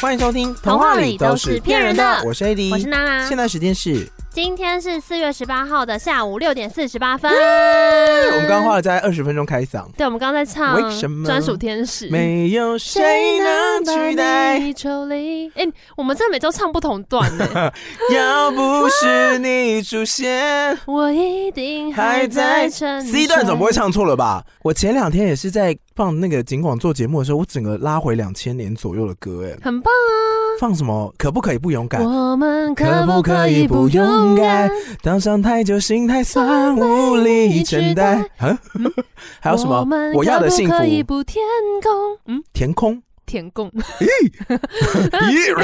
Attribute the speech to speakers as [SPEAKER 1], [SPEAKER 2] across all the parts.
[SPEAKER 1] 欢迎收听《
[SPEAKER 2] 童话里都是骗人的
[SPEAKER 1] 我是 AD，
[SPEAKER 2] 我是娜娜
[SPEAKER 1] 现。在时间是，
[SPEAKER 2] 今天是四月十八号的下午六点四十八分。
[SPEAKER 1] 我
[SPEAKER 2] 我
[SPEAKER 1] 们刚刚花了大概二十分钟开嗓，
[SPEAKER 2] 对，我们刚刚在唱
[SPEAKER 1] 为什么
[SPEAKER 2] 《专属天使》。
[SPEAKER 1] 没有谁能取代。
[SPEAKER 2] 抽离？哎、我们这每周唱不同段 呢、
[SPEAKER 1] 要不是你出现，
[SPEAKER 2] 我一定还
[SPEAKER 1] 还
[SPEAKER 2] 在
[SPEAKER 1] 在
[SPEAKER 2] 沉
[SPEAKER 1] C 段总不会唱错了吧？我前两天也是在放那个景广做节目的时候，我整个拉回两千年左右的歌，哎，
[SPEAKER 2] 很棒啊！
[SPEAKER 1] 放什么？可不可以不勇敢？
[SPEAKER 2] 我们
[SPEAKER 1] 可
[SPEAKER 2] 可
[SPEAKER 1] 不
[SPEAKER 2] 不
[SPEAKER 1] 可
[SPEAKER 2] 可
[SPEAKER 1] 以
[SPEAKER 2] 以
[SPEAKER 1] 不
[SPEAKER 2] 不
[SPEAKER 1] 勇
[SPEAKER 2] 勇
[SPEAKER 1] 敢
[SPEAKER 2] 敢？
[SPEAKER 1] 当上台就心太酸，无力承担。啊， 还有什么
[SPEAKER 2] 嗯我们？
[SPEAKER 1] 我要的幸
[SPEAKER 2] 可
[SPEAKER 1] 福
[SPEAKER 2] 不可以不天宫？嗯，
[SPEAKER 1] 填 空。
[SPEAKER 2] 天宫。
[SPEAKER 1] 咦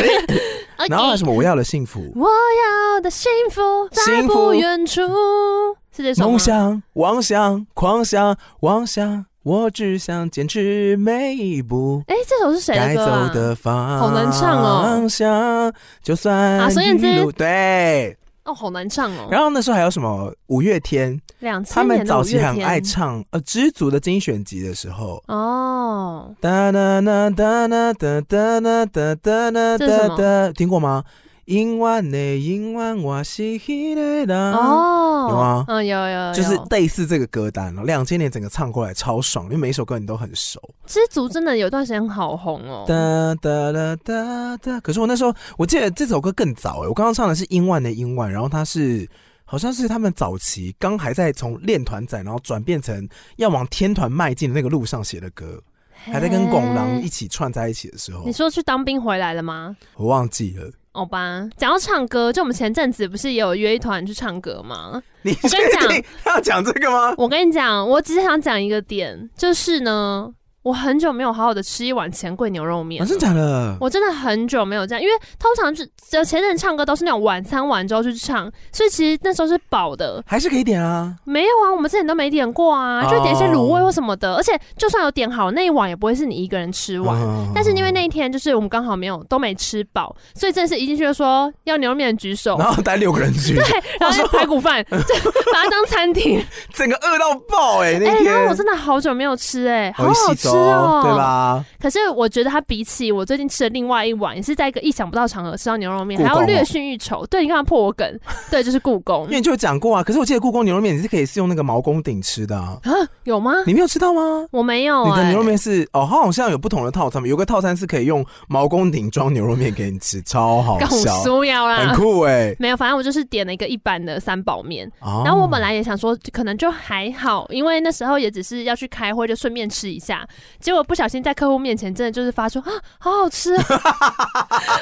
[SPEAKER 1] 哎然后还有
[SPEAKER 2] OK
[SPEAKER 1] 什么？我要的幸福，
[SPEAKER 2] 我要的幸福在
[SPEAKER 1] 幸福
[SPEAKER 2] 不远处，是这首吗
[SPEAKER 1] 梦想、妄想、狂想、妄想，我只想坚持每一步。
[SPEAKER 2] 哎、这首是谁
[SPEAKER 1] 该
[SPEAKER 2] 的歌
[SPEAKER 1] 走
[SPEAKER 2] 啊？
[SPEAKER 1] 的方向，
[SPEAKER 2] 好难唱哦
[SPEAKER 1] 就算
[SPEAKER 2] 啊孙燕姿
[SPEAKER 1] 一路对。
[SPEAKER 2] 哦，好难唱哦。
[SPEAKER 1] 然后那时候还有什么五月天，
[SPEAKER 2] 两千
[SPEAKER 1] 他
[SPEAKER 2] 年
[SPEAKER 1] 们
[SPEAKER 2] 的
[SPEAKER 1] 早
[SPEAKER 2] 五
[SPEAKER 1] 期
[SPEAKER 2] 月
[SPEAKER 1] 很爱
[SPEAKER 2] 天
[SPEAKER 1] 唱呃《知足》的精选集的时候，
[SPEAKER 2] 哦，
[SPEAKER 1] 哒哒哒哒哒哒哒哒哒哒哒
[SPEAKER 2] 这是
[SPEAKER 1] 哒
[SPEAKER 2] 什
[SPEAKER 1] 哒，听过吗？因为你，因为我是一个人，
[SPEAKER 2] 哦，
[SPEAKER 1] 啊有吗
[SPEAKER 2] 嗯，有有有，
[SPEAKER 1] 就是类似这个歌单了。两千年整个唱过来超爽，因为每一首歌你都很熟。
[SPEAKER 2] 知足真的有段时间好红哦。
[SPEAKER 1] 哒哒哒哒哒。可是我那时候，我记得这首歌更早哎、我刚刚唱的是英万的英万，然后它是好像是他们早期刚还在从练团仔，然后转变成要往天团迈进的那个路上写的歌，还在跟拱狼一
[SPEAKER 2] 嘿
[SPEAKER 1] 起串在一起的时候
[SPEAKER 2] 哎你，说去当兵回来了吗？
[SPEAKER 1] 我忘记了。
[SPEAKER 2] 好吧，讲到唱歌，就我们前阵子不是也有约一团去唱歌吗？
[SPEAKER 1] 你
[SPEAKER 2] 我
[SPEAKER 1] 确
[SPEAKER 2] 跟你讲
[SPEAKER 1] 定要讲这个吗？
[SPEAKER 2] 我跟你讲，我只是想讲一个点，就是呢，我很久没有好好的吃一碗钱柜牛肉面
[SPEAKER 1] 啊，
[SPEAKER 2] 了。
[SPEAKER 1] 真假的？
[SPEAKER 2] 我真的很久没有这样，因为通常是就前阵唱歌都是那种晚餐完之后去唱，所以其实那时候是饱的。
[SPEAKER 1] 还是可以点啊。
[SPEAKER 2] 没有啊，我们之前都没点过啊，
[SPEAKER 1] 哦
[SPEAKER 2] 就点一些卤味或什么的。而且就算有点好，那一碗也不会是你一个人吃完。
[SPEAKER 1] 嗯
[SPEAKER 2] 但是因为那一天就是我们刚好没有都没吃饱，所以真的是一进去就说要牛肉面举手，
[SPEAKER 1] 然后带六个人去，
[SPEAKER 2] 然后就排骨饭，就把它当 餐厅。
[SPEAKER 1] 整个饿到爆哎、
[SPEAKER 2] 哎、
[SPEAKER 1] 那天
[SPEAKER 2] 然 后我真的好久没有吃哎、好
[SPEAKER 1] 回
[SPEAKER 2] 好
[SPEAKER 1] 西
[SPEAKER 2] 吃
[SPEAKER 1] 周
[SPEAKER 2] 哦、
[SPEAKER 1] 对？吧？
[SPEAKER 2] 可是我觉得它比起我最近吃的另外一碗，也是在一个意想不到场合吃到牛肉面，
[SPEAKER 1] 故
[SPEAKER 2] 还
[SPEAKER 1] 宫
[SPEAKER 2] 要略
[SPEAKER 1] 哦
[SPEAKER 2] 逊一筹。对，你干嘛破我 梗？对，就是故宫
[SPEAKER 1] 因为你就有讲过啊，可是我记得故宫牛肉面你是可以是用那个毛公鼎吃的、啊，
[SPEAKER 2] 啊，有吗？
[SPEAKER 1] 你没有吃到吗？
[SPEAKER 2] 我没有、
[SPEAKER 1] 你
[SPEAKER 2] 哎。
[SPEAKER 1] 的牛肉面是哦，它好像有不同的套餐，有个套餐是可以用毛公鼎装牛肉面给你吃，超好
[SPEAKER 2] 干我啊
[SPEAKER 1] 笑，
[SPEAKER 2] 苏要
[SPEAKER 1] 很
[SPEAKER 2] 啦。
[SPEAKER 1] 酷哎、
[SPEAKER 2] 没有，反正我就是点了一个一般的三宝面，
[SPEAKER 1] 哦
[SPEAKER 2] 然后我本来也想说可能就还好，因为那时候也只是要去开会，就顺便吃一下。结果不小心在客户面前真的就是发出啊，好好吃、 啊，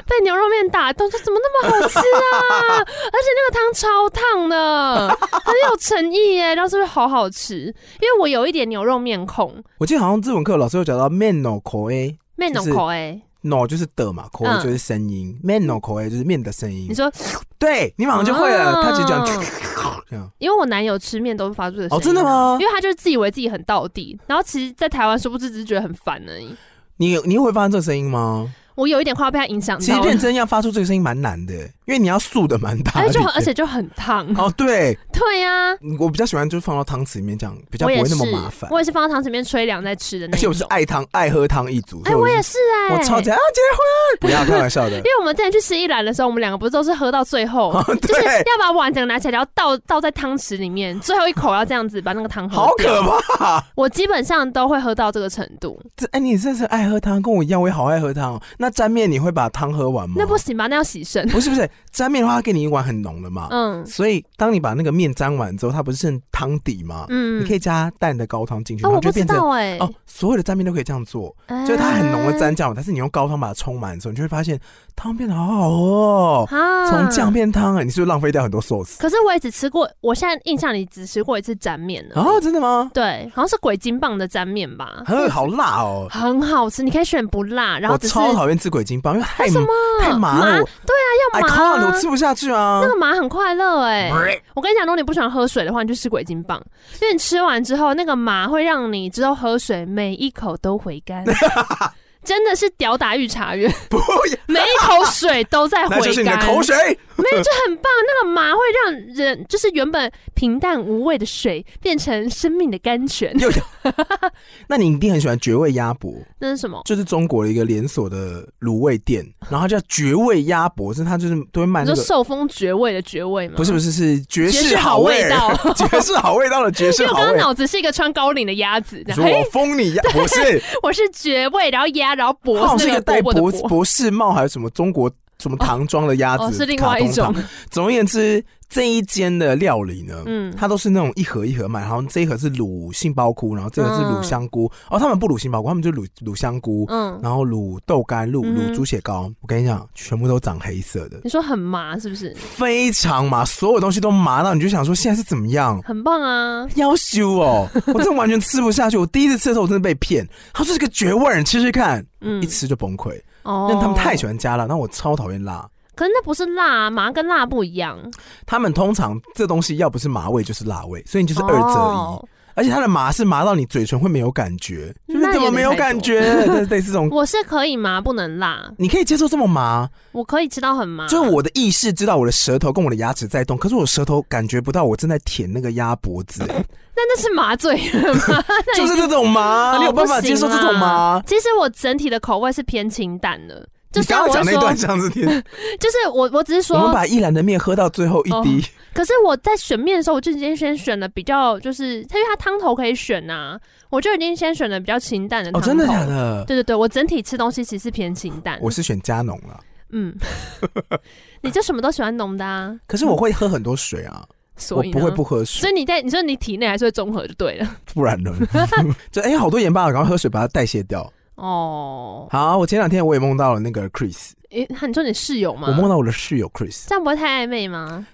[SPEAKER 2] 被牛肉面打动，说怎么那么好吃啊！ 而且那个汤超烫的，很有诚意耶，然后是不是好好吃？因为我有一点牛肉面控，
[SPEAKER 1] 我记得好像日文课老师有讲到面脑口诶。
[SPEAKER 2] 面浓口哎，
[SPEAKER 1] no 就是的嘛，口
[SPEAKER 2] 嗯
[SPEAKER 1] 就是声音，面脑口味就是面的声音
[SPEAKER 2] 你。说，
[SPEAKER 1] 对你马上就会了，
[SPEAKER 2] 哦
[SPEAKER 1] 他只是讲 这样
[SPEAKER 2] 因为我男友吃面都是发出的声音、啊
[SPEAKER 1] 哦，真的？吗
[SPEAKER 2] 因？为他就是自以为自己很到地，然后其实，在台湾殊不知只是觉得很烦而已。
[SPEAKER 1] 你你会发现这个声音吗？
[SPEAKER 2] 我有一点快要被他影响
[SPEAKER 1] 其实
[SPEAKER 2] 到了
[SPEAKER 1] 认，真要发出这个声音蛮难的，因为你要素的蛮大
[SPEAKER 2] 而
[SPEAKER 1] 力的
[SPEAKER 2] 且就很而且就很烫。
[SPEAKER 1] 哦，对
[SPEAKER 2] 对呀、啊，
[SPEAKER 1] 我比较喜欢就是放到汤匙里面这样，比较
[SPEAKER 2] 我
[SPEAKER 1] 不
[SPEAKER 2] 也
[SPEAKER 1] 会
[SPEAKER 2] 是
[SPEAKER 1] 那么麻烦，。
[SPEAKER 2] 我也是放到汤匙里面吹凉再吃的
[SPEAKER 1] 而
[SPEAKER 2] 那
[SPEAKER 1] 且我
[SPEAKER 2] 种。
[SPEAKER 1] 是爱汤爱喝汤一族，所
[SPEAKER 2] 哎、
[SPEAKER 1] 以
[SPEAKER 2] 我
[SPEAKER 1] 就
[SPEAKER 2] 也是哎、
[SPEAKER 1] 我超级啊结婚，不要开玩笑的
[SPEAKER 2] 因。为我们之前去吃一兰的时候，我们两个不是都是喝到最后，
[SPEAKER 1] 哦
[SPEAKER 2] 就是
[SPEAKER 1] 对
[SPEAKER 2] 要把碗整个拿起来，然后倒倒在汤匙里面，最后一口要这样子把那个汤喝
[SPEAKER 1] 好
[SPEAKER 2] 掉
[SPEAKER 1] 可怕！
[SPEAKER 2] 我基本上都会喝到这个程度，
[SPEAKER 1] 这哎，你真是爱喝汤，跟我一样，我也好爱喝汤哦。那沾面你会把汤喝完吗？
[SPEAKER 2] 那不行吧？那要洗肾。
[SPEAKER 1] 不是不是，沾面的话，它给你一碗很浓的嘛。
[SPEAKER 2] 嗯
[SPEAKER 1] 所以当你把那个面沾完之后，它不是剩汤底吗？
[SPEAKER 2] 嗯，
[SPEAKER 1] 你可以加淡的高汤进去，
[SPEAKER 2] 哦，
[SPEAKER 1] 然后
[SPEAKER 2] 我
[SPEAKER 1] 就
[SPEAKER 2] 不知
[SPEAKER 1] 变成
[SPEAKER 2] 道哎、
[SPEAKER 1] 哦，所有的沾面都可以这样做。
[SPEAKER 2] 哎
[SPEAKER 1] 就是它很浓的蘸酱，但是你用高汤把它冲满的时候，你就会发现汤变得好好喝哦，
[SPEAKER 2] 啊
[SPEAKER 1] 从酱。变汤哎、你是不是浪费掉很多 sauce
[SPEAKER 2] 可是我也只吃过，我现在印象里只吃过一次沾面呢。
[SPEAKER 1] 啊？真的吗？
[SPEAKER 2] 对，好像是鬼金棒的沾面吧，
[SPEAKER 1] 很好辣哦！
[SPEAKER 2] 很好吃。你可以选不辣，嗯 然后
[SPEAKER 1] 我
[SPEAKER 2] 只是
[SPEAKER 1] 超讨厌吃鬼金棒，因为太
[SPEAKER 2] 为什么啊
[SPEAKER 1] 太麻了，我
[SPEAKER 2] 要
[SPEAKER 1] I
[SPEAKER 2] 麻
[SPEAKER 1] can't，我吃不下去啊
[SPEAKER 2] 那。个麻很快乐哎、我跟你讲，如果你不喜欢喝水的话，你就吃鬼金棒，因 为你吃完之后，那个麻会让你之后喝水每一口都回甘。真的是吊打御茶园，
[SPEAKER 1] 不要，
[SPEAKER 2] 每一口水都在回
[SPEAKER 1] 那就是你的
[SPEAKER 2] 甘，
[SPEAKER 1] 口水。
[SPEAKER 2] 很棒。那个麻会让人就是原本平淡无味的水变成生命的甘泉。
[SPEAKER 1] 又有，那你一定很喜欢绝味鸭脖，
[SPEAKER 2] 那是什么？
[SPEAKER 1] 就是中国的一个连锁的卤味店，然后它叫绝味鸭脖，是它就是都会卖哎
[SPEAKER 2] 你
[SPEAKER 1] 那
[SPEAKER 2] 说
[SPEAKER 1] 个。
[SPEAKER 2] 受封爵位的爵位吗？
[SPEAKER 1] 不是不是是爵
[SPEAKER 2] 爵
[SPEAKER 1] 士
[SPEAKER 2] 士好
[SPEAKER 1] 味
[SPEAKER 2] 味道，
[SPEAKER 1] 爵士好味道的爵
[SPEAKER 2] 因
[SPEAKER 1] 士
[SPEAKER 2] 为我
[SPEAKER 1] 好
[SPEAKER 2] 刚刚
[SPEAKER 1] 味。
[SPEAKER 2] 脑子是一个穿高领的鸭子，
[SPEAKER 1] 你
[SPEAKER 2] 然
[SPEAKER 1] 说
[SPEAKER 2] 后嘿，
[SPEAKER 1] 我封你鸭，不是，
[SPEAKER 2] 我是爵位，然后鸭，然后
[SPEAKER 1] 好
[SPEAKER 2] 脖
[SPEAKER 1] 像
[SPEAKER 2] 是
[SPEAKER 1] 是一
[SPEAKER 2] 那
[SPEAKER 1] 个
[SPEAKER 2] 个
[SPEAKER 1] 戴
[SPEAKER 2] 伯伯的
[SPEAKER 1] 博
[SPEAKER 2] 伯，
[SPEAKER 1] 博士帽，还有什么中国什么唐装的鸭子、
[SPEAKER 2] 哦，是另外
[SPEAKER 1] 卡
[SPEAKER 2] 一
[SPEAKER 1] 通
[SPEAKER 2] 种
[SPEAKER 1] 糖。，总而言之，这一间的料理呢，
[SPEAKER 2] 嗯，
[SPEAKER 1] 它都是那种一盒一盒卖，然后这一盒是卤杏鲍菇，然后这个是卤
[SPEAKER 2] 嗯
[SPEAKER 1] 香菇。哦，他们不卤杏鲍菇，他们就卤卤香菇，
[SPEAKER 2] 嗯，
[SPEAKER 1] 然后卤豆干、卤
[SPEAKER 2] 嗯哼
[SPEAKER 1] 卤猪血糕。我跟你讲，全部都长黑色的，
[SPEAKER 2] 你说很麻是不是？
[SPEAKER 1] 非常麻，所有东西都麻到你就想说现在是怎么样？
[SPEAKER 2] 很棒啊！
[SPEAKER 1] 要修哦，我真的完全吃不下去。我第一次吃的时候，我真的被骗。他说这个绝味儿，你吃吃看，
[SPEAKER 2] 嗯
[SPEAKER 1] 一，吃就崩溃。
[SPEAKER 2] 哦，
[SPEAKER 1] 但他们太喜欢加辣，那我超讨厌辣。
[SPEAKER 2] 可是那不是辣，麻跟辣不一样，
[SPEAKER 1] 他们通常这东西要不是麻味就是辣味，所以你就是二择
[SPEAKER 2] 哦
[SPEAKER 1] 一。而且它的麻是麻到你嘴唇会没有感觉，就是
[SPEAKER 2] 那
[SPEAKER 1] 怎么
[SPEAKER 2] 有点
[SPEAKER 1] 没有
[SPEAKER 2] 太
[SPEAKER 1] 感
[SPEAKER 2] 多
[SPEAKER 1] 觉？对类似这种，
[SPEAKER 2] 我是可以麻，不能辣，
[SPEAKER 1] 你可以接受这么麻，
[SPEAKER 2] 我可以吃到很麻。
[SPEAKER 1] 就是我的意识知道我的舌头跟我的牙齿在动，可是我舌头感觉不到我正在舔那个鸭脖子，欸
[SPEAKER 2] 但那是麻醉 了吗？那
[SPEAKER 1] 就是这种麻，
[SPEAKER 2] 哦
[SPEAKER 1] 啊你有办法接受这种麻？
[SPEAKER 2] 其实我整体的口味是偏清淡的，就
[SPEAKER 1] 你
[SPEAKER 2] 虽
[SPEAKER 1] 刚刚
[SPEAKER 2] 然我
[SPEAKER 1] 讲那
[SPEAKER 2] 说
[SPEAKER 1] 段，像是天，
[SPEAKER 2] 就是我我只是
[SPEAKER 1] 我们
[SPEAKER 2] 说， 哦
[SPEAKER 1] 把一兰的面喝到最后一滴，
[SPEAKER 2] 可是我在选面的时候，我就已经先选了比较，就是因为它汤头可以选呐、我就已经先选了比较清淡的
[SPEAKER 1] 哦，
[SPEAKER 2] 汤头。
[SPEAKER 1] 真的假？的？
[SPEAKER 2] 对对对，我整体吃东西其实是偏清淡。
[SPEAKER 1] 我是选加浓了，
[SPEAKER 2] 嗯， 你就什么都喜欢浓的啊，
[SPEAKER 1] 可是我会喝很多水啊，我
[SPEAKER 2] 所以呢
[SPEAKER 1] 不会。不喝水
[SPEAKER 2] 所。以你在你说你体内还是会综合就对了
[SPEAKER 1] 不然呢？就哎、好多盐巴，赶快喝水把它代谢掉。
[SPEAKER 2] 哦。
[SPEAKER 1] 好，我前两天我也梦到了那个 Chris，
[SPEAKER 2] 诶，那你说你室友吗？
[SPEAKER 1] 我梦到我的室友 Chris，
[SPEAKER 2] 这样不会太暧昧吗？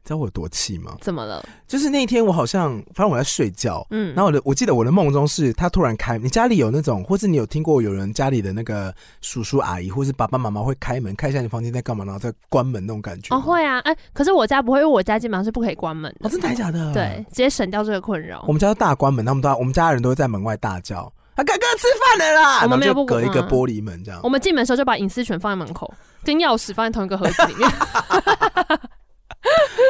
[SPEAKER 1] 你知道我有多气吗？
[SPEAKER 2] 怎么了？
[SPEAKER 1] 就是那天我好像，反正我在睡觉，
[SPEAKER 2] 嗯，
[SPEAKER 1] 然后我的我记得我的梦中是他突然开，你家里有那种，或是你有听过有人家里的那个叔叔阿姨，或是爸爸妈妈会开门看一下你房间在干嘛，然后再关门那种感觉
[SPEAKER 2] 哦，
[SPEAKER 1] 吗。
[SPEAKER 2] 会啊，哎、可是我家不会，因为我家基本上是不可以关门的。
[SPEAKER 1] 哦，真的还假的？
[SPEAKER 2] 对，，直接省掉这个困扰
[SPEAKER 1] 我。们家大关门，他们都要我们家人都会在门外大叫啊，哥哥吃饭了啦，
[SPEAKER 2] 我们没有
[SPEAKER 1] 然后就
[SPEAKER 2] 不
[SPEAKER 1] 隔一个
[SPEAKER 2] 管啊
[SPEAKER 1] 玻璃门这样
[SPEAKER 2] 我。们进门的时候就把隐私权放在门口，跟钥匙放在同一个盒子里面。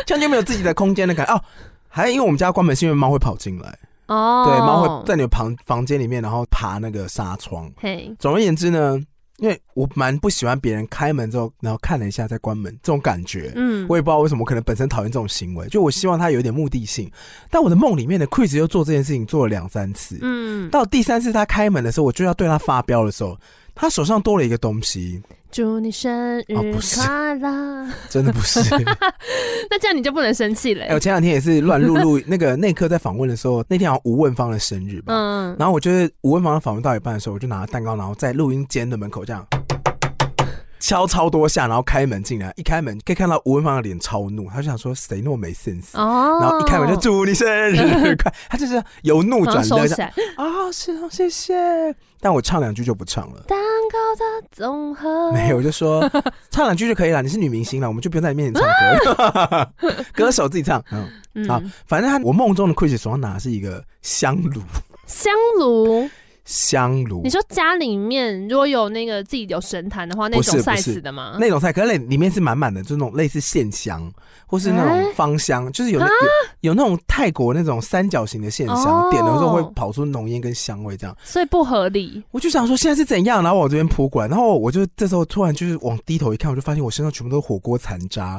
[SPEAKER 1] 这样就没有自己的空间的感觉哦。还因为我们家关门是因为猫会跑进来，
[SPEAKER 2] 哦，
[SPEAKER 1] 对，猫会在你的房房间里面，然后爬那个纱窗。
[SPEAKER 2] 嘿，
[SPEAKER 1] 总而言之呢，因为我蛮不喜欢别人开门之后，然后看了一下再关门这种感觉。
[SPEAKER 2] 嗯
[SPEAKER 1] 我，也不知道为什么，可能本身讨厌这种行为，就我希望他有一点目的性。但我的梦里面的 Chris 又做这件事情做了两三次，
[SPEAKER 2] 嗯，
[SPEAKER 1] 到第三次他开门的时候，我就要对他发飙的时候，他手上多了一个东西，
[SPEAKER 2] 祝你生日
[SPEAKER 1] 哦不是
[SPEAKER 2] 快 乐。
[SPEAKER 1] 真的不 是。
[SPEAKER 2] 那这样你就不能生气了、
[SPEAKER 1] 哎、我前两天也是乱录录，那个内科在访问的时候，那天好像吴问芳的生日吧，
[SPEAKER 2] 嗯，
[SPEAKER 1] 然后我就是吴文芳访问到一半的时候，我就拿蛋糕，然后在录音间的门口这样敲超多下，然后开门进来。一开门可以看到吴文芳的脸超怒，他就想说谁那么没 sense。
[SPEAKER 2] 哦，
[SPEAKER 1] 然后一开门就祝你生 日快，他就是由怒
[SPEAKER 2] 马上
[SPEAKER 1] 转
[SPEAKER 2] 收
[SPEAKER 1] 乐
[SPEAKER 2] 起来。
[SPEAKER 1] 啊，是哦，谢谢。但我唱两句就不唱了，
[SPEAKER 2] 蛋糕的综合
[SPEAKER 1] 没有，我就 说唱两句就可以了。你是女明星了，我们就不用在你面前唱
[SPEAKER 2] 啊
[SPEAKER 1] 歌， 歌手自己唱。嗯，
[SPEAKER 2] 嗯
[SPEAKER 1] 好反正他我梦中的 Chris 手上拿的是一个香炉，
[SPEAKER 2] 香炉。
[SPEAKER 1] 香炉
[SPEAKER 2] 你。说家里面如果有那个自己有神坛的话，那
[SPEAKER 1] 不是
[SPEAKER 2] 种
[SPEAKER 1] 不是
[SPEAKER 2] size 的吗？
[SPEAKER 1] 那种菜，可是里面是满满的，就是那种类似线香，或是那
[SPEAKER 2] 哎
[SPEAKER 1] 种芳香，就是
[SPEAKER 2] 啊
[SPEAKER 1] 有那、有有那种泰国那种三角形的线香，
[SPEAKER 2] 哦
[SPEAKER 1] 点的时候会跑出浓烟跟香味这样。
[SPEAKER 2] 所以不合 理。
[SPEAKER 1] 我就想说现在是怎样，啊然后往这边扑过来，然后我就这时候突然就是往低头一看，我就发现我身上全部都是火锅残 渣。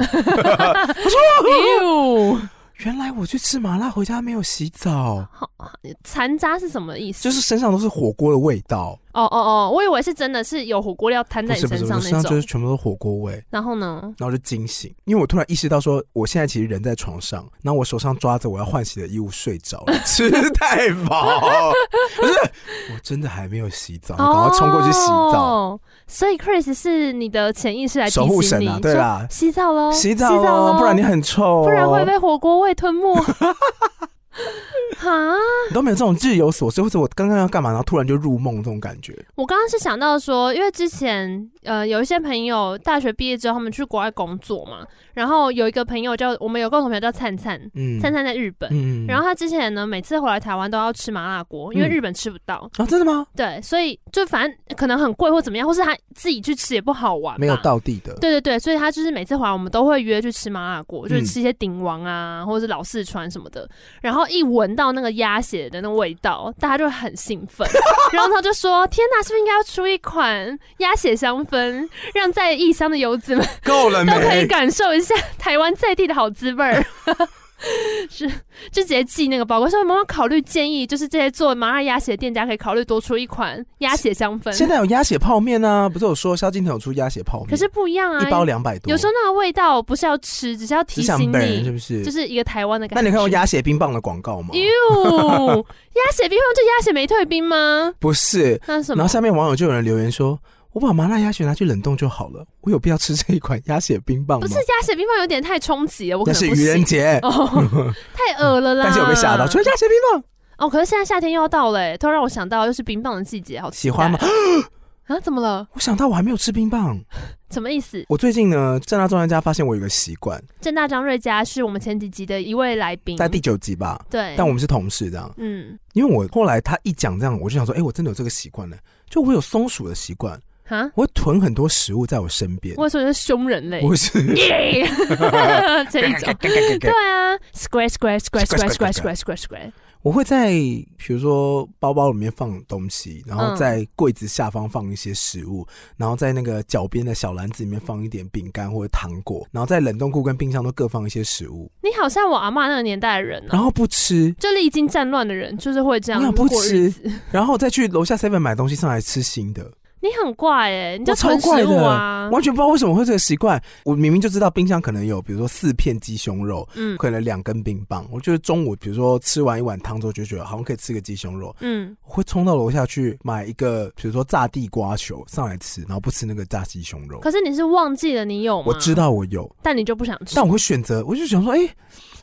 [SPEAKER 2] 哟，
[SPEAKER 1] 原来我去吃麻辣回家没有洗澡，
[SPEAKER 2] 残渣是什么意思？
[SPEAKER 1] 就是身上都是火锅的味道，
[SPEAKER 2] 哦哦哦，我以为是真的是有火锅料摊
[SPEAKER 1] 不
[SPEAKER 2] 在你
[SPEAKER 1] 是不是，
[SPEAKER 2] 身
[SPEAKER 1] 我
[SPEAKER 2] 上
[SPEAKER 1] 身
[SPEAKER 2] 那
[SPEAKER 1] 上就
[SPEAKER 2] 种
[SPEAKER 1] 是。全部都是火锅味。
[SPEAKER 2] 然后呢？
[SPEAKER 1] 然后就惊醒，因为我突然意识到说，我现在其实人在床上，然后我手上抓着我要换洗的衣物睡着了， 吃太饱，不是，我真的还没有洗澡，啊赶快冲过去洗澡，
[SPEAKER 2] 哦。所以 Chris 是你的潜意识来提醒
[SPEAKER 1] 守
[SPEAKER 2] 你，
[SPEAKER 1] 护神啊，对
[SPEAKER 2] 说
[SPEAKER 1] 啦，
[SPEAKER 2] 洗澡喽，
[SPEAKER 1] 洗
[SPEAKER 2] 洗
[SPEAKER 1] 澡
[SPEAKER 2] 喽
[SPEAKER 1] 哦，不然你很臭哦，
[SPEAKER 2] 不然会被火锅味吞没。哈，
[SPEAKER 1] 你都没有这种日有所思，或者我刚刚要干嘛，然后突然就入梦这种感觉。
[SPEAKER 2] 我刚刚是想到说，因为之前呃有一些朋友大学毕业之后，他们去国外工作嘛，然后有一个朋友叫我们有共同朋友叫灿灿，
[SPEAKER 1] 嗯，
[SPEAKER 2] 灿灿在日本。
[SPEAKER 1] 嗯，
[SPEAKER 2] 然后他之前呢，每次回来台湾都要吃麻辣锅，因为
[SPEAKER 1] 嗯
[SPEAKER 2] 日本吃不到。
[SPEAKER 1] 啊，真的吗？
[SPEAKER 2] 对，所以就反正可能很贵或怎么样，或是他自己去吃也不好玩。
[SPEAKER 1] 没有。到地的，
[SPEAKER 2] 对对对，所以他就是每次回来，我们都会约去吃麻辣锅，就是
[SPEAKER 1] 嗯
[SPEAKER 2] 吃一些鼎王啊，或者是老四川什么的。然后一闻到那个鸭血的那个味道，大家就很兴 奋。然后他就说：“天哪，是不是应该要出一款鸭血香氛，让在异乡的游子们
[SPEAKER 1] 够了
[SPEAKER 2] 都可以？感受一下台湾在地的好滋 味儿。是，就直接寄那个包裹。所以妈妈考虑建议，就是这些做麻辣鸭血的店家可以考虑多出一款鸭血香
[SPEAKER 1] 现
[SPEAKER 2] 氛，
[SPEAKER 1] 在有鸭血泡面啊，不是有说萧敬腾有出鸭血泡面，
[SPEAKER 2] 可是不一样啊。
[SPEAKER 1] 一包两百多，
[SPEAKER 2] 有时候那个味道不是要吃，只是要
[SPEAKER 1] 只
[SPEAKER 2] 提
[SPEAKER 1] 想
[SPEAKER 2] 醒
[SPEAKER 1] 本人是
[SPEAKER 2] 你，
[SPEAKER 1] 不是？
[SPEAKER 2] 就是一个台湾的感
[SPEAKER 1] 那
[SPEAKER 2] 觉。
[SPEAKER 1] 你看过鸭血冰棒的广告吗？
[SPEAKER 2] 哟， 鸭血冰棒就鸭血没退冰吗？
[SPEAKER 1] 不是。
[SPEAKER 2] 那是什
[SPEAKER 1] 然后
[SPEAKER 2] 么？
[SPEAKER 1] 下面网友就有人留言说：“我把麻辣鸭血拿去冷冻就好了，我有必要吃这一款鸭血冰棒吗
[SPEAKER 2] 不是？鸭血冰棒有点太冲击了，我可
[SPEAKER 1] 那
[SPEAKER 2] 能
[SPEAKER 1] 是
[SPEAKER 2] 不
[SPEAKER 1] 愚人
[SPEAKER 2] 行。
[SPEAKER 1] 节，
[SPEAKER 2] 哦，啊太恶了啦！
[SPEAKER 1] 但是有被吓到，说鸭血冰棒
[SPEAKER 2] 哦，可是现在夏天又要到了欸，突然让我想到又是冰棒的季节，好期
[SPEAKER 1] 喜欢吗
[SPEAKER 2] 待？ 啊？怎么了？
[SPEAKER 1] 我想到我还没有吃冰棒。
[SPEAKER 2] 什么意思？
[SPEAKER 1] 我最近呢，正大专家发现我有个习惯，
[SPEAKER 2] 正大张瑞佳是我们前几集的一位来宾，
[SPEAKER 1] 在第九集吧，
[SPEAKER 2] 嗯对，
[SPEAKER 1] 但我们是同事这样。
[SPEAKER 2] 嗯
[SPEAKER 1] 因为我后来他一讲这样，我就想说，哎、我真的有这个习惯呢，就我有松鼠的习惯，
[SPEAKER 2] 啊，
[SPEAKER 1] 我会囤很多食物在我身边。
[SPEAKER 2] 我说你是凶人类，
[SPEAKER 1] 不是，
[SPEAKER 2] 耶这一种，对啊，square square square square square square square square，
[SPEAKER 1] 我会在比如说包包里面放东西，然后
[SPEAKER 2] 嗯
[SPEAKER 1] 在柜子下方放一些食物，然后在那个脚边的小篮子里面放一点饼干或者糖果，然后在冷冻库跟冰箱都各放一些食物，
[SPEAKER 2] 你好像我阿嬷那个年代的人
[SPEAKER 1] 然
[SPEAKER 2] 哦，
[SPEAKER 1] 后不吃，
[SPEAKER 2] 就历经战乱的人就是会这样
[SPEAKER 1] 你很不
[SPEAKER 2] 过日子，
[SPEAKER 1] 然后再去楼下 seven 买东西上来吃新的，
[SPEAKER 2] 你很怪哎，你就
[SPEAKER 1] 我超
[SPEAKER 2] 囤
[SPEAKER 1] 怪
[SPEAKER 2] 食
[SPEAKER 1] 的
[SPEAKER 2] 物啊，
[SPEAKER 1] 完全不知道为什么会这个习惯。我明明就知道冰箱可能有，比如说四片鸡胸肉，
[SPEAKER 2] 嗯
[SPEAKER 1] 可能两根冰棒，我就是中午比如说吃完一碗汤之后就觉得好像可以吃个鸡胸肉，
[SPEAKER 2] 嗯，
[SPEAKER 1] 我会冲到楼下去买一个，比如说炸地瓜球上来吃，然后不吃那个炸鸡胸肉。
[SPEAKER 2] 可是你是忘记了你有吗？
[SPEAKER 1] 我知，道我有，
[SPEAKER 2] 但你就不想吃
[SPEAKER 1] 但，我会选择，我就想说，哎、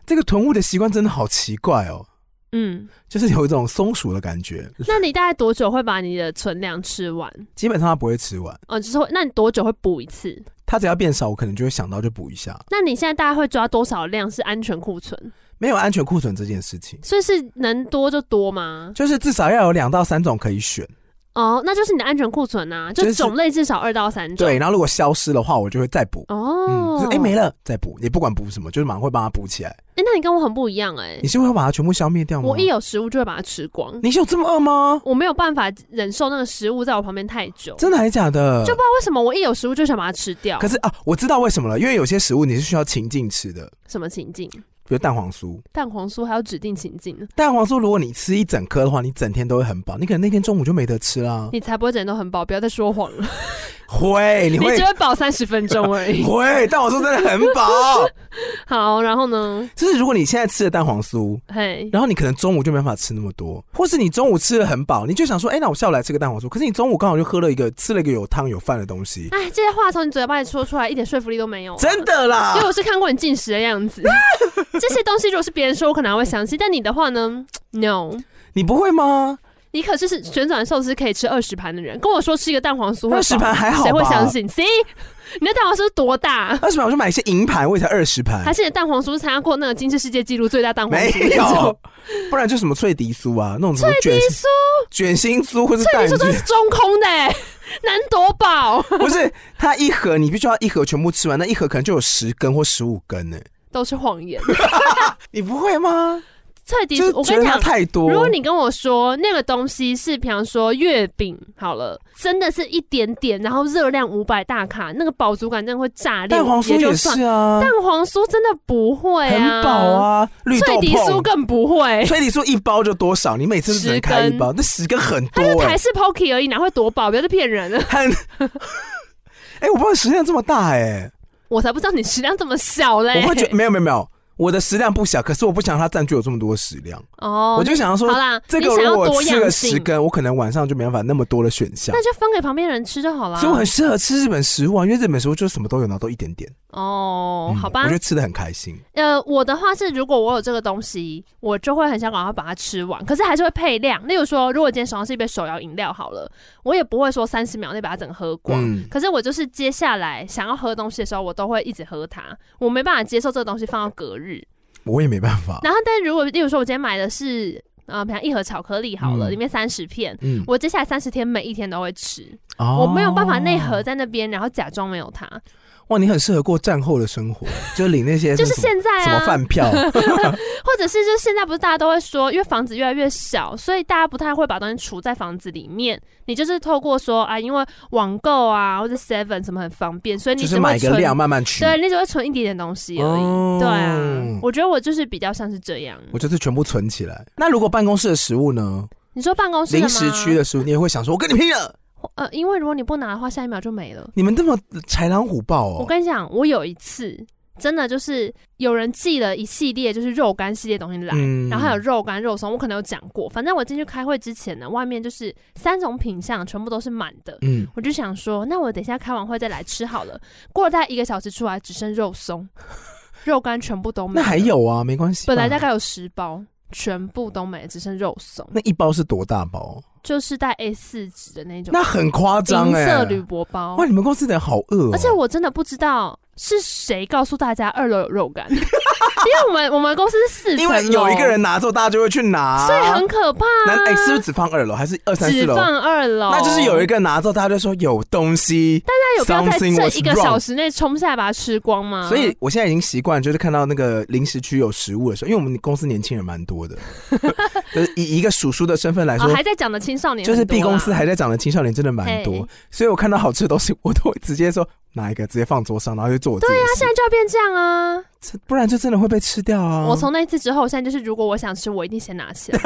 [SPEAKER 1] 这个囤物的习惯真的好奇怪哦，
[SPEAKER 2] 嗯，
[SPEAKER 1] 就是有一种松鼠的感觉。
[SPEAKER 2] 那你大概多久会把你的存粮吃完？
[SPEAKER 1] 基本上它不会吃完，
[SPEAKER 2] 哦，就是会，那你多久会补一次？
[SPEAKER 1] 它只要变少，我可能就会想到就补一下。
[SPEAKER 2] 那你现在大概会抓多少量是安全库存？
[SPEAKER 1] 没有安全库存这件事情，
[SPEAKER 2] 所以是能多就多吗？
[SPEAKER 1] 就是至少要有两到三种可以选。
[SPEAKER 2] 哦，那就是你的安全库存啊，
[SPEAKER 1] 就
[SPEAKER 2] 就是种类至少二到三种。
[SPEAKER 1] 对，然后如果消失的话，我就会再补。嗯，
[SPEAKER 2] 哦，
[SPEAKER 1] 就是哎、没了再补，也不管补什么，就是马上会帮它补起来。
[SPEAKER 2] 哎那你跟我很不一样哎、
[SPEAKER 1] 你是会把它全部消灭掉吗？
[SPEAKER 2] 我一有食物就会把它吃光，
[SPEAKER 1] 你是有这么饿吗？
[SPEAKER 2] 我没有办法忍受那个食物在我旁边太久。
[SPEAKER 1] 真的还是假的？
[SPEAKER 2] 就不知道为什么我一有食物就想把它吃掉
[SPEAKER 1] 可，是啊，我知道为什么了，因为有些食物你是需要情境吃的，
[SPEAKER 2] 什么情境？
[SPEAKER 1] 比如蛋黄酥。
[SPEAKER 2] 蛋黄酥还有指定情境呢，
[SPEAKER 1] 蛋黄酥如果你吃一整颗的话，你整天都会很饱，你可能那天中午就没得吃啦。
[SPEAKER 2] 你才不会整天都很饱，不要再说谎了，
[SPEAKER 1] 会， 你
[SPEAKER 2] 你
[SPEAKER 1] 会
[SPEAKER 2] 只会饱三十分钟而已。
[SPEAKER 1] 会，蛋黄酥真的很饱。
[SPEAKER 2] 好，然后呢？
[SPEAKER 1] 就是如果你现在吃的蛋黄酥。
[SPEAKER 2] 嘿，
[SPEAKER 1] 然后你可能中午就没办法吃那么多，或是你中午吃的很饱，你就想说，哎，那我下午来吃个蛋黄酥。可是你中午刚好就喝了一个吃了一个有汤有饭的东 西，
[SPEAKER 2] 哎，这些话从你嘴巴里说出来，一点说服力都没有啊、
[SPEAKER 1] 真的啦
[SPEAKER 2] 因为。我是看过你进食的样 子。这些东西如果是别人说，我可能还会相信，但你的话呢？No，
[SPEAKER 1] 你不会吗？
[SPEAKER 2] 你可是是旋转寿司可以吃二十盘的人，跟我说吃一个蛋黄酥会
[SPEAKER 1] 二十
[SPEAKER 2] 饱
[SPEAKER 1] 盘还哎好吧？哎
[SPEAKER 2] 谁会相？信？See，你的蛋黄酥多大？
[SPEAKER 1] 二十盘我就买一些银盘，我也才二十盘
[SPEAKER 2] 还。是你的蛋黄酥是参加过那个金氏世界纪录最大蛋黄
[SPEAKER 1] 没
[SPEAKER 2] 酥那
[SPEAKER 1] 有
[SPEAKER 2] 种？，
[SPEAKER 1] 不然就什么脆笛酥啊，那种什么卷
[SPEAKER 2] 你说
[SPEAKER 1] 卷心酥或是
[SPEAKER 2] 你
[SPEAKER 1] 蛋
[SPEAKER 2] 说都
[SPEAKER 1] 卷，
[SPEAKER 2] 是中空的、欸，能多饱？
[SPEAKER 1] 不是它一盒你必须要一盒全部吃完，那一盒可能就有十根或十五根呢、
[SPEAKER 2] 都是谎言。
[SPEAKER 1] 你不会吗？
[SPEAKER 2] 脆迪
[SPEAKER 1] 就
[SPEAKER 2] 酥，
[SPEAKER 1] 是
[SPEAKER 2] 我
[SPEAKER 1] 觉得
[SPEAKER 2] 跟你
[SPEAKER 1] 它
[SPEAKER 2] 讲，
[SPEAKER 1] 太多。
[SPEAKER 2] 如果你跟我说那个东西是，比方说月饼好了，真的是一点点，然后热量五百大卡，那个饱足感真的会炸裂。
[SPEAKER 1] 蛋黄酥
[SPEAKER 2] 也就
[SPEAKER 1] 也
[SPEAKER 2] 算
[SPEAKER 1] 是，啊，
[SPEAKER 2] 蛋黄酥真的不会
[SPEAKER 1] 很
[SPEAKER 2] 啊，
[SPEAKER 1] 饱啊，绿
[SPEAKER 2] 脆
[SPEAKER 1] 豆
[SPEAKER 2] 迪酥
[SPEAKER 1] 碰。
[SPEAKER 2] 更不 会。
[SPEAKER 1] 脆笛酥一包就多少？你每次都只能开
[SPEAKER 2] 十
[SPEAKER 1] 一
[SPEAKER 2] 根
[SPEAKER 1] 包，那十根很多
[SPEAKER 2] 它就
[SPEAKER 1] 哎、
[SPEAKER 2] 台式 Pocky 而已，哪会多饱？不要再骗人了，
[SPEAKER 1] 很。哎、我不知道食量这么大哎、
[SPEAKER 2] 我才不知道你食量这么小嘞。
[SPEAKER 1] 我会觉得没嗯有没有没有，我的食量不小，可是我不想它占据我这么多食量，
[SPEAKER 2] 哦，
[SPEAKER 1] 我就想要说
[SPEAKER 2] 好啦，
[SPEAKER 1] 这
[SPEAKER 2] 你
[SPEAKER 1] 个
[SPEAKER 2] 想
[SPEAKER 1] 如
[SPEAKER 2] 要
[SPEAKER 1] 果
[SPEAKER 2] 多
[SPEAKER 1] 吃
[SPEAKER 2] 样
[SPEAKER 1] 了十
[SPEAKER 2] 性，
[SPEAKER 1] 根，我可能晚上就没办法那么多的选项
[SPEAKER 2] 那。就分给旁边人吃就好啦。哦
[SPEAKER 1] 所以我很适合吃日本食物啊，因为日本食物就是什么都有，然后都一点点。
[SPEAKER 2] 哦，
[SPEAKER 1] 嗯
[SPEAKER 2] 好
[SPEAKER 1] 我
[SPEAKER 2] 吧
[SPEAKER 1] 觉，得吃的很开心。
[SPEAKER 2] 呃，我的话是，如果我有这个东西，我就会很想赶快把它吃完，可是还是会配量。例如说，如果今天手上是一杯手摇饮料好了，我也不会说三十秒内把它整个喝光。
[SPEAKER 1] 嗯，
[SPEAKER 2] 可是我就是接下来想要喝东西的时候，我都会一直喝它，我没办法接受这个东西放到隔日。
[SPEAKER 1] 我也没办法。
[SPEAKER 2] 然后，但如果例如说我今天买的是呃，比方一盒巧克力好
[SPEAKER 1] 嗯
[SPEAKER 2] 了，里面三十片，
[SPEAKER 1] 嗯，
[SPEAKER 2] 我接下来三十天每一天都会吃，
[SPEAKER 1] 哦
[SPEAKER 2] 我没有办法内核。在那边，然后假装没有它，
[SPEAKER 1] 哇，你很适合过战后的生活，就领那些
[SPEAKER 2] 就是
[SPEAKER 1] 什么
[SPEAKER 2] 现在
[SPEAKER 1] 什么
[SPEAKER 2] 啊，
[SPEAKER 1] 饭 票，
[SPEAKER 2] 或者是就是现在不是大家都会说，因为房子越来越小，所以大家不太会把东西储在房子里面，你就是透过说啊，因为网购啊或者 Seven 什么很方便，所以你
[SPEAKER 1] 就
[SPEAKER 2] 只
[SPEAKER 1] 是
[SPEAKER 2] 会
[SPEAKER 1] 买个
[SPEAKER 2] 存
[SPEAKER 1] 量慢慢吃。
[SPEAKER 2] 对，你只会存一点点东西而已。
[SPEAKER 1] 哦
[SPEAKER 2] 对啊，我觉得我就是比较像是这样。
[SPEAKER 1] 我就是全部存起来。那如果办公室的食物呢？
[SPEAKER 2] 你说办公室的
[SPEAKER 1] 零食
[SPEAKER 2] 吗
[SPEAKER 1] 区的食物，你也会想说：“我跟你拼了
[SPEAKER 2] 呃，因为如果你不拿的话，下一秒就没了！”。
[SPEAKER 1] 你们这么豺狼虎豹
[SPEAKER 2] 我
[SPEAKER 1] 哦。
[SPEAKER 2] 跟你讲，我有一次真的就是有人寄了一系列就是肉干系列东西来，
[SPEAKER 1] 嗯
[SPEAKER 2] 然后还有肉干、肉松，我可能有讲过。反正我进去开会之前呢，外面就是三种品相全部都是满的。
[SPEAKER 1] 嗯，
[SPEAKER 2] 我就想说，那我等一下开完会再来吃好了。过了大概一个小时出来，只剩肉松、肉干全部都没
[SPEAKER 1] 那
[SPEAKER 2] 了。
[SPEAKER 1] 还有啊，没关系吧。
[SPEAKER 2] 本来大概有十包，全部都没了，只剩肉松，
[SPEAKER 1] 那一包是多大包？
[SPEAKER 2] 就是带 A 四纸的那种
[SPEAKER 1] 那很夸张
[SPEAKER 2] 银色
[SPEAKER 1] 哎。
[SPEAKER 2] 铝箔包
[SPEAKER 1] 哇，。你们公司的人好饿哦。
[SPEAKER 2] 而且我真的不知道是谁告诉大家二楼有肉干，因 为我们我们公司是四层
[SPEAKER 1] 因
[SPEAKER 2] 楼，
[SPEAKER 1] 为有一个人拿之后，大家就会去拿。
[SPEAKER 2] 所以很可怕、
[SPEAKER 1] 那
[SPEAKER 2] 啊。
[SPEAKER 1] 哎，是不是只放二楼还是二三四
[SPEAKER 2] 只
[SPEAKER 1] 楼？
[SPEAKER 2] 放哦二楼，
[SPEAKER 1] 那就是有一个拿之后，大家就说有东西。
[SPEAKER 2] 那有必要在
[SPEAKER 1] something
[SPEAKER 2] 这
[SPEAKER 1] was
[SPEAKER 2] 一个小时内冲下来把它吃光吗？
[SPEAKER 1] 所以我现在已经习惯，就是看到那个零食区有食物的时候，因为我们公司年轻人蛮多 的，就是以一个叔叔的身份来
[SPEAKER 2] 啊
[SPEAKER 1] 说，
[SPEAKER 2] 还在讲的青少年
[SPEAKER 1] 就是 B 公司
[SPEAKER 2] 还
[SPEAKER 1] 还在长的青少年真的蛮多
[SPEAKER 2] 啊嘿，
[SPEAKER 1] 所以我看到好吃的东西，我都会直接说拿一个，直接放桌上，然后就做我自己的
[SPEAKER 2] 现在就要变这样啊！
[SPEAKER 1] 事，不然就真的会被吃掉啊！
[SPEAKER 2] 我从那次之后，我现在就是如果我想吃，我一定先拿起 来，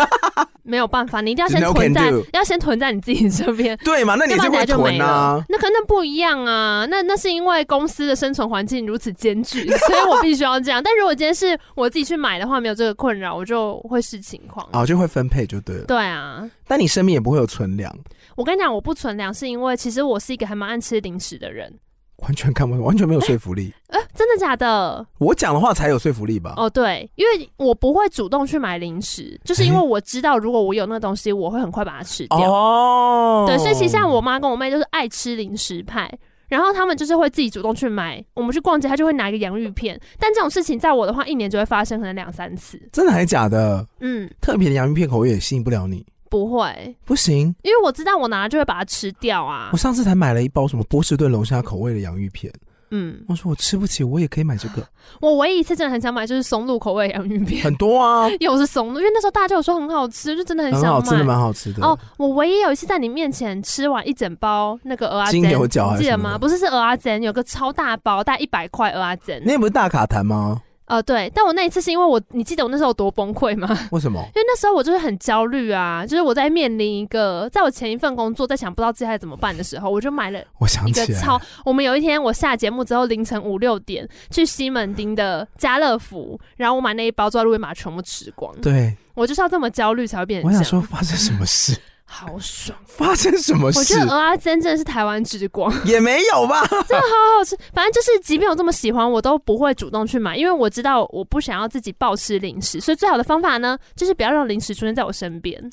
[SPEAKER 2] 没有办法，你一定要先
[SPEAKER 1] There's no
[SPEAKER 2] 囤
[SPEAKER 1] can
[SPEAKER 2] 在
[SPEAKER 1] do，
[SPEAKER 2] 要先囤在你自己这边，
[SPEAKER 1] 对嘛，那你
[SPEAKER 2] 要
[SPEAKER 1] 也
[SPEAKER 2] 不
[SPEAKER 1] 是
[SPEAKER 2] 然等
[SPEAKER 1] 会
[SPEAKER 2] 下就没
[SPEAKER 1] 囤啊
[SPEAKER 2] 了。。那可那不一样啊，那那是因为公司的生存环境如此艰巨， 所以我必须要这样。但如果今天是我自己去买的话，没有这个困扰，我就会视情况。
[SPEAKER 1] 啊，就会分配就对了。
[SPEAKER 2] 对啊，
[SPEAKER 1] 但你身边也不会有存粮，
[SPEAKER 2] 我跟你讲，我不存粮是因为其实我是一个还蛮爱吃零食的人。
[SPEAKER 1] 完全看不懂，完全没有说服力。
[SPEAKER 2] 呃，真的假的？
[SPEAKER 1] 我讲的话才有说服力吧？
[SPEAKER 2] 哦，对，因为我不会主动去买零食，就是因为我知道如果我有那个东西，我会很快把它吃掉。
[SPEAKER 1] 哦，
[SPEAKER 2] 对，所以其实像我妈跟我妹就是爱吃零食派，然后他们就是会自己主动去买。我们去逛街，她就会拿一个洋芋片，但这种事情在我的话，一年就会发生可能两三次。
[SPEAKER 1] 真的还假的？
[SPEAKER 2] 嗯，
[SPEAKER 1] 特别的洋芋片口味也吸引不了你，
[SPEAKER 2] 不会，
[SPEAKER 1] 不行。
[SPEAKER 2] 因为我知道我拿了就会把它吃掉啊
[SPEAKER 1] 我。上次才买了一包什么波士顿龙虾口味的洋芋片，
[SPEAKER 2] 嗯，
[SPEAKER 1] 我说我吃不起，我也可以买这个，
[SPEAKER 2] 我唯一一次真的很想买就是松露口味洋芋片，
[SPEAKER 1] 很多啊，
[SPEAKER 2] 又是松露，因为那时候大家有说很好吃，就真的很
[SPEAKER 1] 很
[SPEAKER 2] 想
[SPEAKER 1] 好
[SPEAKER 2] 买。
[SPEAKER 1] 吃的，蛮好吃的。
[SPEAKER 2] 哦，，我唯一有一次在你面前吃完一整包那个鹅阿
[SPEAKER 1] 金
[SPEAKER 2] 煎
[SPEAKER 1] 牛角还
[SPEAKER 2] 你
[SPEAKER 1] 是
[SPEAKER 2] 记
[SPEAKER 1] 什
[SPEAKER 2] 得
[SPEAKER 1] 么
[SPEAKER 2] 吗？
[SPEAKER 1] 的
[SPEAKER 2] 不是是鹅阿煎，有个超大包，大概一百块鹅阿煎。
[SPEAKER 1] 那不是大卡痰吗？
[SPEAKER 2] 呃，对，但我那一次是因为我，你记得我那时候有多崩溃吗？
[SPEAKER 1] 为什么？
[SPEAKER 2] 因为那时候我就是很焦虑啊，就是我在面临一个，在我前一份工作在想不知道接下来怎么办的时候，我就买了
[SPEAKER 1] 我想
[SPEAKER 2] 一
[SPEAKER 1] 起
[SPEAKER 2] 个
[SPEAKER 1] 来
[SPEAKER 2] 超。我们有一天我下节目之后凌晨五六点去西门町的家乐福，然后我买那一包之后路边把它全部吃光。
[SPEAKER 1] 对，
[SPEAKER 2] 我就是要这么焦虑才会变
[SPEAKER 1] 我
[SPEAKER 2] 成
[SPEAKER 1] 想
[SPEAKER 2] 这样，
[SPEAKER 1] 说发生什么 事？
[SPEAKER 2] 好爽。
[SPEAKER 1] 发生什么
[SPEAKER 2] 我
[SPEAKER 1] 事
[SPEAKER 2] 觉得鹅呃阿珍真的是台湾之光，
[SPEAKER 1] 也没有吧？
[SPEAKER 2] 好好吃。反正就是，即便我这么喜欢，我都不会主动去买，因为我知道我不想要自己暴吃零食，所以最好的方法呢，就是不要让零食出现在我身边。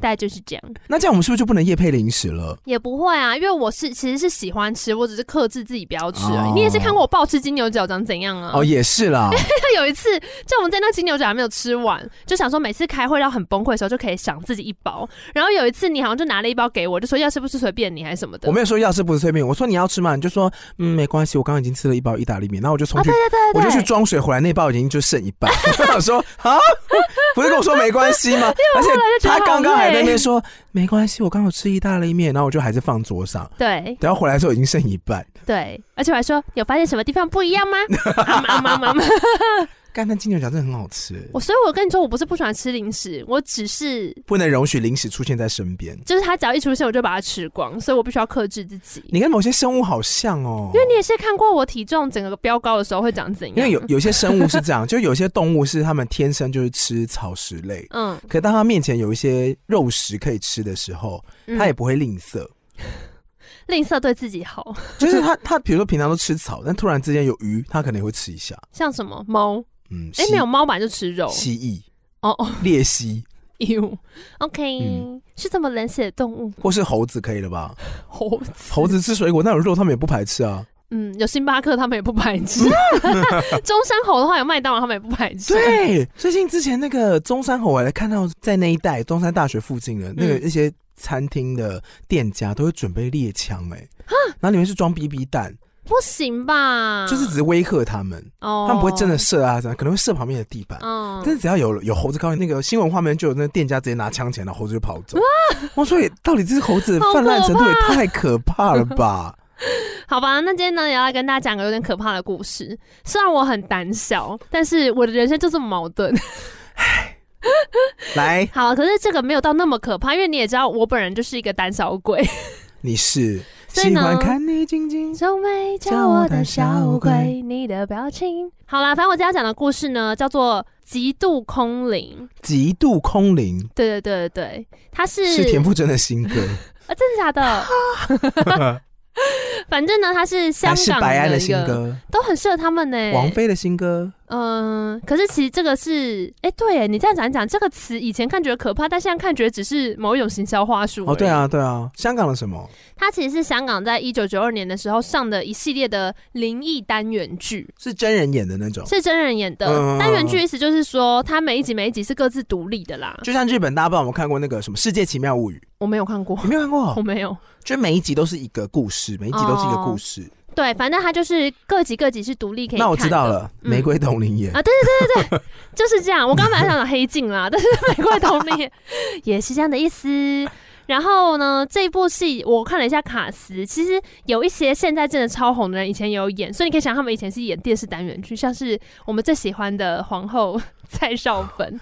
[SPEAKER 2] 大概就是这样，
[SPEAKER 1] 那这样我们是不是就不能夜配零食了？
[SPEAKER 2] 也不会啊，因为我是其实是喜欢吃，我只是克制自己不要吃而已。
[SPEAKER 1] 哦
[SPEAKER 2] 你也是看过我暴吃金牛角长怎样啊？
[SPEAKER 1] 哦，也是啦，
[SPEAKER 2] 就有一次，就我们在那金牛角还没有吃完，就想说每次开会到很崩溃的时候就可以赏自己一包。然后有一次你好像就拿了一包给我，就说要吃不吃随便你还是什么的。
[SPEAKER 1] 我没有说要吃不是催命，我说你要吃吗？你就说嗯没关系，我刚刚已经吃了一包意大利面，然后我就冲
[SPEAKER 2] 啊，
[SPEAKER 1] 去
[SPEAKER 2] 对对对
[SPEAKER 1] 我
[SPEAKER 2] 对，
[SPEAKER 1] 就哦去装水回来，那包已经就剩一半。我想说啊， 不是跟我说没关系 吗？而且
[SPEAKER 2] 就觉得
[SPEAKER 1] 他
[SPEAKER 2] 好
[SPEAKER 1] 刚刚还在那
[SPEAKER 2] 累
[SPEAKER 1] 边说没关系，我刚好吃意大利面，然后我就还是放桌上，
[SPEAKER 2] 对，
[SPEAKER 1] 等下回来的时候已经剩一半。
[SPEAKER 2] 对，而且我还说有发现什么地方不一样 吗？啊妈妈妈妈！
[SPEAKER 1] 干，但金牛角真的很好吃，
[SPEAKER 2] 我所以，我跟你说，我不是不喜欢吃零食，我只是
[SPEAKER 1] 不能容许零食出现在身边。
[SPEAKER 2] 就是它只要一出现，我就把它吃光，所以我必须要克制自己。
[SPEAKER 1] 你跟某些生物好像哦，
[SPEAKER 2] 因为你也是看过我体重整个飙高的时候会长怎样，
[SPEAKER 1] 因为有有些生物是这样， 就有些动物是它们天生就是吃草食类，
[SPEAKER 2] 嗯，
[SPEAKER 1] 可当它面前有一些肉食可以吃的时候，
[SPEAKER 2] 嗯
[SPEAKER 1] 它也不会吝啬。
[SPEAKER 2] 吝啬对自己好，
[SPEAKER 1] 就是他他比如说平常都吃草，但突然之间有鱼，他可能也会吃一下。
[SPEAKER 2] 像什么猫，
[SPEAKER 1] 嗯，
[SPEAKER 2] 哎、
[SPEAKER 1] 蜥
[SPEAKER 2] 没有猫本来就吃肉，
[SPEAKER 1] 蜥蜴、
[SPEAKER 2] 哦哦
[SPEAKER 1] 鬣蜥
[SPEAKER 2] ，you OK，、
[SPEAKER 1] 嗯
[SPEAKER 2] 是这么冷血的动物，
[SPEAKER 1] 或是猴子可以了吧？
[SPEAKER 2] 猴子，
[SPEAKER 1] 猴子吃水果，那有肉他们也不排斥啊。
[SPEAKER 2] 嗯，有星巴克他们也不排 斥，中山猴的话有麦当劳他们也不排斥，
[SPEAKER 1] 对，最近之前那个中山猴，我还看到在那一带中山大学附近的那个
[SPEAKER 2] 嗯
[SPEAKER 1] 一些餐厅的店家都会准备猎枪，哎，然后里面是装 BB 弹，
[SPEAKER 2] 不行吧？
[SPEAKER 1] 就是只是威吓他们，
[SPEAKER 2] 嗯哦，
[SPEAKER 1] 他们不会真的，射啊，可能会射旁边的地板。
[SPEAKER 2] 嗯，
[SPEAKER 1] 但是只要有有猴子靠近，那个新闻画面就有那个店家直接拿枪起来，然后猴子就跑走。我说，到底这只猴子的
[SPEAKER 2] 好
[SPEAKER 1] 泛滥
[SPEAKER 2] 可
[SPEAKER 1] 程度也太可怕了吧？
[SPEAKER 2] 好吧，那今天呢也要来跟大家讲个有点可怕的故事。虽然我很胆小，但是我的人生就这么矛盾。
[SPEAKER 1] 来，
[SPEAKER 2] 好，可是这个没有到那么可怕，因为你也知道，我本人就是一个胆小鬼。
[SPEAKER 1] 你是
[SPEAKER 2] 所以
[SPEAKER 1] 喜
[SPEAKER 2] 呢
[SPEAKER 1] 欢看你静静
[SPEAKER 2] 皱眉叫我的小鬼，你的表情。好啦，反正我今天要讲的故事呢，叫做《极度空灵》。
[SPEAKER 1] 极度空灵，
[SPEAKER 2] 对对对对对，它是
[SPEAKER 1] 是田馥甄的新歌，
[SPEAKER 2] 啊，真的 假的？反正呢，它是香
[SPEAKER 1] 还是
[SPEAKER 2] 港
[SPEAKER 1] 白安
[SPEAKER 2] 的
[SPEAKER 1] 的
[SPEAKER 2] 一哎
[SPEAKER 1] 新
[SPEAKER 2] 个，
[SPEAKER 1] 歌，
[SPEAKER 2] 都很适合他们呢。
[SPEAKER 1] 王菲的新歌？
[SPEAKER 2] 嗯，可是其实这个是，哎、对耶，你这样讲一讲，这个词以前看觉得可怕，但现在看觉得只是某一种行销话术。
[SPEAKER 1] 哦，对，啊，对啊，香港的什么？
[SPEAKER 2] 它其实是香港在一九九二年的时候上的一系列的灵异单元剧，
[SPEAKER 1] 是真人演的那种，
[SPEAKER 2] 是真人演的。
[SPEAKER 1] 嗯
[SPEAKER 2] 单元剧意思就是说，它每一集每一集是各自独立的啦。
[SPEAKER 1] 就像日本，大家不知道有没有看过那个什么《世界奇妙物语，
[SPEAKER 2] 我没有看过》，
[SPEAKER 1] 你没有看
[SPEAKER 2] 我
[SPEAKER 1] 过？
[SPEAKER 2] 没有。
[SPEAKER 1] 就每一集都是一个故事，每一集都是一个故事。
[SPEAKER 2] 对，反正它就是各集各集是独立哦可以看的。
[SPEAKER 1] 那我知道了，
[SPEAKER 2] 嗯
[SPEAKER 1] 玫瑰同林演。
[SPEAKER 2] 啊，对对对对对，就是这样。我刚刚本来想讲黑镜啦， 但是玫瑰同林也 也是这样的意思。然后呢，这部戏我看了一下卡斯，其实有一些现在真的超红的人以前也有演，所以你可以想他们以前是演电视单元剧，像是我们最喜欢的皇后蔡少芬，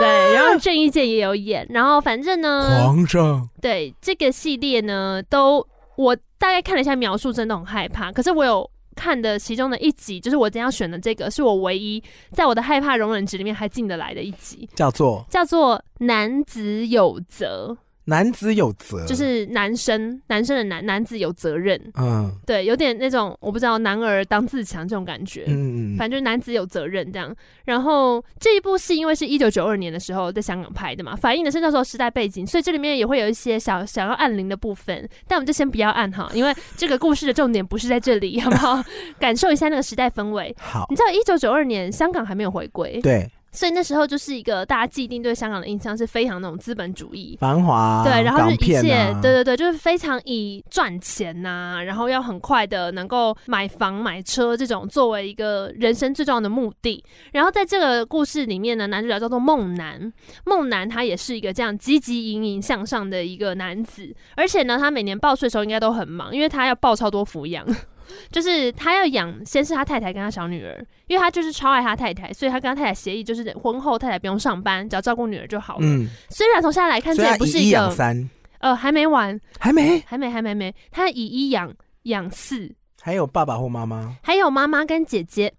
[SPEAKER 2] 对，然后郑伊健也有演，然后反正呢，
[SPEAKER 1] 皇上，
[SPEAKER 2] 对这个系列呢，都我大概看了一下描述，真的很害怕。可是我有看的其中的一集，就是我今天要选的这个，是我唯一在我的害怕容忍值里面还进得来的一集，
[SPEAKER 1] 叫做
[SPEAKER 2] 叫做《男子有责
[SPEAKER 1] 男子有责，》，
[SPEAKER 2] 就是男生男生的男男子有责任，
[SPEAKER 1] 嗯
[SPEAKER 2] 对，有点那种我不知道男儿当自强这种感觉。
[SPEAKER 1] 嗯嗯嗯，
[SPEAKER 2] 反正就是男子有责任这样。然后这一部戏因为是一九九二年的时候在香港拍的嘛，反映的是那时候时代背景，所以这里面也会有一些想想要按铃的部分，但我们就先不要按哈，因为这个故事的重点不是在这里，好不好？感受一下那个时代氛围。
[SPEAKER 1] 好
[SPEAKER 2] 你，知道，一九九二年香港还没有回归，
[SPEAKER 1] 对，
[SPEAKER 2] 所以那时候就是一个大家既定对香港的印象是非常那种资本主义，
[SPEAKER 1] 繁华，
[SPEAKER 2] 对，然后
[SPEAKER 1] 啊港
[SPEAKER 2] 是一
[SPEAKER 1] 片
[SPEAKER 2] 切，
[SPEAKER 1] 啊
[SPEAKER 2] 对对对，就是非常以赚钱呐、然后要很快的能够买房买车这种作为一个人生最重要的目的。然后在这个故事里面呢，男主角叫做梦男，梦男他也是一个这样积极营营向上的一个男子，而且呢，他每年报税的时候应该都很忙，因为他要报超多抚养。 就是他要养，先是他太太跟他小女儿，因为他就是超爱他太太，所以他跟他太太协议就是婚后太太不用上班，只要照顾女儿就好了。
[SPEAKER 1] 嗯，
[SPEAKER 2] 虽然从现在来看，这
[SPEAKER 1] 所以
[SPEAKER 2] 也
[SPEAKER 1] 他
[SPEAKER 2] 不是
[SPEAKER 1] 以一
[SPEAKER 2] 一个
[SPEAKER 1] 养三，
[SPEAKER 2] 呃，还没完，
[SPEAKER 1] 还没，
[SPEAKER 2] 还没，还没，还没。他以一养养四，
[SPEAKER 1] 还有爸爸或妈妈，
[SPEAKER 2] 还有妈妈跟姐姐，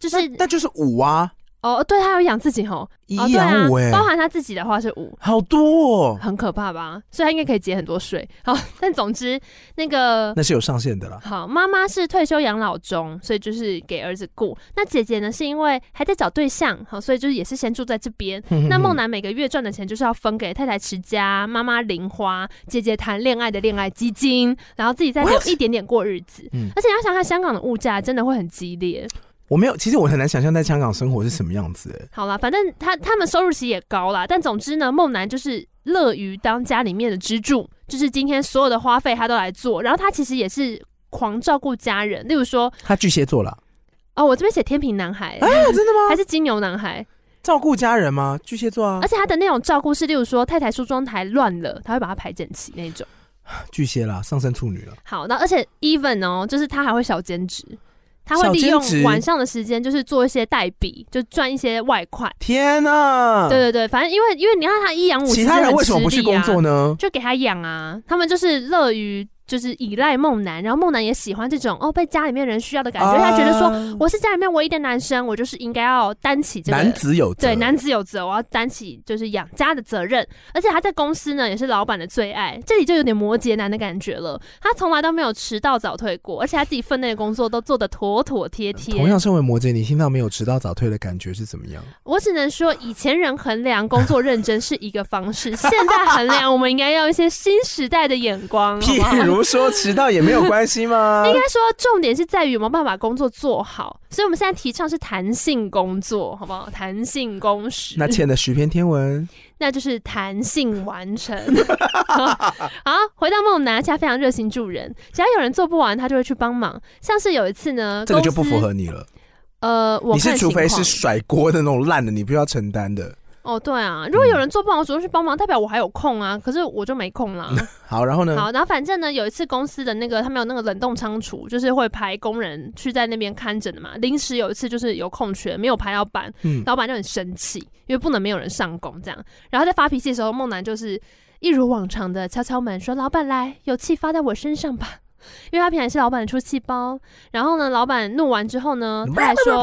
[SPEAKER 2] 就是
[SPEAKER 1] 那那就是五啊，
[SPEAKER 2] 哦，对，他有养自己吼，
[SPEAKER 1] 一
[SPEAKER 2] 哦，
[SPEAKER 1] 一
[SPEAKER 2] 对啊
[SPEAKER 1] 养五，哎，，
[SPEAKER 2] 包含他自己的话是五，
[SPEAKER 1] 好多哦，
[SPEAKER 2] 很可怕吧？所以他应该可以节很多税。好，但总之那个
[SPEAKER 1] 那是有上限的啦。
[SPEAKER 2] 好，妈妈是退休养老中，所以就是给儿子顾。那姐姐呢，是因为还在找对象，好，所以就是也是先住在这边。
[SPEAKER 1] 嗯
[SPEAKER 2] 那梦楠每个月赚的钱就是要分给太太持家、妈妈零花、姐姐谈恋爱的恋爱基金，然后自己再留
[SPEAKER 1] What？
[SPEAKER 2] 一点点过日子。
[SPEAKER 1] 嗯
[SPEAKER 2] 而且你要想看香港的物价真的会很激烈。
[SPEAKER 1] 我没有，其实我很难想象在香港生活是什么样子，哎，
[SPEAKER 2] 好啦，反正他他们收入其实也高啦，但总之呢，梦楠就是乐于当家里面的支柱，就是今天所有的花费他都来做，然后他其实也是狂照顾家人，例如说，
[SPEAKER 1] 他巨蟹座啦，
[SPEAKER 2] 哦，我这边写天平男孩。
[SPEAKER 1] 哎，真的
[SPEAKER 2] 还哎
[SPEAKER 1] 吗？
[SPEAKER 2] 是金牛男孩，
[SPEAKER 1] 照顾家人吗？巨蟹座啊
[SPEAKER 2] 而，且他的那种照顾是，例如说太太梳妆台乱了，他会把它排整齐那种。
[SPEAKER 1] 巨蟹啦，上升处女了，
[SPEAKER 2] 好，那而且 even 哦，就是他还会小兼职，他会
[SPEAKER 1] 小
[SPEAKER 2] 利
[SPEAKER 1] 兼
[SPEAKER 2] 用
[SPEAKER 1] 职
[SPEAKER 2] 晚上的时间，就是做一些代笔，就赚一些外快。
[SPEAKER 1] 天呐！
[SPEAKER 2] 对对对，反正因为因为你看他一养五，啊
[SPEAKER 1] 其他人为什么不去工作
[SPEAKER 2] 呢？
[SPEAKER 1] 呢？
[SPEAKER 2] 就给他养啊，他们就是乐于就是依赖梦男，然后梦男也喜欢这种哦被家里面人需要的感觉，
[SPEAKER 1] 啊
[SPEAKER 2] 他觉得说
[SPEAKER 1] 说
[SPEAKER 2] 我是家里面唯一的男生，我就是应该要担起这个
[SPEAKER 1] 男子有责
[SPEAKER 2] 对男子有责，我要担起就是养家的责任，而且他在公司呢也是老板的最爱，这里就有点摩羯男的感觉了。他从来都没有迟到早退过，而且他自己分内的工作都做得妥妥帖帖。
[SPEAKER 1] 同样身为摩羯，你听到没有迟到早退的感觉是怎 么样？
[SPEAKER 2] 我只能说，以前人衡量工作认真是一个方 式，现在衡量我们应该要一些新时代的眼光，好 不好？
[SPEAKER 1] 譬如说迟到也没有关系吗？
[SPEAKER 2] 啊 应该说，重点是在于有没有办法把工作做好，所以我们现在提倡是弹性工作，好不好？弹性工时，
[SPEAKER 1] 那欠的十篇天文，
[SPEAKER 2] 那就是弹性完成。 好，回到梦男，他非常热心助人，只要有人做不完，他就会去帮忙。像是有一次呢，
[SPEAKER 1] 这个就不
[SPEAKER 2] 公司
[SPEAKER 1] 符。合你了。
[SPEAKER 2] 呃，我
[SPEAKER 1] 你是
[SPEAKER 2] 看
[SPEAKER 1] 除
[SPEAKER 2] 情
[SPEAKER 1] 非是
[SPEAKER 2] 况
[SPEAKER 1] 甩锅的那种烂的，你不需要承担的。
[SPEAKER 2] 哦，对
[SPEAKER 1] 嗯
[SPEAKER 2] 啊，如果有人做不完，我主动去帮忙，代表我还有空啊，可是我就没 空啦。
[SPEAKER 1] 好，然后呢？
[SPEAKER 2] 好，然后反正呢，有一次公司的那个他们有那个冷冻仓储，就是会排工人去在那边看诊的嘛。临时有一次就是有空缺，没有排到班，
[SPEAKER 1] 嗯，
[SPEAKER 2] 老板就很生气，因为不能没有人上工这样。然后在发脾气的时候，梦楠就是一如往常的敲敲门说：“老板来，有气发在我身上吧。” 因为他平常是老板的出气包，然后呢，老板怒完之后呢，他还说：“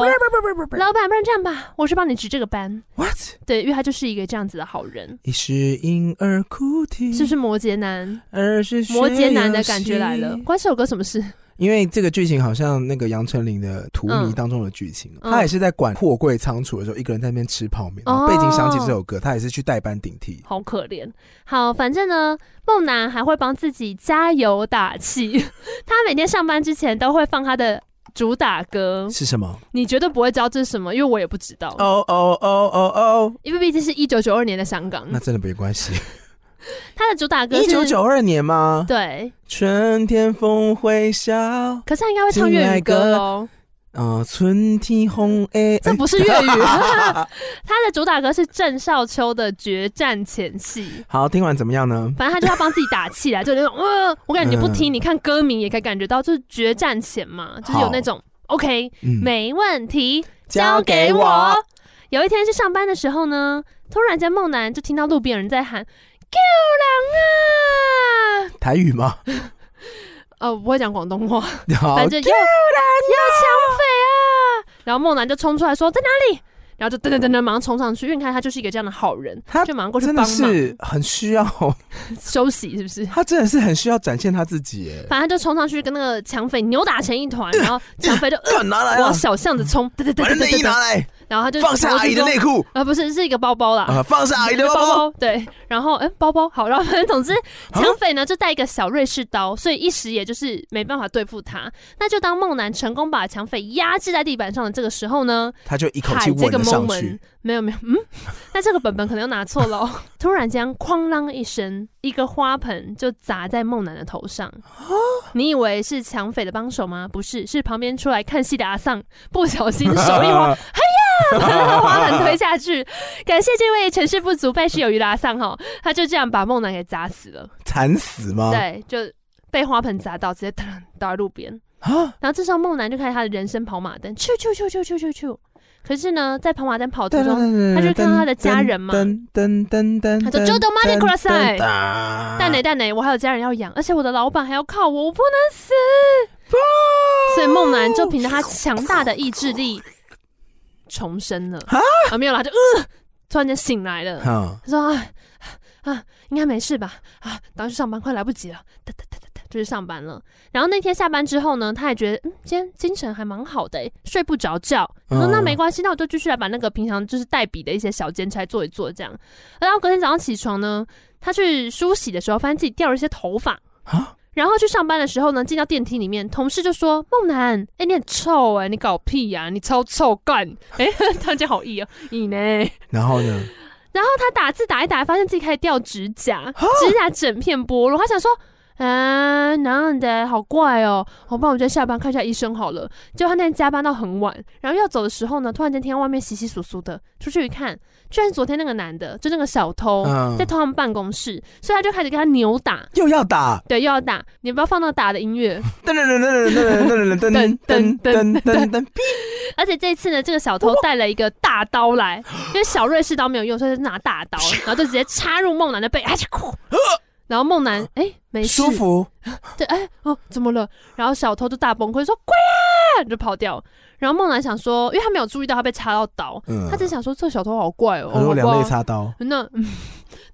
[SPEAKER 2] 老板，不然这样吧，我去帮你值这个班。
[SPEAKER 1] What？”
[SPEAKER 2] 对，因为他就是一个这样子的好人，
[SPEAKER 1] 一是婴儿哭啼，
[SPEAKER 2] 是不是摩羯男？
[SPEAKER 1] 二是
[SPEAKER 2] 摩羯男的感觉来了，关这首歌什么事？
[SPEAKER 1] 因为这个剧情好像那个杨丞琳的《荼蘼》
[SPEAKER 2] 嗯
[SPEAKER 1] 当中的剧情，
[SPEAKER 2] 嗯
[SPEAKER 1] 他也是在管货柜仓储的时候，一个人在那边吃泡面，然
[SPEAKER 2] 哦
[SPEAKER 1] 后背景响起这首歌，他也是去代班顶替。
[SPEAKER 2] 好可怜。好，反正呢，梦男还会帮自己加油打气。 他每天上班之前都会放他的主打歌，
[SPEAKER 1] 是什么？
[SPEAKER 2] 你绝对不会知道这是什么，因为我也不知道，
[SPEAKER 1] 哦哦哦哦哦，
[SPEAKER 2] 因为毕竟是一九九二年的香港，
[SPEAKER 1] 那真的没关 系。
[SPEAKER 2] 他的主打嗯歌是
[SPEAKER 1] 一九九二年吗？
[SPEAKER 2] 对，
[SPEAKER 1] 春天风会笑，
[SPEAKER 2] 可是他应该会唱粤语歌哦，
[SPEAKER 1] 啊、春天红诶，
[SPEAKER 2] 这
[SPEAKER 1] 哎
[SPEAKER 2] 不是粤语， 他的主打歌是郑少秋的《决战前夕》。
[SPEAKER 1] 好，听完怎么样呢？
[SPEAKER 2] 反正他就要帮自己打气啦，就那种，呃，我感觉你不听，
[SPEAKER 1] 嗯
[SPEAKER 2] 你看歌名也可以感觉到，就是决战前嘛，就是有那种 OK，
[SPEAKER 1] 嗯，
[SPEAKER 2] 没问题，
[SPEAKER 1] 交给我。
[SPEAKER 2] 有一天去上班的时候呢，突然间梦男就听到路边有人在喊“救人啊
[SPEAKER 1] 台语吗？！”
[SPEAKER 2] 哦，我不会讲广东话，
[SPEAKER 1] 好，
[SPEAKER 2] 反正又又抢匪啊！ 然后梦男就冲出来说在哪里，然后就噔噔噔噔马上冲上去，因为你看他就是一个这样的好人，
[SPEAKER 1] 他
[SPEAKER 2] 就马上过去
[SPEAKER 1] 真
[SPEAKER 2] 帮
[SPEAKER 1] 的
[SPEAKER 2] 忙
[SPEAKER 1] 是很需要，
[SPEAKER 2] 休息，是不是？
[SPEAKER 1] 他真的是很需要展现他自己耶。
[SPEAKER 2] 反正就冲上去跟那个抢匪扭打成一团， 然后抢匪就、呃、
[SPEAKER 1] 干拿来啊
[SPEAKER 2] 往！小巷子冲，对对对
[SPEAKER 1] 把
[SPEAKER 2] 对
[SPEAKER 1] 你内
[SPEAKER 2] 对
[SPEAKER 1] 衣
[SPEAKER 2] 对
[SPEAKER 1] 拿，来，
[SPEAKER 2] 然后他就
[SPEAKER 1] 放下阿姨的内裤
[SPEAKER 2] 啊，不是是一个包包啦，
[SPEAKER 1] 啊，放下阿姨
[SPEAKER 2] 一
[SPEAKER 1] 的包
[SPEAKER 2] 个
[SPEAKER 1] 包。啊
[SPEAKER 2] 包包 对，然后哎、包包好，然后反正总之抢匪呢就带一个小瑞士刀，所以一时也就是没办法对付他。那就当梦男成功把抢匪压制在地板上的这个时候呢，
[SPEAKER 1] 他就一口
[SPEAKER 2] 海
[SPEAKER 1] 气
[SPEAKER 2] 这
[SPEAKER 1] 吻
[SPEAKER 2] 个
[SPEAKER 1] 了上
[SPEAKER 2] moment
[SPEAKER 1] 去，
[SPEAKER 2] 没有没有，嗯， 那这个本本可能又拿错了、哦。突然间，哐啷一声，一个花盆就砸在梦男的头上。
[SPEAKER 1] 啊
[SPEAKER 2] 你以为是抢匪的帮手吗？不是，是旁边出来看戏的阿丧不小心手一滑，把那个花盆推下去。感谢这位成事不足败事有余的阿丧哈，他就这样把梦男给砸死了。
[SPEAKER 1] 惨死吗？
[SPEAKER 2] 对，就被花盆砸到，直接噔倒在路边。
[SPEAKER 1] 啊，
[SPEAKER 2] 然后这时候梦男就开始他的人生跑马灯，去去去去去去去。可是呢，在跑马灯跑途
[SPEAKER 1] 对对
[SPEAKER 2] 中，
[SPEAKER 1] 对，
[SPEAKER 2] 他就看到他的家人嘛
[SPEAKER 1] 噔噔噔噔，
[SPEAKER 2] 他说就等妈咪过来蛋
[SPEAKER 1] 蛋
[SPEAKER 2] 奶蛋奶，我还有家人要养，而且我的老板还要靠我，我不能死。所以梦男就凭着他强大的意志力重生了
[SPEAKER 1] 啊
[SPEAKER 2] 啊，没有啦，他就呃，突然间醒来了。
[SPEAKER 1] 啊，
[SPEAKER 2] 他说啊啊，应该没事吧？啊，赶快去上班，快来不及了，哒哒哒哒哒，就去上班了。然后那天下班之后呢，他也觉得嗯，今天精神还蛮好的、欸，睡不着觉。他说
[SPEAKER 1] 嗯
[SPEAKER 2] 那没关系，那我就继续来把那个平常就是代笔的一些小兼差做一做这样。然后隔天早上起床呢，他去梳洗的时候，发现自己掉了一些头发
[SPEAKER 1] 啊。
[SPEAKER 2] 然后去上班的时候呢，进到电梯里面，同事就说：“梦楠，哎、你很臭哎、你搞屁呀、你超臭干！ 哎、大家好意哦、你呢？
[SPEAKER 1] 然后呢？
[SPEAKER 2] 然后他打字打一打，发现自己开始掉指甲，指甲整片剥落。他想说，啊，哪样的好怪哦，好吧，我就下班看一下医生好了。结果他那天加班到很晚，然后要走的时候呢，突然间听到外面窸窸窣窣的，出去一看，居然是昨天那个男的，就那个小偷。
[SPEAKER 1] 嗯
[SPEAKER 2] 哦在，偷他们办公室，所以他就开始跟他扭打，
[SPEAKER 1] 又要打，
[SPEAKER 2] 对，又要打。你不要放那个打的音乐，
[SPEAKER 1] 噔噔噔噔噔噔噔噔 噔噔噔噔噔，
[SPEAKER 2] 而且这次呢，这个小偷带了一个大 刀来，因为小瑞士刀没有用，所以他就拿大刀，然后就直接插入梦男的背，啊，就哭。然后梦男哎、没事
[SPEAKER 1] 舒，服，
[SPEAKER 2] 对哎、哦怎么了？然后小偷就大崩溃说鬼啊，就跑掉。然后梦男想说，因为他没有注意到他被插到刀，
[SPEAKER 1] 嗯，
[SPEAKER 2] 他只想说这小偷好怪哦，
[SPEAKER 1] 他说
[SPEAKER 2] 好
[SPEAKER 1] 两
[SPEAKER 2] 怪
[SPEAKER 1] 肋
[SPEAKER 2] 哦
[SPEAKER 1] 插刀，
[SPEAKER 2] 那 嗯，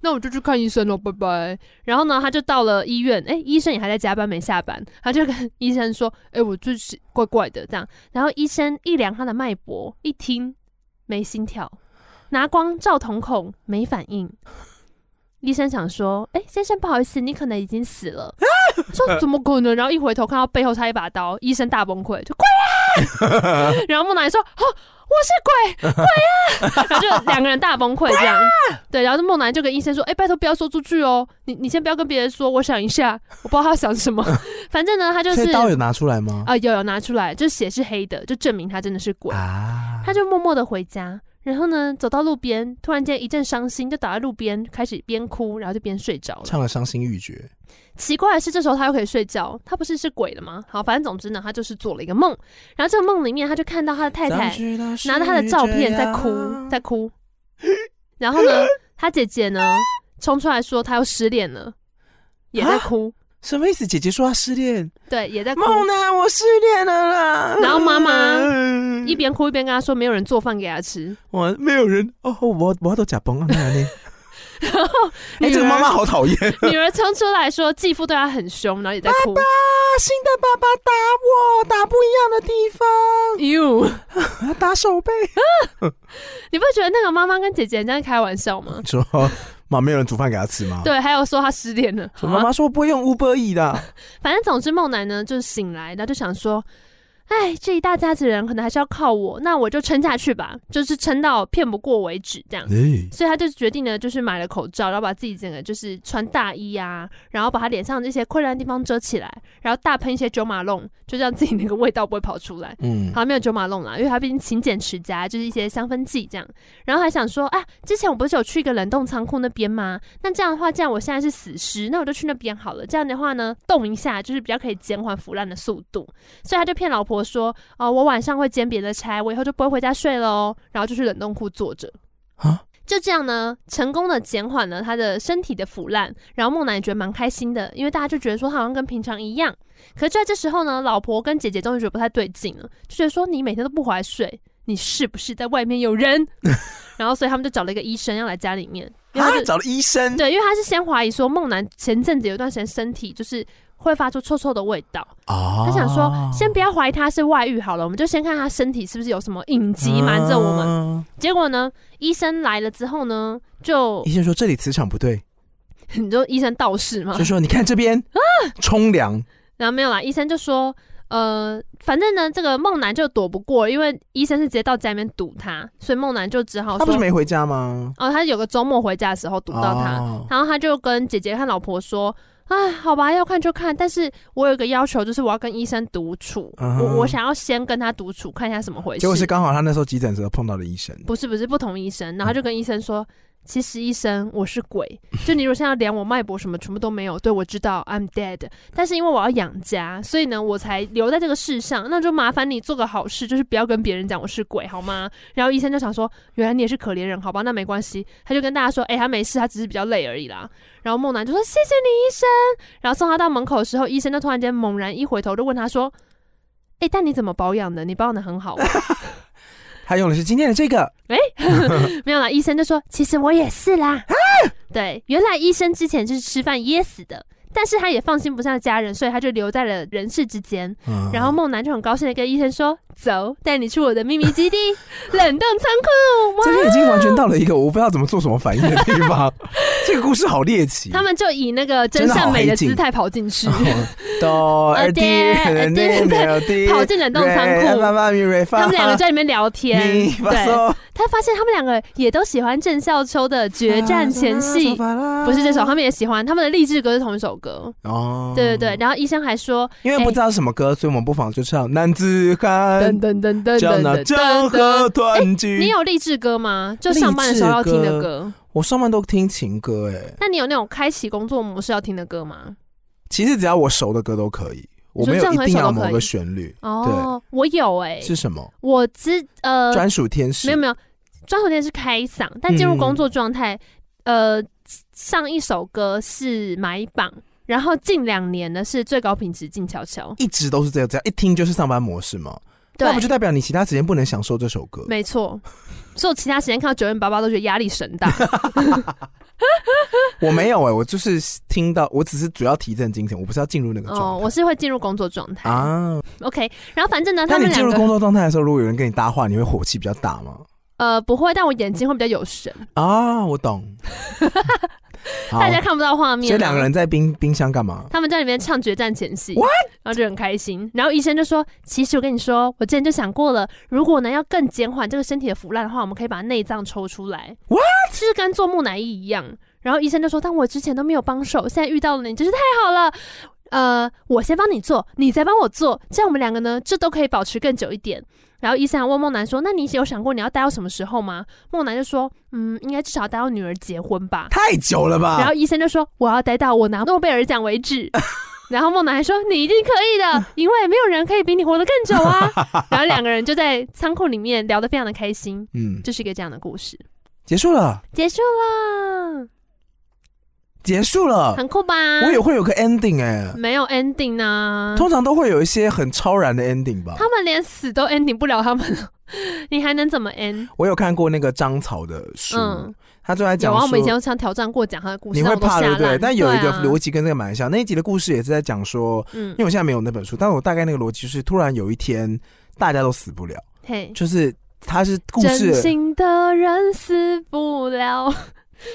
[SPEAKER 2] 那我就去看医生了，拜拜。然后呢，他就到了医院，哎、医生也还在加班没下班，他就跟医生说，哎、我就是怪怪的这样。然后医生一量他的脉搏，一听没心跳，拿光照瞳孔没反 应。医生想说，哎、先生不好意思，你可能已经死 了。说怎么可能？然后一回头看到背后插一把刀，医生大崩溃，就快啊！ 然后木乃伊说，哦，我是鬼，鬼啊！然后就两个人大崩溃 这样。
[SPEAKER 1] 啊
[SPEAKER 2] 对，然后梦楠就跟医生说：“哎、拜托不要说出去哦，你你先不要跟别人说，我想一下，我不知道他想什么。反正呢，他就
[SPEAKER 1] 所
[SPEAKER 2] 是
[SPEAKER 1] 以
[SPEAKER 2] 啊、
[SPEAKER 1] 刀有拿出来吗？
[SPEAKER 2] 有有拿出来，就血是黑的，就证明他真的是鬼。
[SPEAKER 1] 啊，
[SPEAKER 2] 他就默默的回家，然后呢，走到路边，突然间一阵伤心，就倒在路边开始边哭，然后就边睡着了。
[SPEAKER 1] 唱了伤心欲绝，
[SPEAKER 2] 奇怪的是，这时候他又可以睡觉，他不是是鬼了吗？好，反正总之呢，他就是做了一个梦，然后这个梦里面他就看到他的太太
[SPEAKER 1] 早知道是
[SPEAKER 2] 拿着他的照片在哭
[SPEAKER 1] 这，样
[SPEAKER 2] 在哭。然后呢，他姐姐呢冲出来说他又失恋了，也
[SPEAKER 1] 啊
[SPEAKER 2] 在哭，
[SPEAKER 1] 什么意思？姐姐说她失恋，
[SPEAKER 2] 对，也在哭。
[SPEAKER 1] 梦楠，我失恋了啦。
[SPEAKER 2] 然后妈妈
[SPEAKER 1] 嗯
[SPEAKER 2] 一边哭一边跟他说没有人做饭给他吃，
[SPEAKER 1] 我没有人哦，我我都假崩啊，那
[SPEAKER 2] 哎
[SPEAKER 1] 样呢？
[SPEAKER 2] 然后
[SPEAKER 1] 哎、
[SPEAKER 2] 女
[SPEAKER 1] 这个妈
[SPEAKER 2] 儿
[SPEAKER 1] 妈好讨厌 啊！
[SPEAKER 2] 女儿冲出来说继父对她很凶，然后也在 哭。
[SPEAKER 1] 新的爸爸打我，打不一样的地方，
[SPEAKER 2] 哟，
[SPEAKER 1] 他打手 背。
[SPEAKER 2] 你不觉得那个妈妈跟姐姐这样开玩笑吗？
[SPEAKER 1] 说妈没有人煮饭给他吃吗？，
[SPEAKER 2] 对，还有说他失恋了，好
[SPEAKER 1] 啊妈
[SPEAKER 2] 啊
[SPEAKER 1] 妈说我不会用 Uber E 的，
[SPEAKER 2] 反正总之，梦楠呢就醒来，然后就想说，哎，这一大家子人可能还是要靠我，那我就撑下去吧，就是撑到骗不过为止这样。
[SPEAKER 1] 哎，
[SPEAKER 2] 所以他就决定呢，就是买了口罩，然后把自己整个就是穿大衣啊，然后把他脸上这些溃烂的地方遮起来，然后大喷一些九马弄，就让自己那个味道不会跑出来。
[SPEAKER 1] 嗯，
[SPEAKER 2] 好，没有九马弄啦，因为他毕竟勤俭持家，就是一些香氛剂这样。然后还想说，啊，之前我不是有去一个冷冻仓库那边吗？那这样的话，既然我现在是死尸，那我就去那边好了。这样的话呢，动一下就是比较可以减缓腐烂的速度。所以他就骗老婆说，哦、我晚上会兼别的差，我以后就不会回家睡喽。然后就去冷冻库坐着。
[SPEAKER 1] 啊，
[SPEAKER 2] 就这样呢，成功的减缓了他的身体的腐烂，然后梦楠也觉得蛮开心的，因为大家就觉得说他好像跟平常一样。可是就在这时候呢，老婆跟姐姐终于觉得不太对劲了，就觉得说你每天都不回来睡，你是不是在外面有人？ 然后所以他们就找了一个医生要来家里面，因为他
[SPEAKER 1] 啊，
[SPEAKER 2] 就
[SPEAKER 1] 找了医生，
[SPEAKER 2] 对，因为他是先怀疑说梦楠前阵子有一段时间身体就是会发出臭臭的味道，
[SPEAKER 1] 哦
[SPEAKER 2] 他想说先不要怀疑他是外遇好了，我们就先看他身体是不是有什么隐疾
[SPEAKER 1] 哦
[SPEAKER 2] 瞒着我们。
[SPEAKER 1] 们。
[SPEAKER 2] 结果呢，医生来了之后呢，就
[SPEAKER 1] 医生说这里磁场不对，
[SPEAKER 2] 你就医生道士嘛
[SPEAKER 1] 就，说你看这边
[SPEAKER 2] 啊
[SPEAKER 1] 冲凉，
[SPEAKER 2] 然后没有啦，医生就说，呃，反正呢，这个梦楠就躲不过，因为医生是直接到家里面堵他，所以梦楠就只好
[SPEAKER 1] 他不
[SPEAKER 2] 说
[SPEAKER 1] 是，没回家吗？
[SPEAKER 2] 哦，他有个周末回家的时候堵到他，
[SPEAKER 1] 哦
[SPEAKER 2] 然后他就跟姐姐和老婆说。啊，好吧，要看就看，但是我有一个要求，就是我要跟医生独处
[SPEAKER 1] 嗯哼
[SPEAKER 2] 我我想要先跟他独处，看一下什么回事。
[SPEAKER 1] 结果是刚好他那时候急诊时候碰到了医生，
[SPEAKER 2] 不是不是不同医生，然后就跟医生说，其实医生我是鬼， 就你如果现在连我脉搏什么全部都没有，对我知道 I'm dead，但是因为我要养家，所以呢我才留在这个世上，那就麻烦你做个好事，就是不要跟别人讲我是鬼好吗？然后医生就想说，原来你也是可怜人，好吧，那没关系，他就跟大家说，哎、他没事，他只是比较累而已啦。然后梦楠就说谢谢你医生，然后送他到门口的时候，医生就突然间猛然一回头就问他说，哎、但你怎么保养的？你保养的很好哦。
[SPEAKER 1] 他用的是今天的这个，
[SPEAKER 2] 没有啦，医生就说其实我也是啦。
[SPEAKER 1] 啊
[SPEAKER 2] 对，原来医生之前就是吃饭噎死的，但是他也放心不下家人，所以他就留在了人世之间。
[SPEAKER 1] 嗯
[SPEAKER 2] 然后梦楠就很高兴的跟医生说：“走，带你去我的秘密 基地冷冻仓库。”哇
[SPEAKER 1] 这边已经完全到了一个我不知道怎么做什么反应的地 方。这个故事好猎奇。
[SPEAKER 2] 他们就以那个真善美的姿态跑进去，
[SPEAKER 1] 哆
[SPEAKER 2] 呃
[SPEAKER 1] 二弟，
[SPEAKER 2] 对
[SPEAKER 1] 人
[SPEAKER 2] 对
[SPEAKER 1] 弟，没有弟，
[SPEAKER 2] 跑进冷冻仓
[SPEAKER 1] 瑞妈
[SPEAKER 2] 库。
[SPEAKER 1] 妈咪瑞发，
[SPEAKER 2] 他们两个在里面聊天，
[SPEAKER 1] 你哎发
[SPEAKER 2] 对，
[SPEAKER 1] 嗦
[SPEAKER 2] 他发现他们两个也都喜欢郑少秋的《决战前
[SPEAKER 1] 啊
[SPEAKER 2] 戏》，不是这首，他们也喜欢，他们的励志歌是同一首歌。
[SPEAKER 1] 哦，
[SPEAKER 2] 对对对，，然后医生还说，
[SPEAKER 1] 因为不知道是什么歌，所以我们不妨就唱《男子汉
[SPEAKER 2] 噔》，噔噔噔
[SPEAKER 1] 叫那
[SPEAKER 2] 噔
[SPEAKER 1] 江
[SPEAKER 2] 噔
[SPEAKER 1] 河
[SPEAKER 2] 噔。哎
[SPEAKER 1] 团聚。
[SPEAKER 2] 你有励志歌吗？就上班的时候要听的歌。
[SPEAKER 1] 我上班都听情歌，哎，
[SPEAKER 2] 那你有那种开启工作模式要听的歌吗？
[SPEAKER 1] 其实只要我熟的歌都可以，我没
[SPEAKER 2] 你
[SPEAKER 1] 有
[SPEAKER 2] 说
[SPEAKER 1] 一
[SPEAKER 2] 任何
[SPEAKER 1] 定
[SPEAKER 2] 一首
[SPEAKER 1] 要
[SPEAKER 2] 都可以
[SPEAKER 1] 某个旋律。
[SPEAKER 2] 哦，我有哎、
[SPEAKER 1] 是什么？
[SPEAKER 2] 我之呃
[SPEAKER 1] 专属天使？嗯
[SPEAKER 2] 没有没有，专属店是开嗓，但进入工作状态，呃，上一首歌是买榜，然后近两年呢是最高品质静悄悄。
[SPEAKER 1] 一直都是这样，这样一听就是上班模式嘛。
[SPEAKER 2] 对
[SPEAKER 1] 那不，就代表你其他时间不能享受这首歌？
[SPEAKER 2] 没错。所以我其他时间看到九零八八都觉得压力神 大。
[SPEAKER 1] 我没有哎、我就是听到，我只是主要提振精神，我不是要进入那个
[SPEAKER 2] 哦，
[SPEAKER 1] 状
[SPEAKER 2] 我
[SPEAKER 1] 态、
[SPEAKER 2] 是会进入工作状态。
[SPEAKER 1] 啊。
[SPEAKER 2] OK，然后反正呢，他
[SPEAKER 1] 那
[SPEAKER 2] 们
[SPEAKER 1] 你进
[SPEAKER 2] 两
[SPEAKER 1] 入
[SPEAKER 2] 个
[SPEAKER 1] 工作状态的时候，如果有人跟你搭话，你会火气比较大吗？
[SPEAKER 2] 呃不会，但我眼睛会比较有神，
[SPEAKER 1] 啊，我 懂。好
[SPEAKER 2] 大，家看不到画面。
[SPEAKER 1] 所以两个。人在冰冰箱干嘛？
[SPEAKER 2] 他们在里面唱决战前戏然后就很开心。然后医生就说：“其实我跟你说，我之前就想过了，如果呢要更减缓这个身体的腐烂的话，我们可以把内脏抽出来
[SPEAKER 1] What？
[SPEAKER 2] 就是跟做木乃伊一样。”然后医生就说：“但我之前都没有帮手，现在遇到了你，真是太好了。”呃，我先帮你做，你再帮我做，这样我们两个呢，这都可以保持更久一点。然后医生还问梦楠说：“那你有想过你要待到什么时候吗？”梦楠就说：“嗯，应该至少待到女儿结婚吧。”
[SPEAKER 1] 太久了
[SPEAKER 2] 然
[SPEAKER 1] 吧
[SPEAKER 2] 后？医生就说：“我要待到我拿诺贝尔奖为止。” 然后梦楠还说：“你一定可以 的，因为没有人可以比你活得更久啊。”然后两个人就在仓库里面聊得非常的开心，
[SPEAKER 1] 嗯，
[SPEAKER 2] 就是一个这样的故事，
[SPEAKER 1] 结束了，
[SPEAKER 2] 结束啦，
[SPEAKER 1] 结束了。
[SPEAKER 2] 很酷吧？
[SPEAKER 1] 啊我也会有个 ending 哎、
[SPEAKER 2] 没有 ending 呢、
[SPEAKER 1] 通常都会有一些很超然的 ending 吧。
[SPEAKER 2] 嗯他们连死都 ending 不了他们了， 你还能怎么 end？
[SPEAKER 1] 我有看过那个张草的书，
[SPEAKER 2] 嗯，
[SPEAKER 1] 他就在
[SPEAKER 2] 有
[SPEAKER 1] 讲
[SPEAKER 2] 啊，我们以前
[SPEAKER 1] 说。
[SPEAKER 2] 有想挑战过讲他的故事，
[SPEAKER 1] 你
[SPEAKER 2] 那
[SPEAKER 1] 会
[SPEAKER 2] 我都
[SPEAKER 1] 怕
[SPEAKER 2] 吓
[SPEAKER 1] 对不对？
[SPEAKER 2] 烂
[SPEAKER 1] 但有一个
[SPEAKER 2] 对啊
[SPEAKER 1] 逻辑跟这个蛮像。那一集的故事也是在讲说，
[SPEAKER 2] 嗯
[SPEAKER 1] 因为，我现在没有那本书，但我大概那个逻辑就是，突然有一天大家都死不了，
[SPEAKER 2] 嘿，
[SPEAKER 1] 就是他是故
[SPEAKER 2] 嗯真
[SPEAKER 1] 事
[SPEAKER 2] 心的人死不了，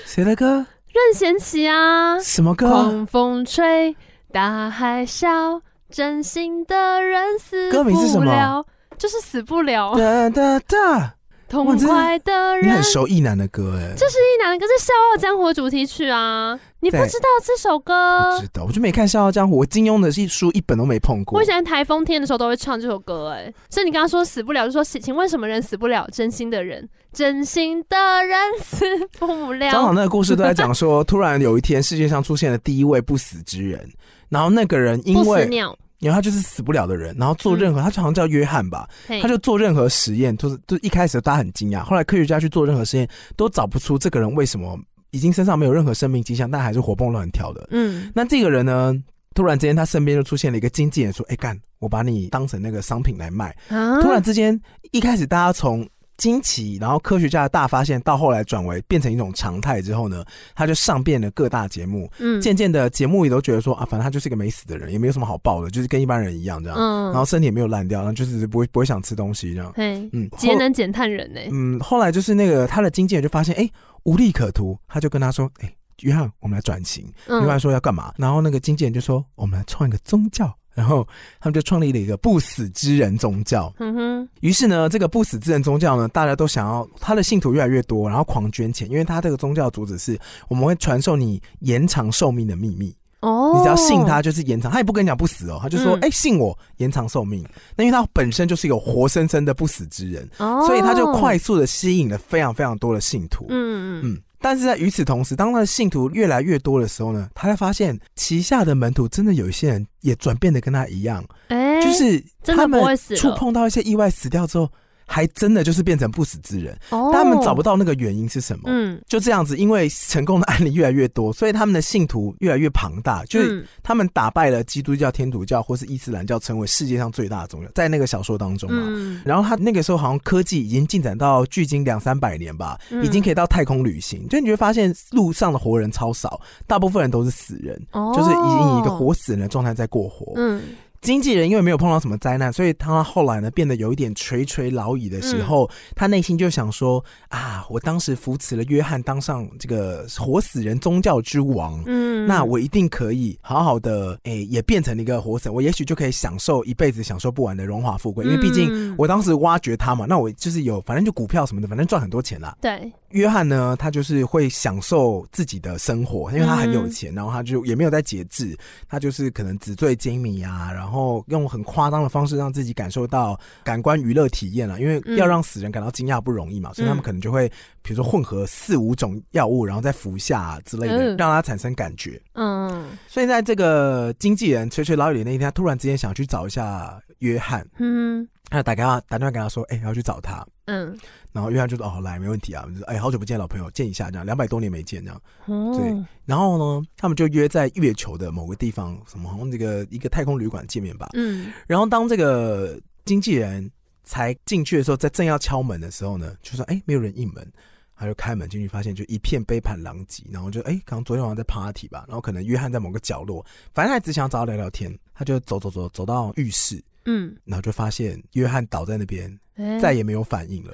[SPEAKER 1] 谁的歌？
[SPEAKER 2] 任贤齐啊，
[SPEAKER 1] 什么歌？
[SPEAKER 2] 狂风吹，大海啸，真心的人死
[SPEAKER 1] 歌名是什
[SPEAKER 2] 不
[SPEAKER 1] 么
[SPEAKER 2] 了，就是死不了。
[SPEAKER 1] 哒哒哒！
[SPEAKER 2] 痛快的
[SPEAKER 1] 你
[SPEAKER 2] 人
[SPEAKER 1] 很，熟意男的歌哎，
[SPEAKER 2] 这是一男的歌，这是《笑傲江湖》的主题曲啊！你不
[SPEAKER 1] 对
[SPEAKER 2] 知道这首
[SPEAKER 1] 不
[SPEAKER 2] 歌
[SPEAKER 1] 知？道，我就没看《笑傲江湖》，我金庸的一书一本都没碰过
[SPEAKER 2] 我以。前台风天的时候都会唱这首歌、哎，所以你刚刚说死不了，就说请问什么人死不了？真心的人，真心的人死不
[SPEAKER 1] 张
[SPEAKER 2] 了
[SPEAKER 1] 好。那个故事都在讲说，突然有一天世界上出现了第一位不死之人，然后那个人因
[SPEAKER 2] 不死
[SPEAKER 1] 为
[SPEAKER 2] 鸟，
[SPEAKER 1] 然后他就是死不了的人，然后做任何，他好像叫约翰吧，
[SPEAKER 2] 嘿
[SPEAKER 1] 他就做任何实验，就是就一开始大家很惊讶，后来科学家去做任何实验，都找不出这个人为什么已经身上没有任何生命迹象，但还是活蹦乱跳的。
[SPEAKER 2] 嗯，
[SPEAKER 1] 那这个人呢，突然之间他身边就出现了一个经纪人，说：“哎、干，我把你当成那个商品来卖。”
[SPEAKER 2] 啊
[SPEAKER 1] 突然之间，一开始大家从惊奇，然后科学家的大发现，到后来转为变成一种常态之后呢，他就上遍了各大节目，
[SPEAKER 2] 嗯
[SPEAKER 1] 渐渐的节目也都觉得说啊，反正他就是一个没死的人，也没有什么好报的，就是跟一般人一样这样，
[SPEAKER 2] 嗯
[SPEAKER 1] 然后身体也没有烂掉，然后就是不会不会想吃东西这样，
[SPEAKER 2] 嘿，
[SPEAKER 1] 嗯，后
[SPEAKER 2] 节能减碳人呢、
[SPEAKER 1] 嗯，后来就是那个他的经纪人就发现哎、无利可图，他就跟他说哎、约翰，我们来转型，约翰
[SPEAKER 2] 嗯，
[SPEAKER 1] 说要干嘛，然后那个经纪人就说我们来创一个宗教，然后他们就创立了一个不死之人宗教。
[SPEAKER 2] 嗯哼，
[SPEAKER 1] 于是呢，这个不死之人宗教呢，大家都想要他的信徒越来越多，然后狂捐钱，因为他这个宗教的主旨是我们会传授你延长寿命的秘密。
[SPEAKER 2] 哦，
[SPEAKER 1] 你只要信他，就是延长。他也不跟你讲不死哦，他就说：“
[SPEAKER 2] 嗯
[SPEAKER 1] 哎、信我，延长寿命。”那因为他本身就是一个活生生的不死之人，
[SPEAKER 2] 哦，
[SPEAKER 1] 所以他就快速的吸引了非常非常多的信徒。
[SPEAKER 2] 嗯，嗯嗯，
[SPEAKER 1] 嗯，但是在与此同时，当他的信徒越来越多的时候呢，他才发现旗下的门徒真的有一些人也转变的跟他一样，
[SPEAKER 2] 哎、
[SPEAKER 1] 嗯就是
[SPEAKER 2] 真
[SPEAKER 1] 他
[SPEAKER 2] 的不
[SPEAKER 1] 们
[SPEAKER 2] 会死了哦
[SPEAKER 1] 触碰到一些意外死掉之后，还真的就是变成不死之人，
[SPEAKER 2] 哦
[SPEAKER 1] 但他们找不到那个原因是什么。
[SPEAKER 2] 嗯，
[SPEAKER 1] 就这样子，因为成功的案例越来越多，所以他们的信徒越来越庞大，就是
[SPEAKER 2] 嗯
[SPEAKER 1] 他们打败了基督教、天主教或是伊斯兰教，成为世界上最大的宗教，在那个小说当中啊。
[SPEAKER 2] 嗯，
[SPEAKER 1] 然后他那个时候好像科技已经进展到距今两三百年吧，
[SPEAKER 2] 嗯
[SPEAKER 1] 已经可以到太空旅行。就你会发现路上的活人超少，大部分人都是死人，
[SPEAKER 2] 哦
[SPEAKER 1] 就是已经以一个，活死人的状态在过活。
[SPEAKER 2] 嗯
[SPEAKER 1] 经纪人因为没有碰到什么灾难，所以他后来呢变得有一点垂垂老矣的时候，
[SPEAKER 2] 嗯
[SPEAKER 1] 他内心就想说啊，我当时扶持了约翰当上这个活死人宗教之王，
[SPEAKER 2] 嗯，
[SPEAKER 1] 那我一定可以好好的，诶、也变成了一个活神，我也许就可以享受一辈子享受不完的荣华富贵，因为毕竟
[SPEAKER 2] 嗯
[SPEAKER 1] 我当时挖掘他嘛，那我就是有，反正就股票什么的，反正赚很多钱啦。
[SPEAKER 2] 对，
[SPEAKER 1] 约翰呢，他就是会享受自己的生活，因为他很有钱，
[SPEAKER 2] 嗯
[SPEAKER 1] 然后他就也没有在节制，他就是可能纸醉金迷啊，然后用很夸张的方式让自己感受到感官娱乐体验了、啊因为
[SPEAKER 2] 嗯
[SPEAKER 1] 要让死人感到惊讶不容易嘛，所以他们可能就会比如说混合四五种药物，然后再服下、之类的，
[SPEAKER 2] 嗯
[SPEAKER 1] 让他产生感觉。
[SPEAKER 2] 嗯
[SPEAKER 1] 所以在这个经纪人垂垂老矣的那一天，他突然之间想去找一下约翰，
[SPEAKER 2] 嗯，
[SPEAKER 1] 他就打给他打电话给他说，哎、要去找他。
[SPEAKER 2] 嗯，
[SPEAKER 1] 然后约翰就说：“哦，来，没问题啊，我们就哎、好久不见，老朋友，见一下这样，两百多年没见这样。”
[SPEAKER 2] 哦，
[SPEAKER 1] 然后呢，他们就约在月球的某个地方，什么好像这个一个太空旅馆见面吧。
[SPEAKER 2] 嗯，
[SPEAKER 1] 然后当这个经纪人才进去的时候，在正要敲门的时候呢，就说：“哎，没有人应门。”他就开门进去，发现就一片杯盘狼藉，然后就哎，可能昨天晚上在 party 吧，然后可能约翰在某个角落，反正他只想找他聊聊天，他就走走走走到浴室，
[SPEAKER 2] 嗯，
[SPEAKER 1] 然后就发现约翰倒在那边，
[SPEAKER 2] 哎
[SPEAKER 1] 再也没有反应了。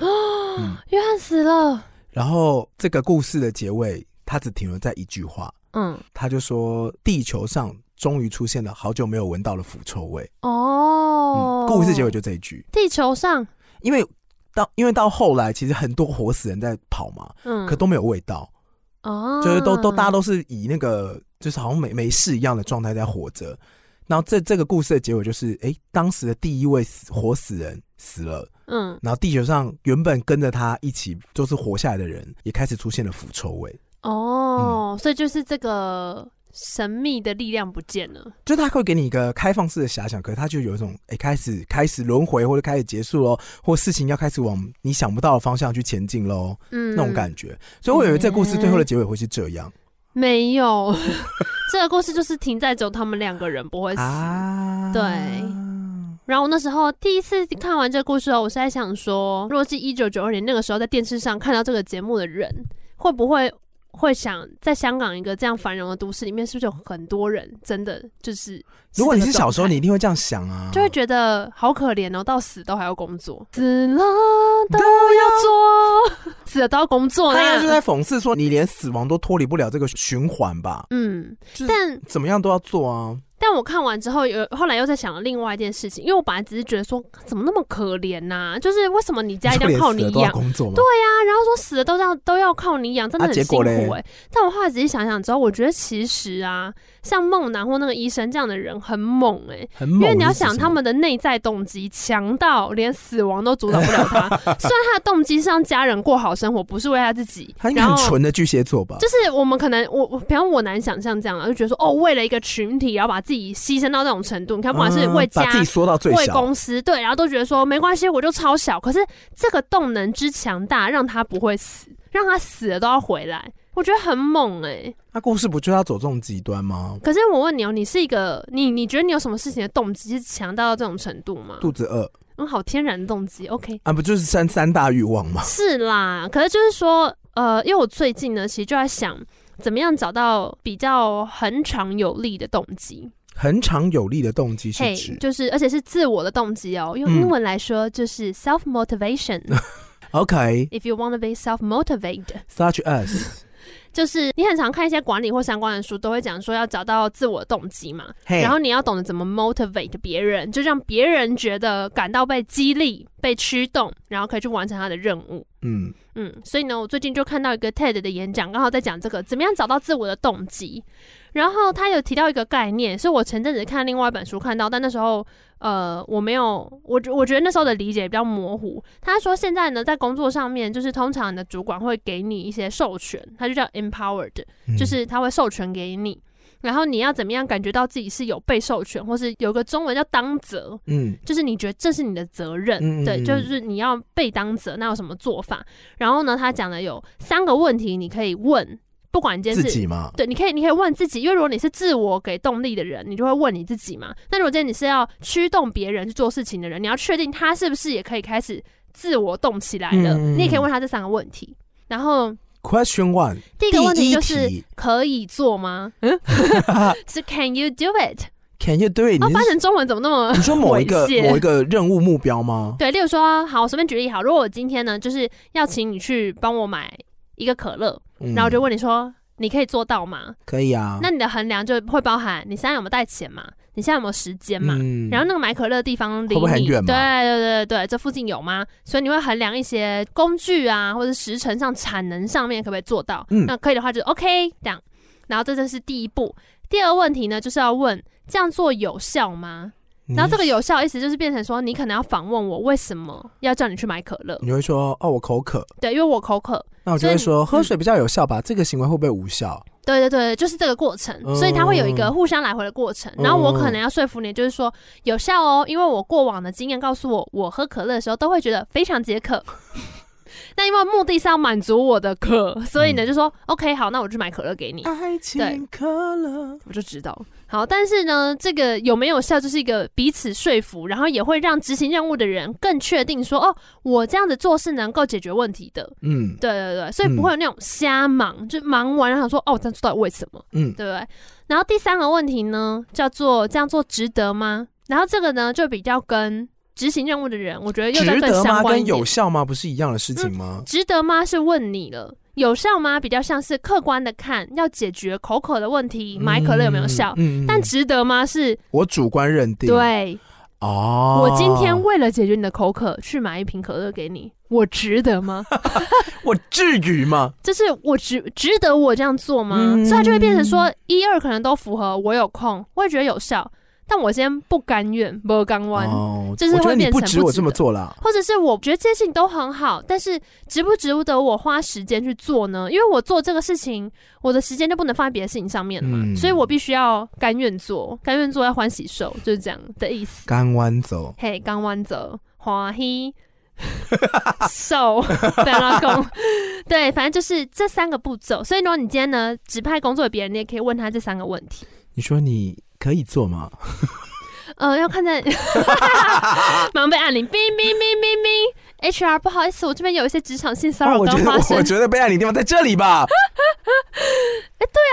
[SPEAKER 1] 嗯，
[SPEAKER 2] 约翰死了，
[SPEAKER 1] 然后这个故事的结尾，他只停留在一句话，
[SPEAKER 2] 嗯，
[SPEAKER 1] 他就说：“地球上终于出现了好久没有闻到的腐臭味。
[SPEAKER 2] 哦
[SPEAKER 1] 嗯，，故事结尾就这一句，
[SPEAKER 2] 地球上，
[SPEAKER 1] 因为到因为到后来，其实很多活死人在跑嘛，
[SPEAKER 2] 嗯，
[SPEAKER 1] 可都没有味道，
[SPEAKER 2] 哦，
[SPEAKER 1] 就是都都大家都是以那个就是好像没没事一样的状态在活着。然后这这个故事的结尾就是，哎，当时的第一位死活死人死了，
[SPEAKER 2] 嗯，
[SPEAKER 1] 然后地球上原本跟着他一起就是活下来的人，也开始出现了腐臭味。嗯
[SPEAKER 2] 哦，所以就是这个神秘的力量不见了，
[SPEAKER 1] 就他会给你一个开放式的遐想，可是他就有一种哎、诶开始开始轮回或者开始结束喽，或事情要开始往你想不到的方向去前进喽，
[SPEAKER 2] 嗯，
[SPEAKER 1] 那种感觉。所以我以为这故事最后的结尾会是这样、
[SPEAKER 2] 没有， 这个故事就是停在只有他们两个人不会死。
[SPEAKER 1] 啊，
[SPEAKER 2] 嗯对然后我那时候第一次看完这个故事后，我是在想说，如果是一九九二年那个时候在电视上看到这个节目的人，会不会会想，在香港一个这样繁荣的都市里面，是不是有很多人真的就是？
[SPEAKER 1] 如果你是小时候，
[SPEAKER 2] 这个状态
[SPEAKER 1] 你一定会这样想啊，
[SPEAKER 2] 就会觉得好可怜哦，到死都还要 工作，死了都要做， 啊死了都要工作
[SPEAKER 1] 啊他应该是
[SPEAKER 2] 呢。
[SPEAKER 1] 在讽刺说你连死亡都脱离不了这个循环吧，
[SPEAKER 2] 嗯，
[SPEAKER 1] 就是
[SPEAKER 2] 但
[SPEAKER 1] 怎么样都要做啊，
[SPEAKER 2] 但我看完之后有，后来又在想了另外一件事情，因为我本来只是觉得说，怎么那么可怜呐、就是为什么你家一定
[SPEAKER 1] 连
[SPEAKER 2] 要靠
[SPEAKER 1] 死
[SPEAKER 2] 你
[SPEAKER 1] 了都要
[SPEAKER 2] 养
[SPEAKER 1] 工作吗？
[SPEAKER 2] 啊？然后说死了都要都要靠你养，真的
[SPEAKER 1] 啊
[SPEAKER 2] 很
[SPEAKER 1] 结
[SPEAKER 2] 辛苦
[SPEAKER 1] 果嘞
[SPEAKER 2] 哎、但我后来仔细想想之后，我觉得其实啊，像梦楠或那个医生这样的人很猛哎、
[SPEAKER 1] 很猛，
[SPEAKER 2] 因为你要
[SPEAKER 1] 是指
[SPEAKER 2] 想
[SPEAKER 1] 什
[SPEAKER 2] 他
[SPEAKER 1] 么
[SPEAKER 2] 们的内在动机强到连死亡都阻挡不了 他，虽然他的动机是让家人过好生活，不是为他自己
[SPEAKER 1] 他，应该
[SPEAKER 2] 然
[SPEAKER 1] 很
[SPEAKER 2] 后。
[SPEAKER 1] 纯的巨蟹座吧，
[SPEAKER 2] 就是我们可能我我，比方我难想象这样啊，就觉得说哦，为了一个群体，然后把自己牺牲到这种程度，你看不管是
[SPEAKER 1] 嗯
[SPEAKER 2] 为家、
[SPEAKER 1] 把自己缩到最
[SPEAKER 2] 为
[SPEAKER 1] 小，
[SPEAKER 2] 公司，对，然后都觉得说没关系，我就超小。可是这个动能之强大，让他不会死，让他死了都要回来，我觉得很猛哎、
[SPEAKER 1] 那故事不就要走这种极端吗？
[SPEAKER 2] 可是我问你哦，你是一个你你觉得你有什么事情的动机是强大到这种程度吗？
[SPEAKER 1] 肚子饿
[SPEAKER 2] 嗯，好天然的动机，OK。
[SPEAKER 1] 啊，不就是三三大欲望吗？
[SPEAKER 2] 是啦，可是就是说，呃，因为我最近呢，其实就在想，怎么样找到比较恒长有力的动机。
[SPEAKER 1] 恒常有力的动机是
[SPEAKER 2] 嘿
[SPEAKER 1] 指
[SPEAKER 2] 就是而且是自我的动机哦，用
[SPEAKER 1] 嗯
[SPEAKER 2] 英文来说就是 self motivation 。
[SPEAKER 1] OK
[SPEAKER 2] If you want to be self motivated，
[SPEAKER 1] such as
[SPEAKER 2] 就是你很常看一些管理或相关的书，都会讲说要找到自我动机嘛，
[SPEAKER 1] 嘿，
[SPEAKER 2] 然后你要懂得怎么 motivate 别人，就让别人觉得感到被激励、被驱动，然后可以去完成他的任务。
[SPEAKER 1] 嗯
[SPEAKER 2] 嗯，所以呢，我最近就看到一个 TED 的演讲，刚好在讲这个怎么样找到自我的动机。然后他有提到一个概念，是我前阵子看另外一本书看到，但那时候呃我没有，我觉我觉得那时候的理解比较模糊。他说现在呢，在工作上面，就是通常你的主管会给你一些授权，他就叫 empowered，
[SPEAKER 1] 嗯
[SPEAKER 2] 就是他会授权给你。然后你要怎么样感觉到自己是有被授权，或是有个中文叫当责，
[SPEAKER 1] 嗯
[SPEAKER 2] 就是你觉得这是你的责任，
[SPEAKER 1] 嗯嗯
[SPEAKER 2] 对，
[SPEAKER 1] 嗯
[SPEAKER 2] 就是你要被当责，那有什么做法？然后呢，他讲了有三个问题，你可以问，不管你今
[SPEAKER 1] 自
[SPEAKER 2] 天是。
[SPEAKER 1] 己嘛，
[SPEAKER 2] 对，你可以，你可以问自己，因为如果你是自我给动力的人，你就会问你自己嘛。那如果今天你是要驱动别人去做事情的人，你要确定他是不是也可以开始自我动起来了。
[SPEAKER 1] 嗯嗯嗯
[SPEAKER 2] 你也可以问他这三个问题。然后
[SPEAKER 1] Question one，
[SPEAKER 2] 第一
[SPEAKER 1] 第
[SPEAKER 2] 个问题
[SPEAKER 1] 一
[SPEAKER 2] 就是
[SPEAKER 1] 题
[SPEAKER 2] 可以做吗？嗯， 是 Can you do it？
[SPEAKER 1] ，Can you do it？
[SPEAKER 2] 哦，
[SPEAKER 1] 你
[SPEAKER 2] 翻
[SPEAKER 1] 是
[SPEAKER 2] 成中文怎么那么
[SPEAKER 1] 你说某一个
[SPEAKER 2] 猥亵
[SPEAKER 1] 某一个任务目标吗？
[SPEAKER 2] 对，例如说，好，我随便举例好，如果我今天呢，就是要请你去帮我买一个可乐，
[SPEAKER 1] 嗯
[SPEAKER 2] 然后我就问你说，你可以做到吗？
[SPEAKER 1] 可以啊，
[SPEAKER 2] 那你的衡量就会包含你现在有没有带钱嘛，你现在有没有时间嘛？
[SPEAKER 1] 嗯
[SPEAKER 2] 然后那个买可乐的地方离
[SPEAKER 1] 会不会
[SPEAKER 2] 你，
[SPEAKER 1] 很远嘛
[SPEAKER 2] 对对对对，这附近有吗？所以你会衡量一些工具啊，或者时程上、产能上面可不可以做到？
[SPEAKER 1] 嗯
[SPEAKER 2] 那可以的话就 OK 这样。然后这就是第一步。第二问题呢，就是要问这样做有效吗？
[SPEAKER 1] 你
[SPEAKER 2] 然后这个有效意思就是变成说，你可能要反问我为什么要叫你去买可乐？
[SPEAKER 1] 你会说哦，我口渴，
[SPEAKER 2] 对，因为我口渴。
[SPEAKER 1] 那我就
[SPEAKER 2] 所以
[SPEAKER 1] 会
[SPEAKER 2] 你
[SPEAKER 1] 说喝
[SPEAKER 2] 嗯
[SPEAKER 1] 水比较有效吧？这个行为会不会无效？
[SPEAKER 2] 对对对，就是这个过程，
[SPEAKER 1] 嗯
[SPEAKER 2] 所以它会有一个互相来回的过程。
[SPEAKER 1] 嗯
[SPEAKER 2] 然后我可能要说服你，就是说有效哦，因为我过往的经验告诉我，我喝可乐的时候都会觉得非常解渴。 那因为目的是要满足我的渴，所以呢
[SPEAKER 1] 嗯
[SPEAKER 2] 就说、OK 好，那我就买可乐给你，
[SPEAKER 1] 爱情可乐，
[SPEAKER 2] 我就知道。好，但是呢，这个有没有效，就是一个彼此说服，然后也会让执行任务的人更确定说，哦，我这样子做是能够解决问题的。
[SPEAKER 1] 嗯
[SPEAKER 2] 对对对，所以不会有那种瞎忙，就忙完然后想说哦，这样做到底为什么，
[SPEAKER 1] 嗯，
[SPEAKER 2] 对不对？然后第三个问题呢，叫做这样做值得吗？然后这个呢，就比较跟执行任务的人，我觉得又在
[SPEAKER 1] 值
[SPEAKER 2] 更
[SPEAKER 1] 得
[SPEAKER 2] 相
[SPEAKER 1] 吗？
[SPEAKER 2] 关一
[SPEAKER 1] 跟
[SPEAKER 2] 点
[SPEAKER 1] 有。效吗？不是一样的事情吗？
[SPEAKER 2] 值得吗？是问你了。有效吗？比较像是客观的看，要解决口渴的问题，买可乐有没有效？
[SPEAKER 1] 嗯，嗯嗯
[SPEAKER 2] 但值得吗？是
[SPEAKER 1] 我主观认定，
[SPEAKER 2] 对
[SPEAKER 1] 哦，
[SPEAKER 2] 我今天为了解决你的口渴，去买一瓶可乐给你，我值 得吗？
[SPEAKER 1] 我至于吗？
[SPEAKER 2] 就是我值值得我这样做吗？
[SPEAKER 1] 嗯
[SPEAKER 2] 所以它就会变成说一二可能都符合，我有空，我也觉得有效，但我今天不甘愿，不甘愿，
[SPEAKER 1] 哦，
[SPEAKER 2] 就是
[SPEAKER 1] 我觉
[SPEAKER 2] 会
[SPEAKER 1] 得你
[SPEAKER 2] 变
[SPEAKER 1] 不
[SPEAKER 2] 成
[SPEAKER 1] 止
[SPEAKER 2] 不
[SPEAKER 1] 我
[SPEAKER 2] 值
[SPEAKER 1] 这么
[SPEAKER 2] 得
[SPEAKER 1] 做啦。
[SPEAKER 2] 或者是我觉得这些事情都很好，但是值不值得我花时间去做呢？因为我做这个事情，我的时间就不能放在别的事情上面了嘛，
[SPEAKER 1] 嗯
[SPEAKER 2] 所以我必须要甘愿做，甘愿做要欢喜受，就是这样的意思。
[SPEAKER 1] 干弯走，
[SPEAKER 2] 嘿，刚弯走，欢 喜 受，对老公， 对，反正就是这三个步骤。所以如果你今天呢指派工作给别人，你也可以问他这三个问题。
[SPEAKER 1] 你说你可以做吗？
[SPEAKER 2] 呃，要看在 忙被按铃，哔哔哔哔哔。HR，不好意思，我这边有一些职场性骚
[SPEAKER 1] 哦
[SPEAKER 2] 扰
[SPEAKER 1] 我觉
[SPEAKER 2] 刚
[SPEAKER 1] 得
[SPEAKER 2] 发生。
[SPEAKER 1] 我
[SPEAKER 2] 哎、
[SPEAKER 1] 觉得被爱你的地方在这里吧，
[SPEAKER 2] 啊